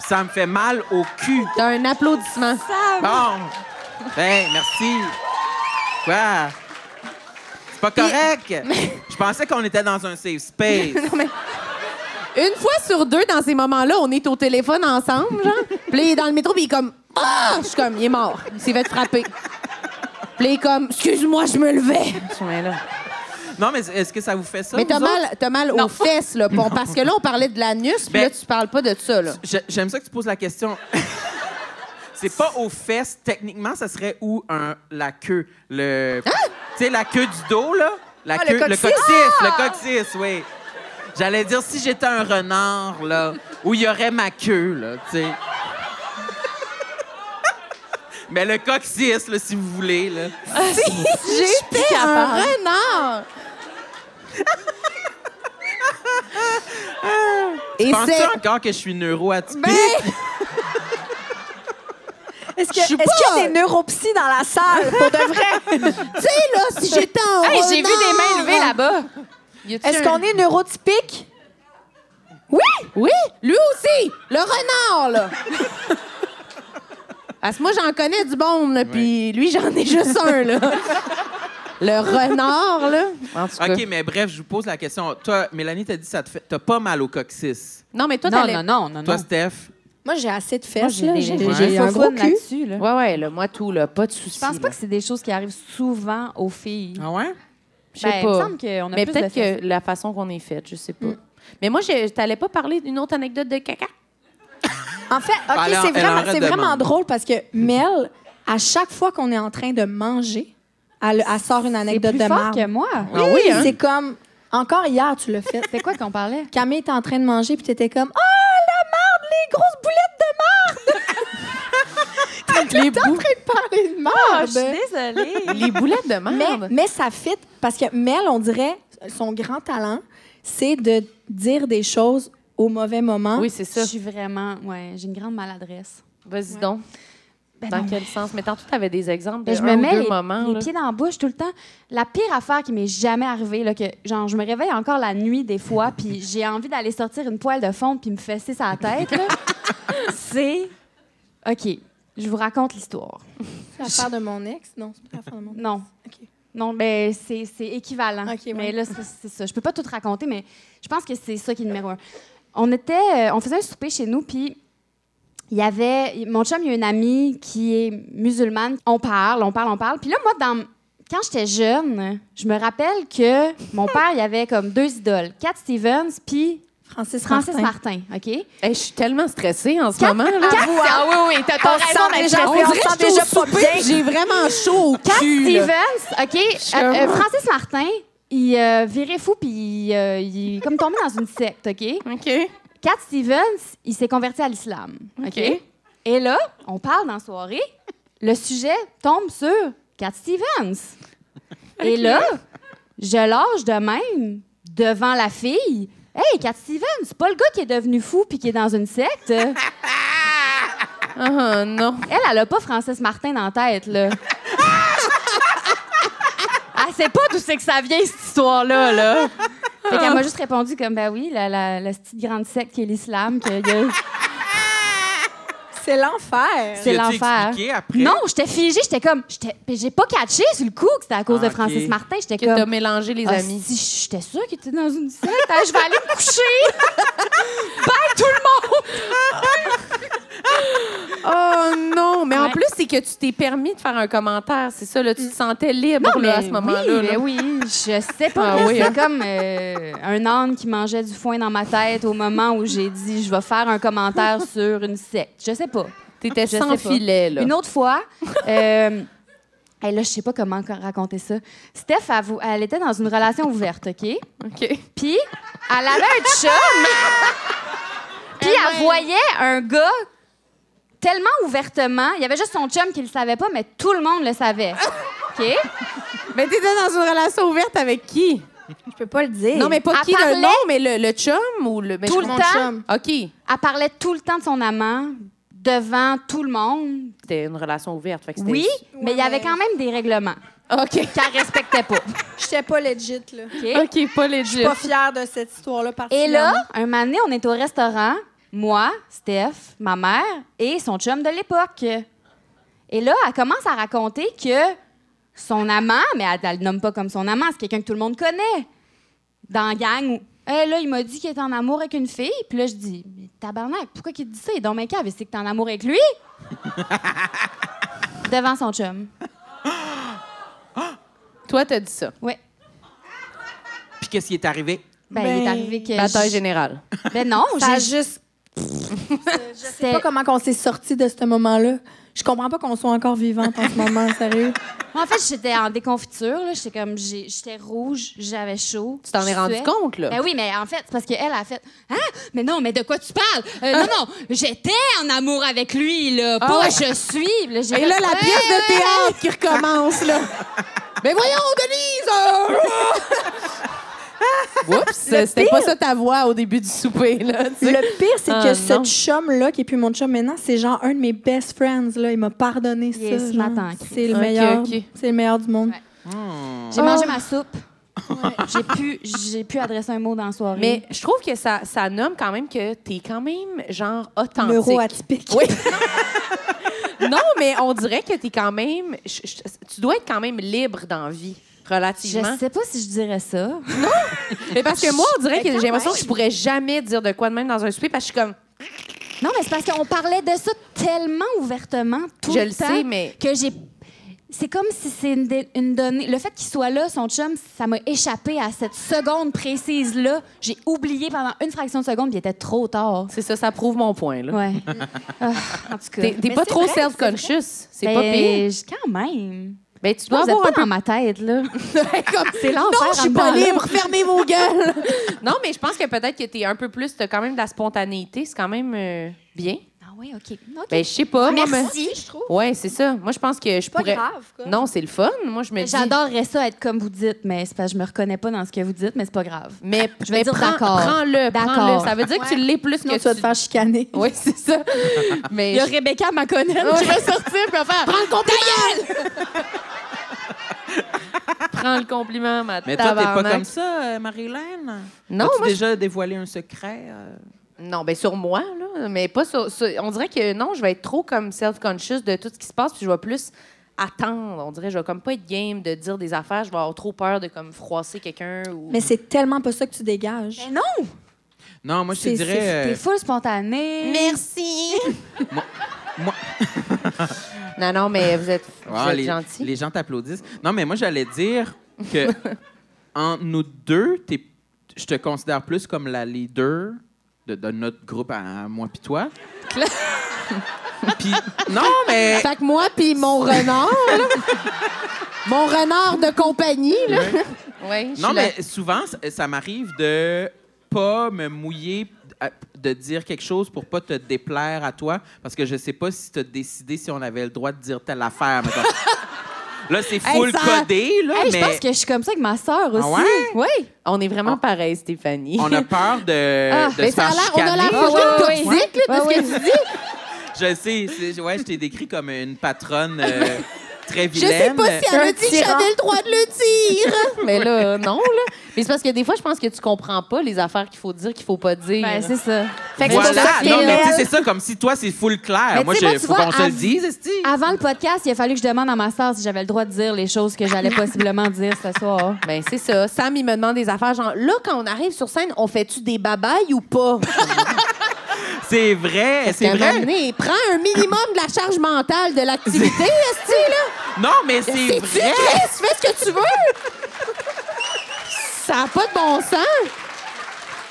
A: Ça me fait mal au cul.
E: T'as un applaudissement.
A: Bon. Ben, merci. Quoi? C'est pas
E: [LAUGHS]
A: correct. Je pensais qu'on était dans un safe space.
E: Une fois sur deux, dans ces moments-là, on est au téléphone ensemble, [LAUGHS] genre. Puis là, il est dans le métro, puis il est comme Ah! Je suis comme, il est mort. Il s'est fait frapper. Puis là, il est comme Excuse-moi, je me levais. Je suis là.
A: Non, mais est-ce que ça vous fait ça?
E: Mais t'as
A: vous autres?
E: mal, t'as mal aux fesses, là. pour- Parce que là, on parlait de l'anus, puis
A: Ben-
E: là, tu parles pas de ça, là.
A: J'ai- J'aime ça que tu poses la question. [LAUGHS] C'est pas aux fesses. Techniquement, ça serait où un, la queue? Le, Tu sais, la queue du dos, là? La
J: Hein? Ah, le
A: queue,
J: coccyx. Ah!
A: le coccyx, oui. J'allais dire si j'étais un renard, là, où il y aurait ma queue, là, tu sais. [LAUGHS] Mais le coccyx, là, si vous voulez, là.
E: J'étais [LAUGHS] un renard!
A: Tu
J: Et
A: penses
J: c'est.
A: encore que je suis neuroatypique?
F: Est-ce que-
J: Je suis
F: est-ce qu'il y
J: pas-
F: a des neuropsies dans la salle? Pour de vrai?
J: Tu sais, là, si j'étais en.
E: Hey, j'ai vu des mains levées là-bas.
F: Est-ce qu'on est neurotypique?
J: Oui, lui aussi, le renard,
E: [LAUGHS]
J: là. Parce que moi, j'en connais du bon, là, puis lui, j'en ai juste un, là. Le renard, là. En tout cas.
A: OK, mais bref, je vous pose la question. Toi, Mélanie, t'as dit ça te fait... T'as pas mal au coccyx.
E: Non, mais toi,
G: Non,
E: t'allais...
G: non, non, non, non.
A: Toi, Steph?
F: Moi, j'ai assez de
G: Moi,
F: fesses.
G: j'ai
F: là.
G: des-
F: J'ai
G: j'ai-
F: j'ai
G: j'ai
F: un
G: un
F: gros
G: fun
F: cul.
G: là-dessus. là.
E: Ouais, ouais, là, moi, tout, là, pas de soucis.
G: Je pense pas que c'est des choses qui arrivent souvent aux filles.
A: Ah ouais?
E: Je
G: Ben,
E: sais
G: il me
E: pas.
G: semble qu'on a
E: Mais
G: plus de
E: peut-être
G: fesses.
E: que la façon qu'on est faite, je sais pas. Mais moi, je t'allais pas parler d'une autre anecdote de caca?
F: En fait, OK,
A: Alors,
F: c'est
A: Bah, elle en
F: vraiment, c'est
A: redemande.
F: vraiment drôle parce que Mel, à chaque fois qu'on est en train de manger, elle, elle sort une
G: C'est
F: anecdote
G: plus
F: de
G: fort
F: marde.
G: que moi.
A: Ah oui, hein?
F: C'est comme... Encore hier, tu l'as fait.
G: C'est quoi qu'on parlait?
F: Camille était en train de manger, puis t'étais comme « Oh, la marde! Les grosses boulettes de marde! » T'étais en train de parler de
I: Ah, je
F: marde.
I: suis
G: ben.
I: désolée.
E: Les boulettes de merde?
F: Mais, mais ça fit parce que Mel, on dirait, son grand talent, c'est de dire des choses au mauvais moment.
E: Oui, c'est
G: [LAUGHS] Je
E: ça.
G: suis vraiment... Ouais, j'ai une grande maladresse.
E: Vas-y donc. Dans quel sens? Mais tantôt, t'avais des exemples de
G: Ben, je
E: un
G: me
E: ou
G: mets
E: deux
G: les,
E: moments.
G: les
E: là.
G: pieds dans la bouche tout le temps. La pire affaire qui m'est jamais arrivée, là, que genre, je me réveille encore la nuit des fois, puis j'ai envie d'aller sortir une poêle de fonte puis me fesser sa
E: [LAUGHS]
G: tête, là. c'est. OK, je vous raconte l'histoire.
F: C'est l'affaire de mon ex. Non, c'est pas l'affaire de mon ex.
G: Non.
F: OK.
G: Non, ben, c'est c'est équivalent.
F: OK, ouais.
G: Mais là, c'est c'est ça. Je peux pas tout raconter, mais je pense que c'est ça qui est numéro un. On était, euh, on faisait un souper chez nous, puis il y avait, mon chum, il y a une amie qui est musulmane. On parle, on parle, on parle. Puis là, moi, dans, quand j'étais jeune, je me rappelle que mon père, il y avait comme deux idoles, Cat Stevens puis
F: Francis,
G: Francis
F: Martin.
G: Martin, OK?
E: Hey, je suis tellement stressée en ce
G: Quatre-
E: moment. Là.
I: Ah oui, oui, t'as ton raison d'être stressée.
J: On dirait que je suis au souper, puis J'ai vraiment chaud au
G: Cat
J: cul. là.
G: Stevens, OK. euh, euh, Francis Martin, il euh, virait fou, puis il, euh, il est comme tombé dans une secte, OK?
E: OK.
G: Cat Stevens, il s'est converti à l'islam. OK? Et là, on parle dans la soirée. Le sujet tombe sur Cat Stevens. Et là, je lâche de même devant la fille. Hey, Cat Stevens, c'est pas le gars qui est devenu fou puis qui est dans une secte. Elle,
E: Ah non.
G: elle a pas Francis Martin dans la
A: [LAUGHS]
G: tête, là. Elle sait pas d'où c'est que ça vient, cette histoire-là, là. Fait qu'elle m'a juste répondu comme, ben oui, la, la, la petite grande secte qui est l'islam, qu'il y a-
F: C'est l'enfer.
G: C'est
A: Tu l'as-tu
G: l'enfer.
A: expliqué après?
G: Non, j'étais figée, j'étais comme, j'étais- puis j'ai pas catché sur le coup que c'était à cause
A: Ah,
G: de Francis
A: ok.
G: Martin, j'étais
E: Que t'as
G: comme.
E: mélangé les
G: Ah,
E: amis.
G: si, j'étais sûre qu'il était dans une secte. hein, je vais aller me coucher. [LAUGHS] Bye tout le monde.
E: Oh non, mais en
G: Ouais.
E: plus, c'est que tu t'es permis de faire un commentaire. C'est ça, là, tu te sentais libre là, à ce moment-là.
G: oui,
E: là.
G: Ah, mais oui, je sais pas.
E: Ah
G: là,
E: oui,
G: c'est
E: hein.
G: comme euh, un âne qui mangeait du foin dans ma tête au moment où j'ai dit, je vais faire
E: [LAUGHS]
G: un commentaire sur une secte. Je sais pas.
E: T'étais
G: Je
E: sans
G: sais pas.
E: filet, là.
G: Une autre fois,
E: [LAUGHS]
G: euh, hey, là, je sais pas comment encore raconter ça. Steph, elle, vou- elle était dans une relation ouverte, OK?
E: OK.
G: Puis, elle avait un
E: [LAUGHS]
G: chum. Puis, elle voyait un gars tellement ouvertement. Il y avait juste son chum qui le savait pas, mais tout le monde
E: [LAUGHS]
G: le savait. OK?
E: Mais t'étais dans une relation ouverte avec qui?
F: Je peux pas le dire.
E: Non, mais pas
G: Elle
E: qui le
G: parlait-
E: nom, mais le, le chum ou le. mais
G: Tout
E: je
G: le
E: comprends-
G: temps.
E: OK.
G: Elle parlait tout le temps de son amant, devant tout le monde.
E: C'était une relation ouverte. Fait que c'était-
G: Oui, mais il y avait
F: mais-
G: quand même des règlements
E: OK.
G: qu'elle respectait pas.
F: J'étais pas legit, là.
G: OK?
E: [LAUGHS] OK, pas
F: Je
E: legit.
F: suis pas fière de cette histoire-là
G: Et
F: particulièrement.
G: là, un moment donné, on est au restaurant, moi, Steph, ma mère et son chum de l'époque. Et là, elle commence à raconter que son amant, mais elle, elle le nomme pas comme son amant, c'est quelqu'un que tout le monde connaît, dans la gang. Où, Eh, là, il m'a dit qu'il était en amour avec une fille. Puis là, je dis, mais tabarnak, pourquoi qu'il te dit ça? Il est dans mes caves, c'est que t'es en amour avec lui?
F: [LAUGHS]
G: Devant son chum.
E: Toi, t'as dit ça.
G: Ouais.
A: Puis qu'est-ce qui est arrivé?
G: Ben,
F: Ben,
G: il est arrivé que.
E: Bataille
G: je-
E: générale.
G: Ben non,
F: ça a
G: j'ai- [LAUGHS]
F: juste... Je sais
G: C'était-
F: pas comment on s'est sorti de ce moment-là. Je comprends pas qu'on soit encore vivante en ce moment, [LAUGHS] sérieux.
G: Moi, en fait, j'étais en déconfiture. là. J'étais comme, j'ai- j'étais rouge, j'avais chaud.
E: Tu t'en es
G: je
E: rendu
G: suais.
E: compte, là?
G: Ben oui, mais en fait, c'est parce qu'elle a fait Hein? Mais non, mais de quoi tu parles? Euh, non, non, j'étais en amour avec lui, là.
E: Ah
G: Pas je suis. Là, j'ai
J: Et
G: fait,
J: là, la
G: Hein?
J: pièce de théâtre
E: [LAUGHS]
J: qui recommence, là. Mais voyons, Denise! euh, [LAUGHS] Oups, c'était
F: pire-
J: pas ça ta voix au début du souper, là. tu sais.
F: Le pire, c'est
J: Ah,
F: que
J: non.
F: ce chum-là, qui est plus mon chum maintenant, c'est genre un de mes best friends. Là. Il m'a pardonné
G: Il est
F: ça.
G: smart
F: genre.
G: en crise.
F: C'est le
J: Ok,
F: meilleur.
J: ok.
F: C'est le meilleur du monde.
G: J'ai
E: Ah.
G: mangé ma soupe. J'ai pu, j'ai pu adresser un mot dans la soirée.
E: Mais je trouve que ça, ça nomme quand même que t'es quand même, genre, authentique.
F: Neuroatypique.
E: Oui. [LAUGHS] non, mais on dirait que t'es quand même... je- je- tu dois être quand même libre dans la vie, relativement.
G: je sais pas si je dirais ça.
E: Mais parce que moi, on dirait que
G: Mais
E: j'ai
G: quand
E: l'impression que
G: même.
E: je pourrais jamais dire de quoi de même dans un souper parce que je suis comme...
G: Non, mais c'est parce qu'on parlait de ça tellement ouvertement tout
E: Je
G: le,
E: le
G: temps
E: sais, mais-
G: que j'ai. C'est comme si c'est une, dé- une donnée. Le fait qu'il soit là, son chum, ça m'a échappé à cette seconde précise-là. J'ai oublié pendant une fraction de seconde, puis il était trop tard.
E: C'est ça, ça prouve mon point, là.
G: Ouais. Ah, en tout cas.
E: T'es- T'es
G: Mais
E: pas
G: c'est
E: trop
G: vrai, c'est vrai.
E: self-conscious. C'est pas
G: Ben,
E: pire.
G: je- Quand même.
E: Ben, tu
G: Je
E: dois
G: pense que vous
E: avoir
G: êtes
E: un
G: pas dans ma
E: [LAUGHS]
G: tête, là.
J: Comme-
G: [LAUGHS] C'est l'enfer.
J: non, je suis
G: en
J: pas
G: dedans, là.
J: libre, fermez vos gueules.
E: Non, mais je pense que peut-être que t'es un peu plus, t'as quand même de la spontanéité, c'est quand même euh, bien.
G: Ah oui, OK. OK.
E: Ben, je sais pas. moi, mais-
F: je trouve.
E: Ouais, c'est ça. Moi, je pense que je
F: Pas
E: pourrais.
F: grave. Quoi.
E: Non, c'est le fun. Moi, je me dis.
G: J'adorerais ça être comme vous dites, mais c'est parce que je me reconnais pas dans ce que vous dites, mais c'est pas grave.
E: Mais
G: Je vais
E: mais
G: dire
E: prends-
G: d'accord.
E: Prends-le,
G: D'accord.
E: prends-le. Ça veut dire que tu l'es plus
F: [LAUGHS] Sinon,
E: que
F: tu vas te faire chicaner.
E: Oui, c'est ça. mais
J: Il y a
E: je-
J: Rebecca Maconnel qui va sortir et va faire Prends le compliment!
E: prends le compliment, ma
A: Mais toi, t'es pas
E: tabarnak.
A: comme ça, euh, Marilyn?
E: Non,
A: As-tu
E: moi, je-
A: déjà dévoilé un secret? euh?
E: non, ben sur moi là, mais pas sur, sur- On dirait que non, je vais être trop comme self-conscious de tout ce qui se passe, puis je vais plus attendre. On dirait, je vais comme pas être game de dire des affaires. Je vais avoir trop peur de comme froisser quelqu'un ou.
F: Mais c'est tellement pas ça que tu dégages.
J: Mais non!
A: Non, moi, je te
F: C'est-
A: dirais... euh,
G: T'es full
E: Mmh.
G: spontané.
E: Merci.
A: moi-
E: [LAUGHS] non, non, mais vous êtes, vous
A: euh, ah,
E: êtes
A: les,
E: gentils.
A: les gens t'applaudissent. Non, mais moi, j'allais dire que
E: [LAUGHS]
A: en nous deux, t'es- je te considère plus comme la leader de, de notre groupe à, à moi puis toi.
E: [LAUGHS]
A: Puis- non, mais...
J: Fait que moi, puis mon renard, là, mon renard de compagnie, là.
E: Oui, je
A: Non,
E: suis la-
A: mais souvent, ça, ça m'arrive de pas me mouiller, à- de dire quelque chose pour pas te déplaire à toi, parce que je sais pas si tu as décidé si on avait le droit de dire telle affaire. mettons. là, c'est full
J: ça-
A: codé, là,
G: Hey, Je
A: mais
G: pense que je suis comme ça avec ma sœur aussi.
A: Ah ouais?
G: Oui.
E: on est vraiment pareil, Stéphanie.
A: on
E: [LAUGHS]
A: a peur de,
G: Ah,
A: de
J: Mais
A: se
J: ça a
A: faire
J: l'air, on a
A: chicaner.
J: l'air
G: Ah, ouais,
J: fucking
G: ouais,
J: toxique, là,
E: Ah
J: de
G: Ouais,
J: ce que tu dis.
A: [LAUGHS] Je sais, c'est- ouais, je t'ai décrit comme une patronne euh, très
J: Je sais
A: vilaine.
J: pas si elle a
E: Un
J: dit que
E: tyran.
J: j'avais le droit de le dire.
E: [LAUGHS] Mais là, non, là. Mais c'est parce que des fois, je pense que tu comprends pas les affaires qu'il faut dire, qu'il faut pas dire.
G: Ben, c'est ça.
J: Fait que
A: Voilà.
J: c'est
A: Non, mais tu sais,
J: elle.
A: c'est ça, comme si toi, c'est full clair.
G: Mais
A: moi,
G: tu sais,
A: je-
G: moi, tu
A: faut
G: vois,
A: qu'on se le
G: av-
A: dise, esti.
G: Avant le podcast, il a fallu que je demande à ma sœur si j'avais le droit de dire les choses que j'allais possiblement dire ce soir.
E: Ben, c'est ça. Sam, il me demande des affaires genre, là, quand on arrive sur scène, on fait-tu des babayes ou pas?
A: C'est vrai, [LAUGHS] c'est
E: Qu'à un moment
A: vrai.
E: donné,
J: Prends un minimum de la charge mentale de l'activité, Esti, là.
A: Non, mais c'est
J: C'est-tu,
A: vrai.
J: Chris? Fais ce que tu veux. Ça n'a pas de bon sens.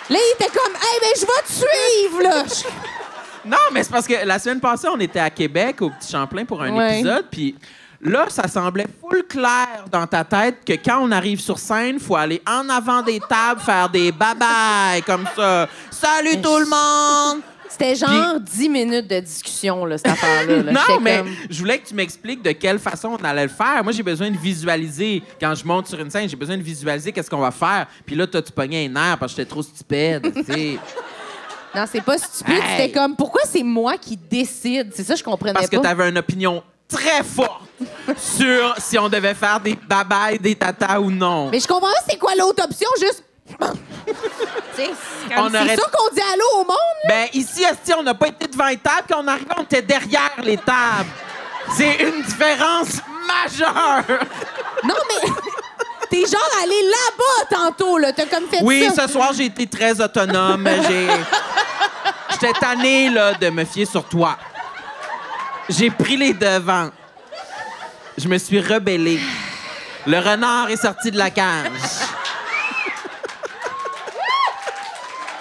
J: Là, il était comme, hey, ben, je vais te suivre, là. Je-
A: Non, mais c'est parce que la semaine passée, on était à Québec, au Petit Champlain, pour un
E: Ouais.
A: épisode, puis là, ça semblait full clair dans ta tête que quand on arrive sur scène, faut aller en avant des tables, faire des bye-bye, comme ça. Salut tout le monde!
E: C'était genre 10 minutes de discussion, là, cette affaire-là.
A: [LAUGHS]
E: là.
A: Non,
E: J'étais
A: mais
E: comme-
A: je voulais que tu m'expliques de quelle façon on allait le faire. Moi, j'ai besoin de visualiser. Quand je monte sur une scène, j'ai besoin de visualiser qu'est-ce qu'on va faire. Puis là, toi, tu pognais un air parce que j'étais trop stupide, tu sais.
E: Non, c'est pas stupide.
A: Hey.
E: C'était comme, pourquoi c'est moi qui décide? C'est ça, je comprenais
A: Parce que
E: pas.
A: tu avais une opinion très forte sur si on devait faire des babayes, des tatas ou non.
J: Mais je comprends pas c'est quoi l'autre option,
E: [LAUGHS]
J: juste.
A: On
J: C'est
A: aurait-
J: ça qu'on dit allô au monde, là.
A: Ben ici, esti, on n'a pas été devant les tables, quand on arrivait, on était derrière les tables. C'est une différence majeure.
J: Non, mais t'es genre allé là-bas tantôt, là. T'as comme fait
A: Oui,
J: ça.
A: ce soir, j'ai été très autonome. J'ai. J'étais tannée, là, de me fier sur toi. J'ai pris les devants. Je me suis rebellée. Le renard est sorti de la cage.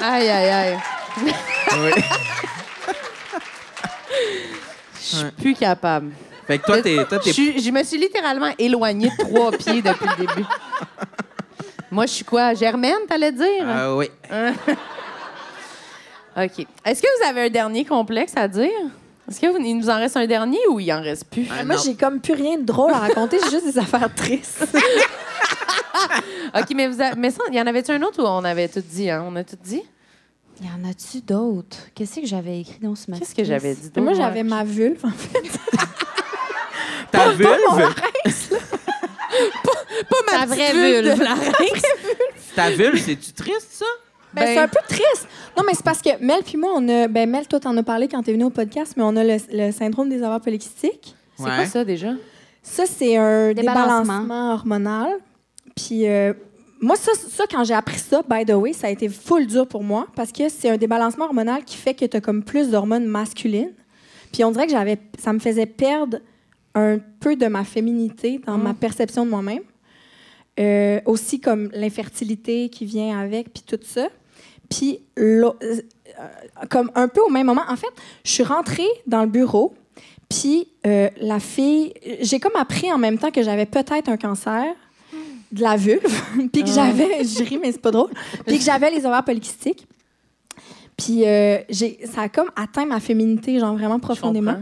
E: Aïe, aïe, aïe. [LAUGHS] Je suis plus capable.
A: Fait que toi, t'es. toi,
E: Euh, Je
A: t'es-
E: suis- je me suis littéralement éloignée de
A: [LAUGHS]
E: trois pieds depuis le début. Moi, je suis quoi? Germaine, t'allais dire?
A: Ah oui. Ah.
E: OK. Est-ce que vous avez un dernier complexe à dire? Est-ce qu'il nous en reste un dernier ou il en reste plus?
A: Ah,
F: Moi,
A: non.
F: j'ai comme plus rien de drôle à raconter, j'ai juste des affaires tristes.
E: OK, mais, vous a- mais ça, il y en avait-tu un autre ou on avait tout dit? hein? On a tout dit?
G: Il y en a-tu d'autres? Qu'est-ce que j'avais écrit dans ce matin?
E: Qu'est-ce que j'avais dit?
F: Moi,
E: d'autre?
F: j'avais ma vulve.
A: Ta vulve,
J: Pas ma
G: Ta
J: petite
G: vraie
J: vulve de
G: vulve.
J: la reine.
A: ta vulve, c'est-tu triste, ça?
F: Ben, c'est un peu triste. Non, mais c'est parce que Mel puis moi, on a. Ben, Mel, toi, t'en as parlé quand t'es venue au podcast, mais on a le, le syndrome des ovaires polykystiques.
E: C'est quoi ça déjà?
F: Ça, c'est un
G: Débalancement.
F: débalancement hormonal. Puis euh, moi, ça, ça, quand j'ai appris ça, by the way, ça a été full dur pour moi parce que c'est un débalancement hormonal qui fait que tu as comme plus d'hormones masculines. Puis on dirait que j'avais, ça me faisait perdre un peu de ma féminité dans ma perception de moi-même. Euh, aussi comme l'infertilité qui vient avec, puis tout ça. Puis l'au- euh, comme un peu au même moment, en fait, je suis rentrée dans le bureau, puis euh, la fille, j'ai comme appris en même temps que j'avais peut-être un cancer de la vulve, [LAUGHS] puis que j'avais, [LAUGHS] je ris, mais c'est pas drôle, puis que j'avais les ovaires polykystiques. Puis euh, j'ai- ça a comme atteint ma féminité, genre vraiment profondément.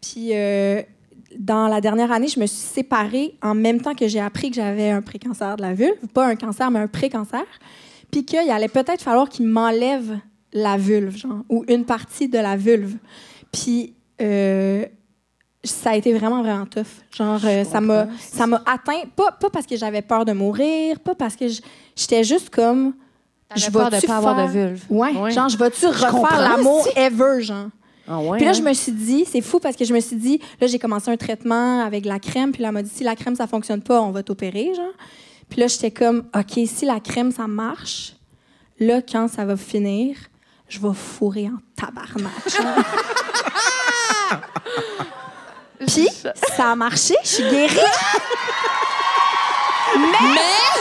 F: Puis euh, dans la dernière année, je me suis séparée en même temps que j'ai appris que j'avais un précancer de la vulve, pas un cancer, mais un précancer. Puis qu'il allait peut-être falloir qu'il m'enlève la vulve, genre, ou une partie de la vulve. Puis euh, ça a été vraiment, vraiment tough. Genre, euh, ça m'a ça m'a atteint, pas, pas parce que j'avais peur de mourir, pas parce que je- j'étais juste comme.
G: J'avais peur de
F: vais-tu
G: pas avoir de
F: faire-
G: vulve.
F: Ouais,
E: Ouais.
F: genre, je vais-tu
E: comprends,
F: refaire l'amour ever, genre?
E: Ah ouais,
F: Puis là,
E: hein?
F: je me suis dit, c'est fou parce que je me suis dit, là, j'ai commencé un traitement avec la crème, puis là, elle m'a dit, si la crème, ça fonctionne pas, on va t'opérer, genre. Puis là, j'étais comme, OK, si la crème, ça marche, là, quand ça va finir, je vais fourrer en tabarnak, genre. Puis, ça a marché, je suis guérie. Mais.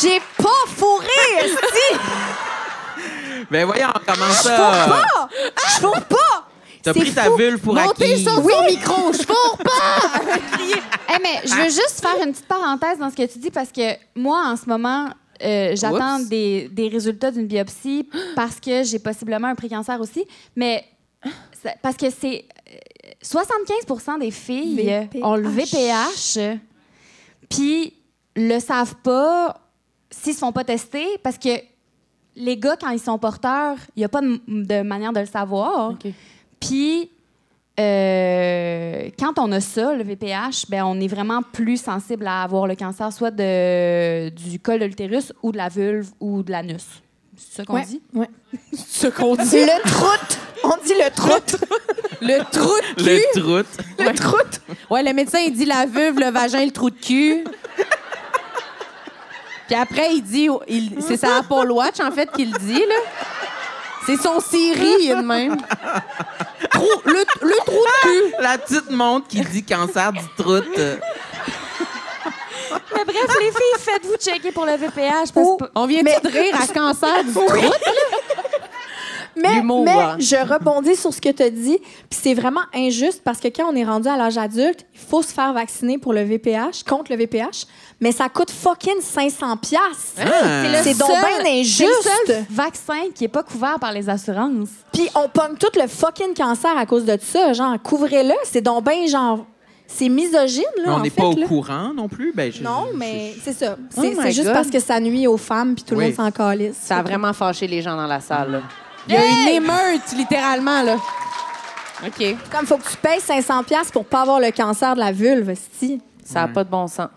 F: J'ai pas fourré, esti!
A: Ben voyons, comment
F: Je fourre
A: ça?
F: pas! Je fourre pas!
A: Ah! T'as
F: C'est
A: pris ta
F: fou.
A: vulve pour
J: Montez
A: acquis.
J: sur son micro, je fourre pas!
G: Hey, Eh, mais je veux juste faire une petite parenthèse dans ce que tu dis parce que moi, en ce moment, euh, j'attends
E: Oups.
G: des, des résultats d'une biopsie parce que j'ai possiblement un précancer aussi. Mais ça- parce que c'est euh, 75 des filles
F: VPH.
G: ont le VPH, puis le savent pas s'ils se font pas tester parce que les gars, quand ils sont porteurs, il n'y a pas de, de manière de le savoir.
E: OK.
G: Puis, euh, quand on a ça, le VPH, ben, on est vraiment plus sensible à avoir le cancer, soit de, du col de l'utérus ou de la vulve ou de l'anus. C'est ça qu'on
F: Ouais,
G: dit?
F: ouais.
J: Ce qu'on dit.
F: Le troute! On dit le troute!
J: Le trou de cul.
A: Le troute.
J: Le trou de- Ouais, le médecin, il dit la vulve, le vagin, le trou de cul. Puis après, il dit... il- C'est sa Apple Watch, en fait, qu'il dit, là. C'est son Siri, de même. Trou- le, le trou de cul.
A: La petite montre qui dit cancer du [LAUGHS] troute.
G: Mais bref, les filles, faites-vous checker pour le VPH. Parce que...
J: On vient de rire à cancer du trou.
F: Mais,
J: L'humour,
F: mais
J: hein.
F: je rebondis sur ce que tu as dit, puis c'est vraiment injuste parce que quand on est rendu à l'âge adulte, il faut se faire vacciner pour le VPH, contre le VPH, mais ça coûte fucking 500 pièces.
A: Hein?
F: C'est donc
G: seul-
F: bien
G: C'est le seul
F: injuste.
G: vaccin qui n'est pas couvert par les assurances.
F: Puis on pogne tout le fucking cancer à cause de ça, genre couvrez-le, c'est donc bien genre c'est misogyne là
A: on
F: en
A: n'est
F: fait
A: pas au
F: là.
A: courant non plus. Ben, je-
F: Non,
A: je-
F: mais
A: je-
F: c'est ça. C'est
E: my
F: c'est juste
E: God.
F: parce que ça nuit aux femmes puis tout
A: Oui.
F: le monde s'en calisse.
E: Ça a vraiment fâché les gens dans la salle. là.
J: Il y a une émeute, littéralement, là.
E: OK.
F: Comme faut que tu payes 500 pièces pour pas avoir le cancer de la vulve, si.
E: Ça n'a pas de bon sens.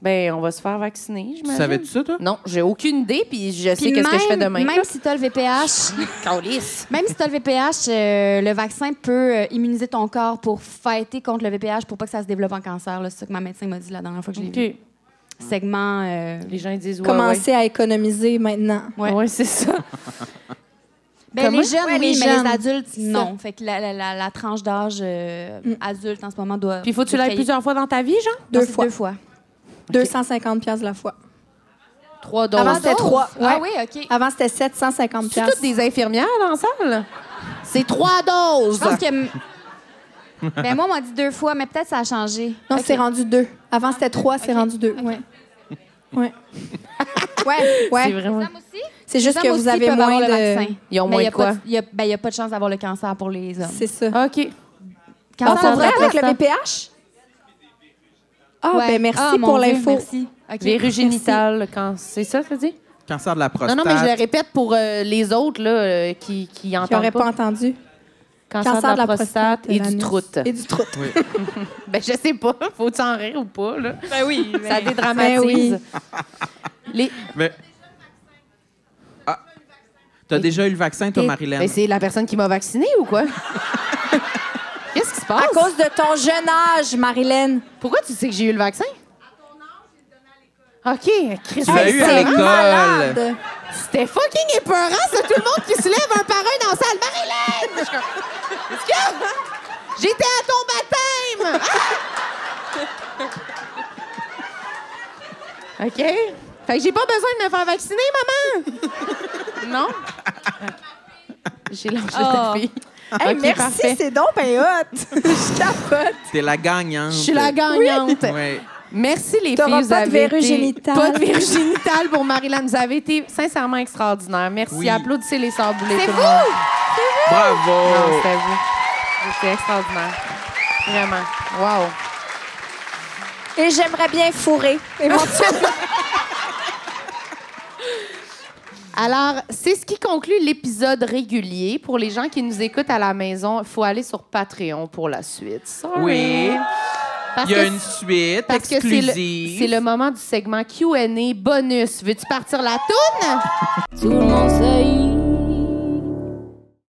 E: Ben, on va se faire vacciner,
A: Hmm. Tu
E: j'imagine.
A: savais-tu ça, toi?
E: Non, j'ai aucune idée, puis je sais
G: Puis
E: qu'est-ce que je fais
G: même-
E: demain.
G: Même si tu as le VPH,
E: [LAUGHS] Calisse.
G: Même si tu as le VPH, euh, le vaccin peut euh, immuniser ton corps pour fighter contre le VPH pour pas que ça se développe en cancer. là. C'est ça que ma médecin m'a dit la dernière fois que je l'ai
E: OK.
G: vu. Segment. euh,
E: Les gens ils disent ouais, Ah,
F: Commencer à économiser maintenant.
E: ouais. Ouais, c'est ça.
G: ben,
E: Comment?
G: les jeunes,
J: Ouais,
G: oui,
J: les
G: mais
J: jeunes.
G: les adultes,
F: ça.
G: non. Fait que la, la- la- la tranche d'âge euh, adulte en ce moment doit.
J: Puis faut que tu
G: doit
J: l'ailles
G: payer.
J: plusieurs fois dans ta vie, genre?
G: Non,
F: Deux
G: c'est
F: fois.
G: Deux fois.
F: 250 pièces la fois.
E: Trois doses.
F: Avant, c'était trois.
G: Ah
F: Ouais.
G: oui, OK.
F: Avant, c'était 750
J: C'est toutes
F: pièces.
J: des infirmières dans la salle? C'est trois doses.
G: Je pense que. ben, moi, on m'a dit deux fois, mais peut-être ça a changé.
F: Non, c'est rendu deux. Avant, c'était trois, c'est rendu deux. Ouais. Ouais. ouais, ouais.
E: C'est vraiment...
G: aussi?
F: C'est juste que vous avez moins
G: le
F: de.
G: vaccin.
E: Ils ont
G: Mais
E: moins
G: y a
E: de
G: pas
E: quoi?
G: Il n'y a, ben, y a pas de chance d'avoir le cancer pour les hommes.
F: C'est ça.
E: OK.
F: Ah,
G: Cancer
F: pour vrai,
G: de la
F: avec le
G: prostate.
F: VPH?
J: Ah,
G: Ouais.
J: ben merci
G: Ah, mon
J: pour
G: Dieu,
J: l'info.
G: merci. OK.
E: Verrues génitales, quand c'est ça, tu dis?
A: Cancer de la
E: Non,
A: prostate.
E: non, mais je le répète pour euh, les autres là, euh, qui, qui
F: Qui
E: entendent
F: n'aurait
E: pas.
F: pas entendu.
E: Cancer, de la, prostate, et du
F: l'anus.
E: troute.
F: Et du troute.
A: Oui.
E: Ben, je sais pas. [LAUGHS] Faut t'en rire ou pas, là?
H: Ben oui.
E: [LAUGHS] Ça
H: mais-
E: dédramatise.
F: Ben oui.
E: [LAUGHS] Les...
A: Mais... Ah. T'as déjà eu le vaccin, toi,
E: Et-
A: Marilyn?
E: Ben, c'est la personne qui m'a vaccinée ou
F: [LAUGHS]
E: quoi? Qu'est-ce qui se passe?
F: À cause de ton jeune âge, Marilyn.
E: Pourquoi tu sais que j'ai eu le vaccin? À ton âge, j'ai donné à l'école. OK. Chris,
A: Tu l'as eu à l'école.
F: Malade.
E: C'était fucking épeurant, c'est tout le monde qui se lève un par un dans la salle. Marilyn! Je suis comme, Est-ce que- J'étais à ton baptême! Ah! OK. Fait que j'ai pas besoin de me faire vacciner, maman! non? J'ai lâché
F: Oh
E: ta fille.
F: Hey,
E: Ok,
F: merci,
E: parfait.
F: c'est donc ben hot. [LAUGHS] Je capote.
A: T'es la gagnante.
E: Je suis la gagnante.
A: Oui.
E: Merci les filles.
F: T'auras
E: vous
F: pas de
E: avez
F: verrues
E: été-
F: génitales.
E: Pas de [LAUGHS] verrues génitales pour Marie-Lan. Vous avez été sincèrement extraordinaire. Merci.
A: Oui.
E: Applaudissez les saboulés.
J: C'est
E: tout le
J: vous!
E: monde. Non,
A: Bravo!
E: c'était vous. C'était extraordinaire. Vraiment. Wow.
F: Et j'aimerais bien fourrer. [LAUGHS] Éventuellement.
E: Alors, c'est ce qui conclut l'épisode régulier. Pour les gens qui nous écoutent à la maison, il faut aller sur Patreon pour la suite. Sorry.
A: Oui.
E: Parce
A: Il y a
E: que
A: une suite
E: Parce que c'est le,
A: exclusive.
E: c'est le moment du segment Q&A bonus. Veux-tu partir la toune?
C: Tout le monde sait